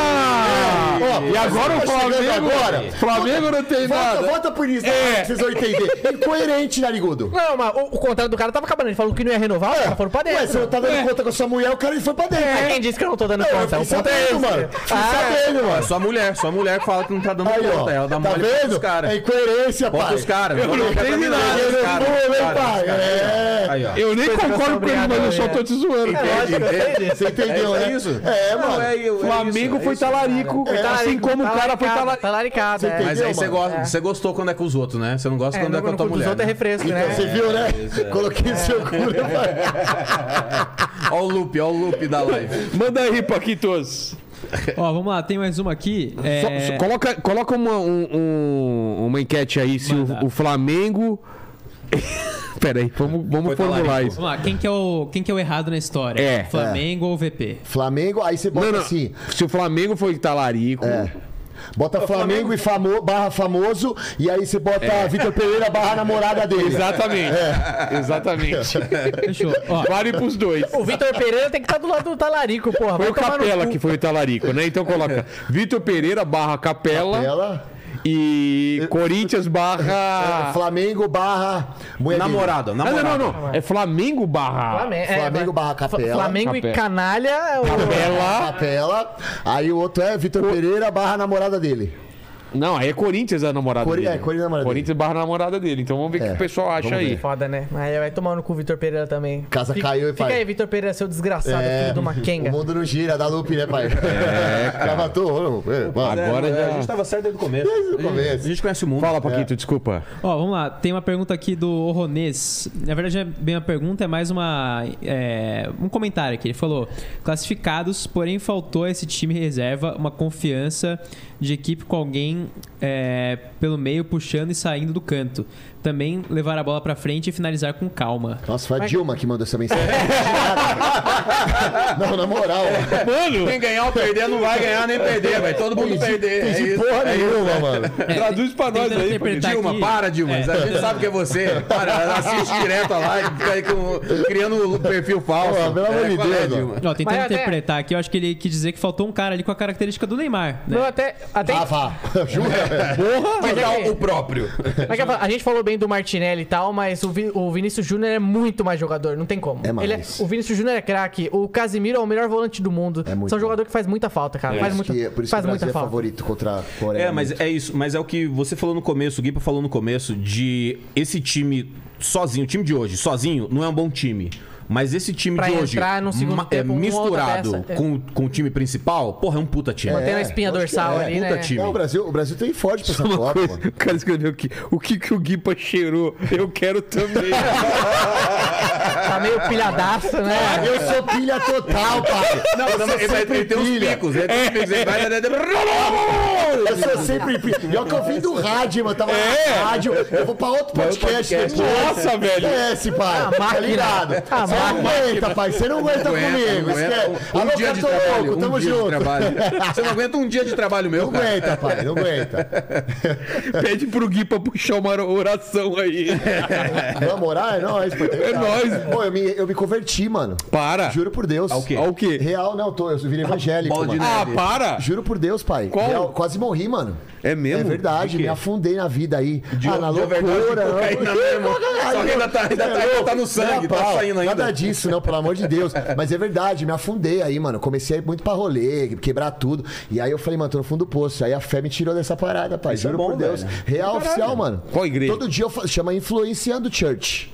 A: Ah!
E: Ó,
A: E agora o
E: você tá chegando
A: Flamengo-
E: agora.
A: Flamengo não tem
E: volta,
A: nada.
E: Volta por isso,
G: É.
E: pra vocês vão entender. Incoerente, narigudo.
G: Tá
C: Não, mas o, o contrato do cara tava acabando. Ele falou que não ia renovar,
E: É,
C: os caras foram pra
E: Ué, você
C: dentro.
E: não tá dando
G: É.
E: conta com a sua mulher, o cara ele foi pra dentro. Tá
C: Mas Quem disse que eu não tô dando
E: Não, eu
C: conta?
G: Tá,
E: fiquei
C: O ponto é
E: sabendo,
C: esse.
E: mano. Fiquei sabendo,
G: É
E: mano.
G: só mulher, só mulher que fala que não tá dando
E: Aí,
G: conta. Ela
E: ó.
G: dá
E: Tá
G: mole pra
E: vendo?
G: os caras.
E: É incoerência, pai.
G: Bota os caras.
A: Eu não entendi nada.
E: Ele é burro, hein, pai? É.
G: Aí, ó.
A: Eu nem concordo com ele, mas eu
E: né?
A: só tô te zoando.
E: Você entendeu,
G: É
E: né?
G: isso.
E: É, mano.
G: Não, é, eu- é
A: Flamengo
G: isso, é
A: foi
G: isso.
A: talarico, assim como
C: tá
A: o cara foi
C: talaricado,
A: talarico.
C: talaricado.
E: Você
C: é.
E: entendeu?
G: Mas aí
E: Entendeu,
G: você
E: mano?
G: gosta, você gostou quando é com os outros, né? Você não gosta
C: É,
G: quando
C: no,
G: é com a
C: no
G: tua
C: cu dos
G: mulher.
C: outros é
G: Né? É
C: refresco,
E: Então,
C: né?
E: você viu, né? Coloquei o seu cu, né, pai?
G: Ó o loop, ó o loop da live.
A: Manda aí, Paquitos.
B: Ó, vamos lá, tem mais uma aqui. É,
A: Só- só coloca coloca uma, um- um- uma enquete aí se o, o Flamengo. Peraí, vamos, vamos
G: Foi talarico.
A: formular isso.
B: Vamos lá, quem que, é o, quem que é o errado na história?
A: É.
B: Flamengo ou VP?
E: Flamengo, aí você bota
A: Não, não.
E: assim.
A: Se o Flamengo foi talarico.
E: É.
C: É.
E: Bota Flamengo, e famo, barra famoso, e aí você bota Vitor Pereira barra namorada dele.
A: Exatamente. Exatamente.
B: Fechou. Ó,
A: Vale pros dois.
C: É. O Vitor Pereira tem que estar do lado do talarico, porra.
A: Foi
C: Vai
A: o
C: tomar no
A: Capela
C: cu. É.
A: que foi o talarico, né? Então coloca Vitor Pereira barra Capela,
E: Ela,
A: e Corinthians
C: É,
A: barra...
E: Flamengo barra mulher dele.
G: Namorada,
A: Ah,
G: namorada.
A: não, não, não. É Flamengo barra...
C: Flamengo, é,
E: Flamengo
C: vai.
E: barra Capela.
C: Flamengo e
A: Capela.
C: canalha. é o-
A: Capela.
E: Capela. Aí o outro é Vitor Pereira barra namorada dele.
A: Não, aí é Corinthians a namorada
E: Cori-
A: dele.
E: é, Corinthians a namorada
A: Corinthians barra namorada dele. Então vamos ver o
E: É,
A: que o pessoal acha
E: vamos
A: aí.
E: ver.
C: Foda, né? Aí vai tomar no cu o Vitor Pereira também.
E: Casa
C: fica,
E: caiu e
C: Fica
E: pai.
C: aí, Vitor Pereira, seu desgraçado, filho de uma
E: É. O
C: quenga.
E: mundo não gira, dá loop, né, pai? É, cara. Já matou. é, mano.
A: Agora
G: É,
A: já...
G: A gente tava certo desde o começo. um
E: Desde o começo.
G: A gente conhece o mundo.
A: Fala, Paquito, desculpa.
B: Ó, vamos lá. Tem uma pergunta aqui do Oronês. Na verdade, não é bem uma pergunta, é mais uma é, um comentário aqui. Ele falou: classificados, porém faltou a esse time reserva uma confiança de equipe com alguém é, pelo meio puxando e saindo do canto. Também levar a bola pra frente e finalizar com calma.
E: Nossa, foi a Dilma que mandou essa mensagem. Não, na moral.
A: Mano!
G: Quem ganhar ou perder não vai ganhar nem perder, vai todo mundo perder. É
E: De
G: isso.
E: porra nenhuma, mano.
A: Traduz pra nós
B: tentando
A: aí,
B: interpretar
G: Dilma,
B: tá aqui.
G: para, Dilma. A gente sabe que é você. Para, assiste direto a live, fica aí com- criando perfil falso. É,
E: Pô, pelo amor de
G: qual
E: Deus, mano.
B: Ó, tentando
C: Mas até-
B: interpretar aqui, eu acho que ele quis dizer que faltou um cara ali com a característica do Neymar, né?
C: Não, até, até
E: Ah, vá. Jura?
C: Mas
G: Que tal
C: é que-
G: o próprio.
C: Mas que eu falo, a gente falou bem do Martinelli e tal, mas o, Vi- o Vinícius Júnior é muito mais jogador, não tem como.
E: É mais.
C: Ele o Vinícius Júnior é craque, o Casimiro é o melhor volante do mundo.
E: É muito
C: São
E: bom.
C: jogador que faz muita falta, cara.
E: Por
C: faz muita,
E: isso que, por isso que o
C: faz
E: Brasil
C: muita
E: é
C: falta.
E: favorito contra a Coreia.
D: É, mas é isso. Mas é o que você falou no começo, o Guipa falou no começo, de esse time sozinho, o time de hoje, sozinho, não é um bom time. Mas esse time
C: Pra
D: de hoje,
C: entrar no segundo
D: ma-
C: tempo,
D: é,
C: uma
D: misturado
C: outra peça, é.
D: com, com o time principal, porra, é um puta time.
C: Mantendo
E: É,
C: a espinha
E: lógico que
C: dorsal
E: é.
C: ali,
D: puta
C: né?
D: time.
E: Não, o Brasil, o Brasil tem forte pra essa Copa, mano.
A: O cara escreveu aqui. O que, que o Guipa cheirou? Eu quero também.
C: Tá meio pilhadaço, né?
E: Eu sou pilha total, pai.
G: Não, não, ele, vai- ele tem uns picos, ele
D: É.
G: tem uns picos, ele vai...
D: Tá
E: Eu sou sempre pilha. E olha que eu vim do rádio, mano. Eu tava lá no rádio. Eu vou pra outro podcast. depois.
A: Nossa, velho.
E: Esquece, pai. tá
C: Ah, máquina. Ah,
E: ligado?
C: A
E: Você não aguenta, pai. Você não aguenta
G: Não é, aguenta,
E: comigo.
G: não aguenta.
E: Esquece.
D: Tá
G: Um,
E: Alô,
G: dia de
E: Cartão
G: trabalho,
E: Louco,
G: um
E: tamo
G: dia de
E: junto.
G: trabalho. Você não aguenta um dia de trabalho meu,
E: Não
G: cara.
E: aguenta, pai. Não aguenta.
A: Pede pro Guipa puxar uma oração aí.
E: Vamos orar? É nóis, pai.
A: É nóis.
E: Pô, eu me, eu me converti, mano.
A: Para.
E: Juro por Deus.
A: Ao quê? Ao quê?
E: Real, não. Eu, tô, eu virei evangélico,
G: bola de
E: mano.
A: Ah, para.
E: Juro por Deus, pai.
A: Qual?
E: Real, quase morri, mano.
A: É mesmo?
E: É verdade, me afundei na vida aí. ah, na
G: Hum, de overdose de
E: loucura.
G: cocaína
E: não.
G: mesmo. Só que ainda tá- ainda tá- ainda tá no
E: Não,
G: sangue, tá
E: pau,
G: saindo ainda.
E: Nada disso, não, pelo amor de Deus. Mas é verdade, me afundei aí, mano. Comecei a ir muito pra rolê, quebrar tudo. E aí eu falei, mano, tô no fundo do poço. Aí a fé me tirou dessa parada, pai.
D: Isso é
E: Juro
D: bom,
E: por Deus.
D: velho.
E: Real oficial, mano.
A: Qual igreja?
E: Todo dia eu fa- chama Influenciando Church.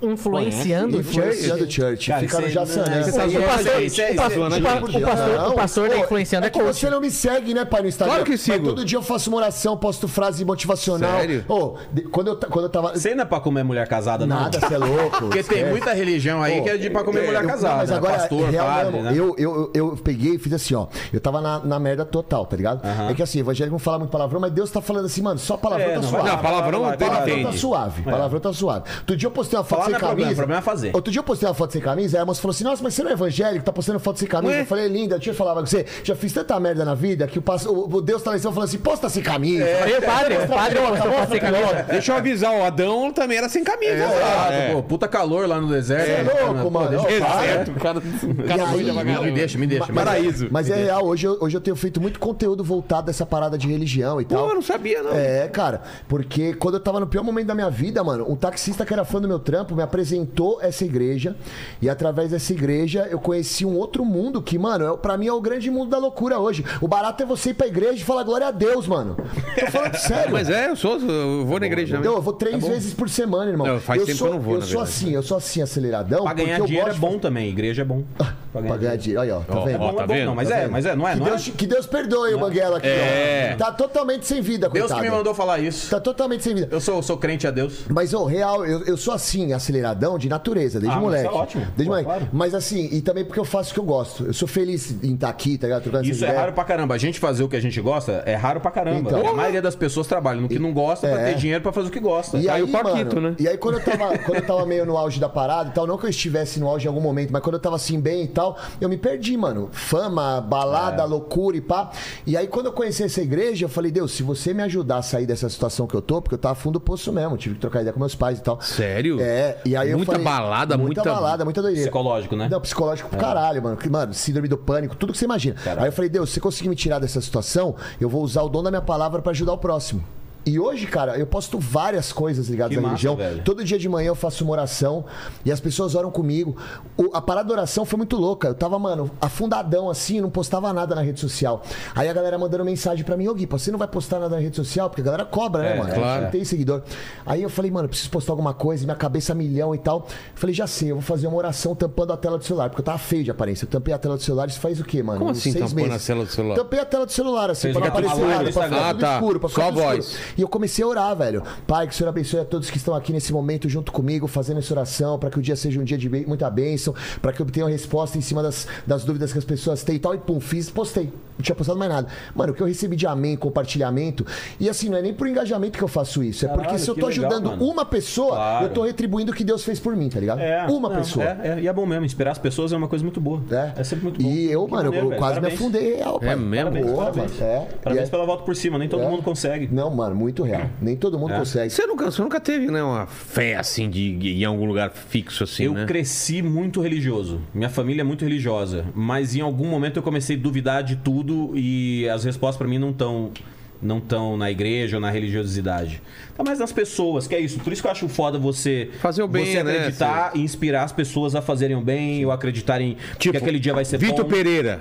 C: Influenciando o Church.
E: Influenciando Church.
D: Cara,
E: Fica
D: isso
E: no
D: aí-
E: Jassanã.
D: não,
E: Juro
D: isso aí-
C: O pastor,
D: isso aí-
C: o pastor-
E: por
C: o pa-
E: Deus.
C: o pastor,
E: Não,
C: o pastor da
E: pô,
C: influenciando é
E: é que
C: coach.
E: você não me segue, né, pai, no Instagram.
A: Claro que
E: Mas
A: sigo.
E: todo dia eu faço uma oração, posto frase motivacional.
A: Sério?
E: Ô, de- quando, eu, ta- quando eu tava...
D: Você não é pra comer mulher casada, não.
E: Nada, você é louco.
G: Porque tem
E: esquece.
G: muita religião aí que é de pra comer mulher casada.
E: Não, mas
G: né?
E: agora,
D: é
G: Pastor,
E: real
G: padre,
E: mesmo,
G: né?
E: eu, eu, eu eu peguei e fiz assim, ó. Eu tava na, na merda total, tá ligado? É que assim, evangélico não fala muito palavrão, mas Deus tá falando assim, mano, só palavrão
D: É,
E: tá
D: não,
E: suave.
A: Não, palavrão
D: Vai, vai,
A: ele
D: vai,
E: Palavrão tá
A: entende.
E: suave, palavrão tá suave. Outro dia eu postei uma foto
D: Falar
E: sem
D: não é
E: camisa.
D: problema, problema é fazer.
E: Outro dia eu postei uma foto sem camisa, aí a moça falou assim: Nossa, mas você não é evangélico, tá postando foto sem camisa. Eu falei, linda, deixa eu falar pra você, já fiz tanta merda na vida que o, passo, o, o Deus tá lá em cima falando assim: posta sem camisa.
C: Aí o padre, o padre postou foto sem camisa.
A: Deixa eu avisar, o Adão também era sem camisa.
G: Ah,
A: lá.
D: É.
G: pô, puta calor lá no deserto.
D: né?
E: Você
D: Tá
E: é louco, mano.
A: É,
E: Para.
A: certo, o cara, o
E: E
A: cara
E: aí,
A: cuida pra
E: meu,
G: Não, me
A: caramba.
G: deixa, me deixa. Mas,
A: Paraíso.
E: Mas é real, hoje eu, hoje eu tenho feito muito conteúdo voltado dessa parada de religião e tal.
A: Pô, eu não sabia, não.
E: É, cara, porque quando eu tava no pior momento da minha vida, mano, um taxista que era fã do meu trampo me apresentou essa igreja e através dessa igreja eu conheci um outro mundo que, mano, é, para mim é o grande mundo da loucura hoje. O barato é você ir pra igreja e falar glória a Deus, mano. Tô falando sério.
A: Mas é, eu sou, eu vou na igreja também.
E: Não, eu vou três vezes por semana, irmão.
A: Não, faz
E: eu
A: tempo
E: sou,
A: que eu não vou,
E: Eu
A: na
E: sou
A: verdade.
E: assim, eu sou assim, aceleradão.
D: Pra ganhar
E: porque eu
D: dinheiro é
E: gosto de
D: bom também, igreja é bom. Pra
E: Pra ganhar dinheiro. Aí, ó, tá vendo?
A: ó,
D: Bom,
A: tá
D: é bom,
A: vendo?
D: não, mas
E: Tá
D: é,
E: vendo?
D: mas é, não é,
E: Que
D: não
E: Deus,
D: é.
E: que Deus perdoe o Banguela aqui,
A: É.
E: ó. Tá totalmente sem vida,
G: Deus
E: coitado.
G: que me mandou falar isso.
E: Tá totalmente sem vida.
G: Eu sou, sou crente a Deus.
E: Mas, ô, real, eu, eu sou assim, aceleradão de natureza, desde
D: Ah, mas
E: moleque.
D: tá ótimo.
E: Desde
D: Pô,
E: moleque.
D: claro.
E: Mas assim, e também porque eu faço o que eu gosto. Eu sou feliz em estar aqui, tá ligado? Trocando
D: Isso
E: essa
D: é
E: ideia.
D: raro pra caramba. A gente fazer o que a gente gosta é raro pra caramba.
E: Então. É.
D: a maioria das pessoas trabalha no que não gosta pra ter dinheiro pra fazer o que gosta.
E: E aí,
A: o Paquito,
E: mano,
A: né?
E: E aí, quando eu, tava, quando eu tava meio no auge da parada e tal, não que eu estivesse no auge em algum momento, mas quando eu tava assim bem e tal, eu me perdi, mano. Fama,
D: É.
E: balada, loucura e pá. E aí, quando eu conheci essa igreja, eu falei, Deus, se você me ajudar a sair dessa situação que eu tô, porque eu tava fundo do poço mesmo, tive que trocar ideia com meus pais e tal.
A: Sério?
E: É, e aí eu
A: Muita
E: falei,
A: balada,
E: muita
A: muita-
E: balada, é muita doideira.
D: Psicológico, né?
E: Não, psicológico pro caralho, mano. Que, Mano, síndrome do pânico, tudo que você imagina. Aí eu falei, Deus, se você conseguir me tirar dessa situação, eu vou usar o dom da minha palavra pra ajudar o próximo. E hoje, cara, eu posto várias coisas ligadas
D: Que
E: à
D: massa,
E: religião.
D: velho.
E: Todo dia de manhã eu faço uma oração e as pessoas oram comigo. O- a parada da oração foi muito louca. Eu tava, mano, afundadão assim, não postava nada na rede social. Aí a galera mandando mensagem pra mim, ô Gui, você não vai postar nada na rede social? Porque a galera cobra, né, mano?
A: É, claro.
E: Não tem seguidor. Aí eu falei, mano, eu preciso postar alguma coisa, minha cabeça a milhão e tal. Eu falei, já sei, eu vou fazer uma oração tampando a tela do celular, porque eu tava feio de aparência. Eu tampei a tela do celular, isso faz o quê, mano?
A: Como
E: Uns
A: assim tampando a tela do celular?
E: Tampei a tela do celular, assim,
D: Fez
E: pra não
D: uma
E: aparecer
D: live
E: nada,
D: no
E: pra ficar
A: Instagram.
E: tudo
A: Ah, tá.
E: escuro, pra ficar
A: Só a
E: tudo
A: voz.
E: escuro. E eu comecei a orar, velho. Pai, que o Senhor abençoe a todos que estão aqui nesse momento junto comigo, fazendo essa oração, para que o dia seja um dia de bem- muita bênção, para que eu obtenha uma resposta em cima das, das dúvidas que as pessoas têm e tal. E pum, fiz, postei. Não tinha postado mais nada. Mano, o que eu recebi de amém, compartilhamento. E assim, não é nem por engajamento que eu faço isso. É porque
D: Caralho,
E: se eu
D: que
E: tô
D: legal,
E: ajudando
D: mano.
E: uma pessoa,
D: Claro.
E: eu tô retribuindo o que Deus fez por mim, tá ligado?
D: É,
E: uma
D: não,
E: pessoa.
D: É, é, e é bom mesmo, inspirar as pessoas é uma coisa muito boa.
E: né?
D: É, sempre muito bom.
E: E eu,
D: Que
E: mano,
D: maneiro,
E: eu
D: velho.
E: quase
D: Parabéns.
E: me afundei real, pai.
A: É mesmo?
E: Porra,
D: Parabéns.
E: mano, é.
D: Parabéns
E: E é-
D: pela volta por cima, nem todo
E: É.
D: mundo consegue.
E: Não, mano, muito real. Nem todo
D: É.
E: mundo consegue.
A: Você nunca, você nunca teve, né, uma fé assim de de ir em algum lugar fixo assim,
D: eu
A: né?
D: cresci muito religioso. Minha família é muito religiosa. Mas em algum momento eu comecei a duvidar de tudo e as respostas pra mim não estão não tão na igreja ou na religiosidade. Tá mais nas pessoas, que é isso. Por isso que eu acho foda você
A: Fazer o bem,
D: você
A: né,
D: acreditar e inspirar as pessoas a fazerem o bem ou acreditarem
A: Tipo,
D: que aquele dia vai ser
A: Vitor
D: bom.
A: Pereira.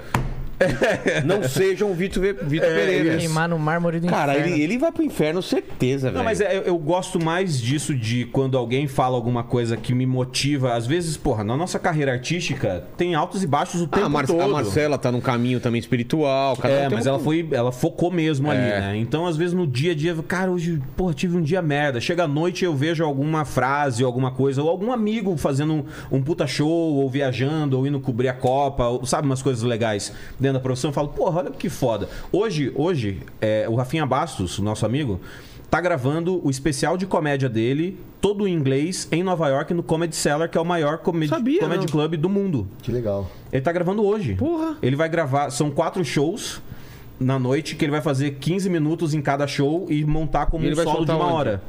A: Não sejam Vitor, Ve- Vitor Pereira.
C: Queimar no mármore do
A: é Cara,
C: inferno.
A: ele, ele vai pro inferno, certeza, velho.
D: Não, mas é, eu, eu gosto mais disso de quando alguém fala alguma coisa que me motiva. Às vezes, porra, na nossa carreira artística tem altos e baixos o tempo
A: Ah, a, Mar- a
D: todo.
A: Marcela tá num caminho também espiritual. Cada um
D: É,
A: tem
D: mas
A: um-
D: ela foi, ela focou mesmo ali, né? Então, às vezes no dia a dia, cara, hoje, porra, tive um dia merda. Chega à noite eu vejo alguma frase, alguma coisa, ou algum amigo fazendo um, um puta show, ou viajando, ou indo cobrir a Copa, ou, sabe, umas coisas legais dentro da profissão. Eu falo, porra, olha que foda. Hoje, hoje, é, o Rafinha Bastos, nosso amigo, tá gravando o especial de comédia dele, todo em inglês, em Nova York, no Comedy Cellar, que é o maior comedy,
A: Sabia,
D: comedy
A: não.
D: club do mundo.
E: Que legal.
D: Ele tá gravando hoje. Porra. Ele vai gravar, são quatro shows na noite que ele vai fazer 15 minutos em cada show e montar como
A: E ele
D: um
A: vai
D: solo de
A: soltar
D: uma
A: onde?
D: hora.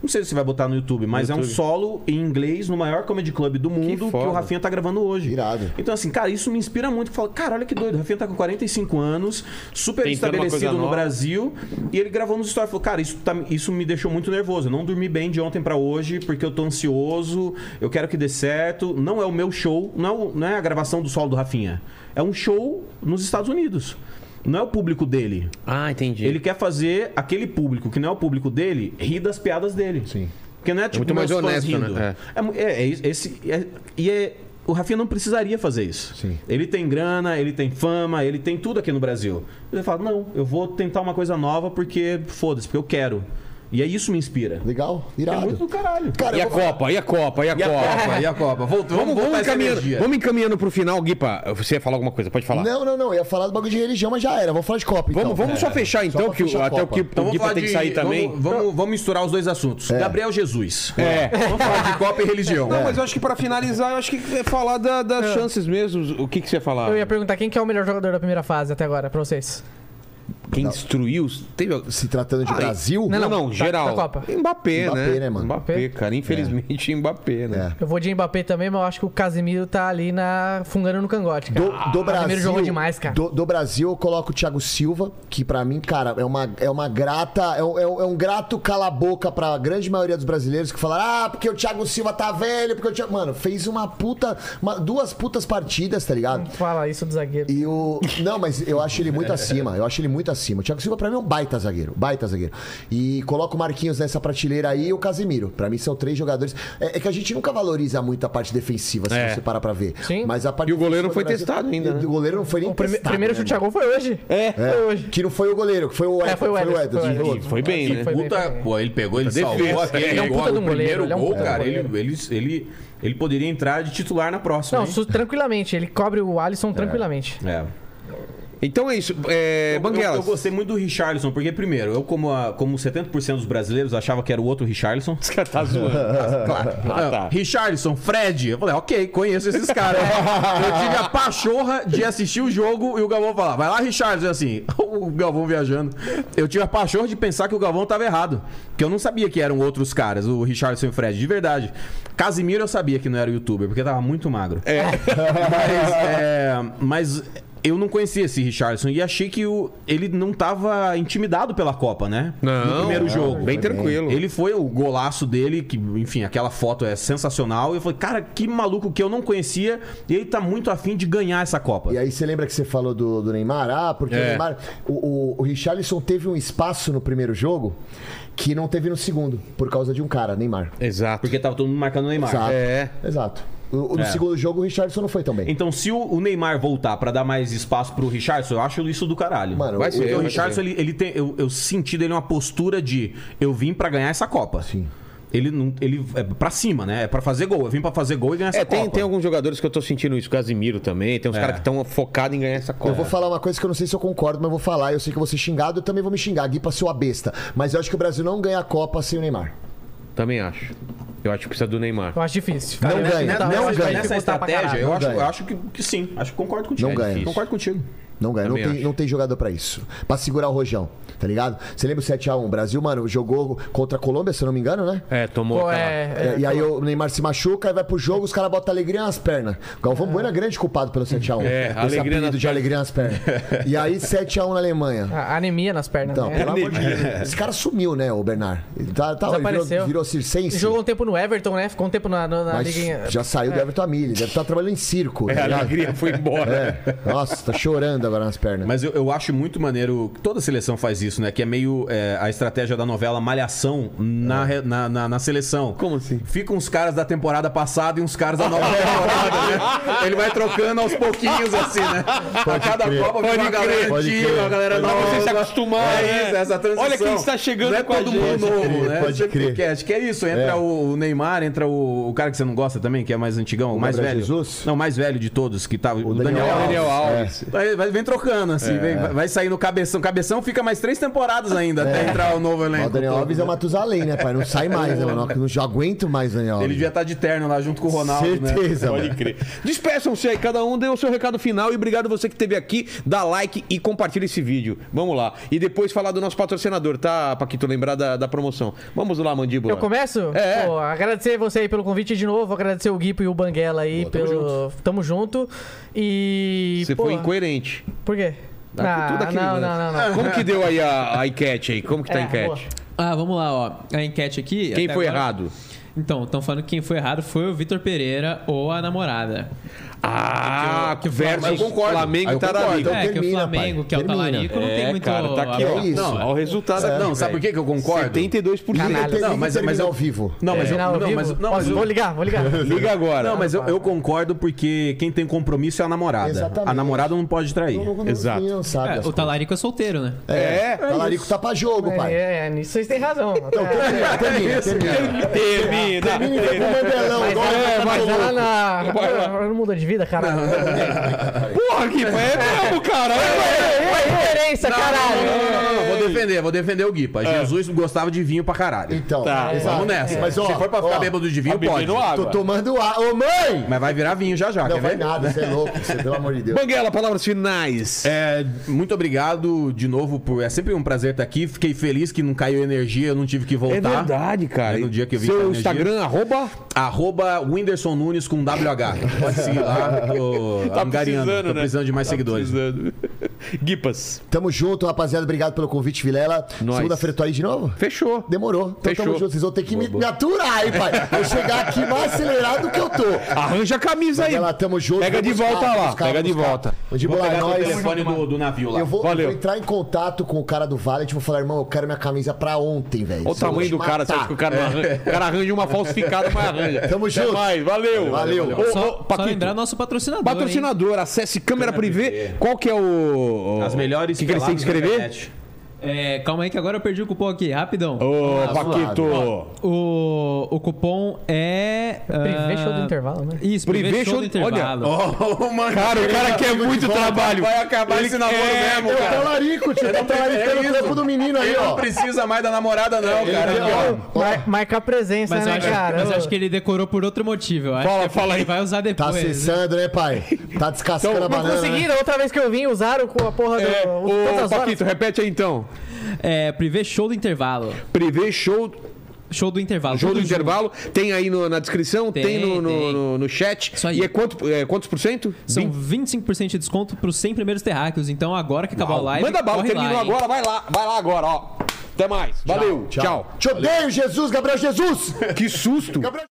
D: Não sei se vai botar no YouTube, mas é um solo em inglês no maior comedy club do mundo que,
A: foda.
D: o Rafinha tá gravando hoje.
E: Irado.
D: Então assim, cara, isso me inspira muito. Eu falo, cara, olha que doido, o Rafinha tá com 45 anos, super
A: Tentando uma coisa
D: estabelecido no
A: nova.
D: Brasil, e ele gravou nos stories, falou, cara, isso, tá- isso me deixou muito nervoso. Eu não dormi bem de ontem pra hoje porque eu tô ansioso, eu quero que dê certo. Não é o meu show, não é, o- não é a gravação do solo do Rafinha. É um show nos Estados Unidos. Não é o público dele.
A: Ah, entendi.
D: Ele quer fazer aquele público que não é o público dele rir das piadas dele. Sim. Porque não é tipo
A: muito mais
D: meus fãs
A: honesto,
D: rindo.
A: né?
D: É. mu- é- é isso- esse é- e é o Rafinha não precisaria fazer isso.
E: Sim.
D: Ele tem grana, ele tem fama, ele tem tudo aqui no Brasil. Ele fala: "Não, eu vou tentar uma coisa nova porque foda-se, porque eu quero". E é isso me inspira.
E: Legal,
D: É muito
E: irado.
D: do caralho.
E: Cara,
A: E a
E: eu vou-
A: Copa, e a Copa, e a Copa.
G: E a Copa? Voltou,
A: Vamos, vamos,
G: voltar essa
A: encaminhando,
G: energia.
A: vamos encaminhando pro final, Guipa. Você ia falar alguma coisa, pode falar.
E: Não, não, não. Eu ia falar do bagulho de religião, mas já era. Vamos falar de Copa, então.
A: vamos vamos só fechar então,
E: pra
A: que o-
E: fechar a
A: até o,
E: Copa.
A: Gui- o
G: vamos
A: Guipa
G: falar
A: tem que
G: de-
A: sair também.
G: Vamos, vamos- vamos misturar os dois assuntos.
D: É.
G: Gabriel Jesus. É.
A: É.
G: Vamos falar de Copa e religião.
A: Não, mas eu acho que pra finalizar, eu acho que é falar da- das chances mesmo. O que, que você ia falar?
C: Eu ia perguntar quem que é o melhor jogador da primeira fase até agora, pra vocês.
A: Quem destruiu. os- Teve... algum-
E: Se tratando de
A: Ah,
E: Brasil.
A: Não, não,
C: da-
A: geral.
C: da Copa.
A: Mbappé, né?
E: Mbappé, né, mano?
A: Mbappé, cara. Infelizmente, Mbappé, né?
E: É.
C: Eu vou de Mbappé também, mas eu acho que o Casemiro tá ali na fungando no cangote, cara.
E: Do,
A: Ah,
E: do Brasil.
C: Casemiro jogou demais, cara.
E: Do, do Brasil, eu coloco o Thiago Silva, que pra mim, cara, é uma, é uma grata. É um, é um- é um grato cala-boca pra grande maioria dos brasileiros que falaram: ah, porque o Thiago Silva tá velho, porque o Thiago. Mano, fez uma puta. uma- duas putas partidas, tá ligado?
C: Fala isso do zagueiro.
E: E o. Não, mas eu acho ele muito acima. Eu acho ele muito acima. O Thiago Silva, pra mim, é um baita zagueiro. Baita zagueiro. E coloca o Marquinhos nessa prateleira aí e o Casemiro. Pra mim, são três jogadores. É, é que a gente nunca valoriza muito a parte defensiva, se
A: É.
E: você parar pra ver.
C: Sim.
E: Mas a parte
A: E o goleiro
E: defensiva
A: não foi
E: do
A: testado ainda,
E: E
A: né?
E: O goleiro não foi nem
C: O prime-
E: testado.
C: primeiro
E: né,
C: chute a gol foi hoje.
A: É.
E: mano?
C: Foi
E: É,
C: hoje.
E: Que não foi o goleiro, que foi o Ederson.
C: É, foi o Ederson, foi o
E: Ederson.
C: Ederson.
A: E foi bem, né?
C: Foi bem,
G: Puta-
C: foi bem.
G: pô, ele pegou, ele
A: Defesa.
G: salvou aquele
C: Ele é um
G: gol,
C: puta de um
G: o
C: goleiro,
G: primeiro
C: ele é um
G: gol,
C: puta
G: cara. Ele,
C: goleiro.
G: ele, ele, ele poderia entrar de titular na próxima.
C: Não,
G: hein?
C: su- tranquilamente. Ele cobre o Alisson tranquilamente.
D: É.
A: Então é isso. É,
D: Eu- Eu,
A: Banguelas.
D: eu gostei muito do Richarlison, porque primeiro, eu como, a, como 70% dos brasileiros achava que era o outro Richarlison.
A: Os caras tá zoando.
D: Ah,
A: tá.
D: Richarlison, Fred. Eu falei, ok, conheço esses caras. eu tive a pachorra de assistir o jogo e o Galvão falar, vai lá, Richarlison. Eu assim, o Galvão viajando. Eu tive a pachorra de pensar que o Galvão tava errado. Porque eu não sabia que eram outros caras, o Richarlison e o Fred, de verdade. Casimiro eu sabia que não era youtuber, porque tava muito magro. É. Mas, é, mas eu não conhecia esse Richarlison e achei que o, ele não tava intimidado pela Copa, né? no
A: Não,
D: primeiro
A: não,
D: jogo.
A: Bem tranquilo.
D: Ele foi o golaço dele, que, enfim, aquela foto é sensacional. E eu falei, cara, que maluco que eu não conhecia. E ele tá muito afim de ganhar essa Copa.
E: E aí você lembra que você falou do, do Neymar? Ah, porque
C: É.
E: o Neymar. O, o, o Richarlison teve um espaço no primeiro jogo que não teve no segundo, por causa de um cara, Neymar.
A: Exato.
C: Ah,
D: Porque tava todo mundo marcando o Neymar.
E: Exato.
A: É.
E: Exato. O- No segundo jogo, o Richardson não foi tão bem.
D: Então, se o, o Neymar voltar pra dar mais espaço pro Richardson, eu acho isso do caralho.
E: Mano, assim.
D: vai
E: o-
D: ser.
E: vai
D: O
E: ser.
D: Richardson, ele, ele tem. Eu, eu senti dele uma postura de eu vim pra ganhar essa Copa. Sim. Ele não. Ele é pra cima, né? É pra fazer gol. Eu vim pra fazer gol e ganhar essa
A: É, tem,
D: Copa.
E: um-
A: tem alguns jogadores que eu tô sentindo isso. Casimiro também. Tem uns caras que estão focados em ganhar essa Copa.
E: Eu vou falar uma coisa que eu não sei se eu concordo, mas eu vou falar. Eu sei que eu vou ser xingado, eu também vou me xingar. Gui passou a besta. Mas eu acho que o Brasil não ganha a Copa sem o Neymar.
A: Também acho. Eu acho que precisa do Neymar.
C: Eu acho difícil.
E: Não
C: Cara,
E: ganha,
C: tá-
E: não
C: eu acho que vai
E: ganha.
D: Nessa
C: dificultar pra
D: estratégia,
C: caralho.
D: eu
E: Não
D: acho,
E: ganha.
D: eu acho que, que sim. Acho que concordo contigo.
E: Não
D: É
E: ganha.
D: difícil. Concordo contigo.
E: Não ganha, não
A: Também
E: tem,
A: acho.
E: não tem jogador pra isso. Pra segurar o rojão, tá ligado? Você lembra o 7x1? O Brasil, mano, jogou contra a Colômbia, se eu não me engano, né?
A: É, tomou.
C: Pô,
A: aquela-
C: é, é,
E: e aí o Neymar se machuca e vai pro jogo, os caras botam alegria nas pernas. Galvão Bueno é grande culpado pelo 7x1.
A: É,
E: Esse
A: alegria
E: apelido
A: nas
E: de
A: pernas.
E: alegria nas pernas. E aí 7x1 na Alemanha.
C: a- anemia nas pernas.
E: Então,
C: né?
E: pelo amor de Deus. Esse cara sumiu, né, o Bernard? Ele tá, tá, ele virou,
C: Desapareceu.
E: virou circense.
C: Jogou um tempo no Everton, né? Ficou um tempo na, na, na
E: mas
C: liguinha.
E: já saiu do Everton Amilho. Deve estar trabalhando em circo.
A: É,
E: tá
A: a
E: ligado?
A: alegria foi embora.
E: É. Nossa, tá chorando agora nas pernas.
D: né? Mas eu, eu acho muito maneiro. que Toda seleção faz isso, né? Que é meio é, a estratégia da novela Malhação na,
E: É.
D: re- na, na, na seleção.
A: Como assim?
D: Ficam os caras da temporada passada e uns caras da nova temporada, né? Ele vai trocando aos pouquinhos, assim, né? a cada Copa fica uma galera
E: pode crer.
D: antiga, uma galera
A: Pra
D: nova.
A: você se acostumar,
D: É isso,
A: né?
D: essa transição.
A: Olha quem está chegando
D: Não é
A: com a
D: todo
A: gente.
D: mundo novo,
E: Pode crer,
D: né?
E: pode
D: Sempre
E: crer.
D: que é, Acho que é isso. Entra
E: É.
D: o o Neymar, entra o, o cara que você não gosta também, que é mais antigão, o mais
E: Gabriel
D: velho.
E: Jesus?
D: Não, o mais velho de todos, que tava. O,
E: Daniel
D: Daniel
E: Alves. É.
D: Alves.
A: Daniel Alves.
D: Aí vai, vem trocando, assim, vem- vai- vai sair no cabeção. Cabeção fica mais três temporadas ainda até entrar o novo
E: Mas
D: elenco.
E: o Daniel Alves é o Matusalém, né, pai? Não sai mais, né, mano? Não já aguento mais, Daniel Alves.
D: Ele devia estar de terno lá junto com o Ronaldo, né?
E: Certeza, mano.
A: Pode crer. Despeçam-se aí, cada um dê o seu recado final e obrigado você que esteve aqui, dá like e compartilha esse vídeo. Vamos lá. E depois falar do nosso patrocinador, tá, Paquito? Lembrar da, da promoção. Vamos lá, Mandíbula.
C: Eu começo?
A: É.
C: Pô, agradecer você aí pelo convite de novo, agradecer o Guipo e o Banguela aí
A: tamo
C: pelo. Tamo junto. E.
A: Você
C: pô,
A: foi incoerente.
C: Por quê?
A: Tá, tudo aquele
C: Ah, não,
A: lance.
C: não, não, não.
D: É,
A: Como que deu aí a, a enquete aí? Como que tá a
C: É,
A: enquete?
C: boa.
B: Ah, vamos lá, ó. A enquete aqui.
A: Quem
B: até
A: foi
B: agora-
A: errado?
B: Então, estão falando que quem foi errado foi o Vitor Pereira ou a namorada.
A: Ah,
B: que eu-
A: versus
B: mas eu
D: concordo.
A: Flamengo tá
D: Eu
A: e
D: concordo.
A: Tararica.
E: Então
B: é, que o
E: termina,
B: Flamengo,
E: pai,
B: que é o
E: termina.
B: talarico, não tem
A: É,
B: muito.
A: cara, tá aqui,
E: É
A: ó.
E: isso.
A: Não, é. olha o resultado
E: É.
A: aqui,
D: é Não, sabe por
A: velho.
D: que que eu concordo?
A: 72%.
C: Caralho.
D: Não,
E: Não,
D: mas-
E: mas, é
D: mas eu-
E: ao vivo.
D: Não, mas eu,
C: Terminar ao
D: não,
C: vivo?
D: mas, não, mas
C: Posso-
D: eu-
C: Vou ligar, vou ligar.
A: Liga agora.
D: não, mas eu, eu concordo porque quem tem compromisso é a namorada.
E: Exatamente.
D: A namorada não pode trair.
A: Exato.
E: Não sabe
B: É,
E: as
B: o talarico é solteiro, né?
A: É.
E: coisas. Talarico tá pra jogo,
C: É,
E: pai.
C: é, nisso vocês têm razão.
E: Então,
D: É
E: termina, termina, termina.
A: Termina.
E: Termina e vai pro Mandelão.
C: Mas
E: igual
C: ela,
E: eu,
C: mas
E: Mandelão.
C: ela na.
A: Vai lá.
C: Ela não mudou de vida, caralho.
A: Porra, que é mesmo, cara.
C: Que diferença, caralho.
D: Não, não, não, não, vou defender, vou defender o Guipa. Jesus gostava de vinho pra caralho.
E: Então,
A: Tá,
E: É. exato.
D: Vamos nessa.
E: Mas, ó,
D: Se for pra ficar
E: ó,
D: bêbado de vinho,
A: Tá
D: pode.
A: bebendo água.
E: Tô tomando ar. Ô, mãe!
D: Mas vai virar vinho já já,
A: Tá
E: Não
D: quer
E: vai
D: ver?
E: nada, você é louco, você, pelo amor de Deus.
A: Banguela, palavras finais.
D: É, muito obrigado de novo. Por... É sempre um prazer estar aqui. Fiquei feliz que não caiu energia, eu não tive que voltar.
A: cara.
D: É no dia que eu vim pra
A: Seu
D: energia.
A: Instagram, arroba.
D: Arroba Whindersson Nunes com WH. Pode seguir lá, tô angariando. Tô
A: precisando, né?
D: precisando de mais seguidores.
A: Precisando. Guipas.
E: Tamo junto, rapaziada. Obrigado pelo convite, Vilela.
A: Nós.
E: Segunda-feira tô aí de novo?
A: Fechou.
E: Demorou. Então
A: Fechou.
E: tamo junto. Vocês vão ter que me, me aturar, aí, pai. Vou chegar aqui mais acelerado do que eu tô.
A: Arranja a camisa aí.
E: Vai lá, tamo junto.
A: Pega
E: Vou
A: de
E: buscar,
A: volta
E: vou
A: lá,
E: buscar,
A: pega
E: vou
A: de
E: buscar.
A: volta.
E: Vou de
D: Vou
E: bolar, é
D: pegar o
E: nóis.
D: telefone do, do navio lá.
E: Eu vou, eu
A: Valeu.
E: vou entrar em contato com o cara do Valet e vou falar, irmão, eu quero minha camisa pra ontem, velho.
A: Olha o tamanho do cara, você acha que o
D: É.
A: cara, não arranja, o cara arranja uma falsificada, mas arranja.
E: Tamo
A: Até
E: junto.
A: mais, valeu.
E: Valeu.
A: Ô, ô,
B: Só, só
A: Paquito,
B: lembrar nosso patrocinador. hein?
A: patrocinador, acesse câmera privê. Qual que é o. o-
D: As melhores
A: O que, que eles têm que
D: peladas da
A: escrever?
D: internet.
B: É, calma aí que agora eu perdi o cupom aqui, rapidão.
A: Ô,
D: Tá
E: Ah,
A: Paquito.
B: O, o cupom é.
C: Privê
B: ah,
C: show do intervalo, né?
B: Isso, privê,
A: Privê
B: show,
A: show
B: do
A: de- olha,
B: intervalo.
D: Ô, mano,
A: Cara, o cara quer muito trabalho.
D: Vai acabar esse namoro
A: quer-
D: mesmo,
E: É o
D: cara.
E: talarico, tio.
A: É,
E: Tá talaricando o corpo do menino aí,
D: Ele não
E: ó.
D: precisa mais da namorada, não, cara. Aqui, ó.
E: Ó, ó,
C: Mar- Marca a presença,
B: Mas, eu
C: né,
B: acho,
C: cara?
B: mas eu acho que ele decorou por outro motivo. Eu acho
A: Fala,
B: que é porque
A: fala aí.
B: Ele vai usar
E: Tá
B: depois. né?
E: acessando, né, pai?
A: Então,
E: Tá descascando a
C: Não
E: banana. né?
C: conseguiram, outra vez que eu vim, usaram com a porra do.
A: É,
C: o-
A: ô,
C: tantas horas.
A: Paquito, repete aí então.
B: É, privê show do intervalo.
A: Privê show,
B: Show do intervalo.
A: show do
B: tudo junto.
A: intervalo. Tem aí no- na descrição, tem,
B: Tem,
A: no, no-
B: tem.
A: no- no chat.
B: Isso aí.
A: E é, quanto, é quantos por cento?
B: São 25% de desconto pros 100 primeiros terráqueos. Então, agora que acabar o live.
A: Manda bala,
B: corre lá,
A: terminou
B: hein?
A: agora, vai lá, vai lá agora, ó. Até mais. Valeu. Tchau.
E: Te odeio, Jesus, Gabriel Jesus!
A: Que susto.
E: Gabriel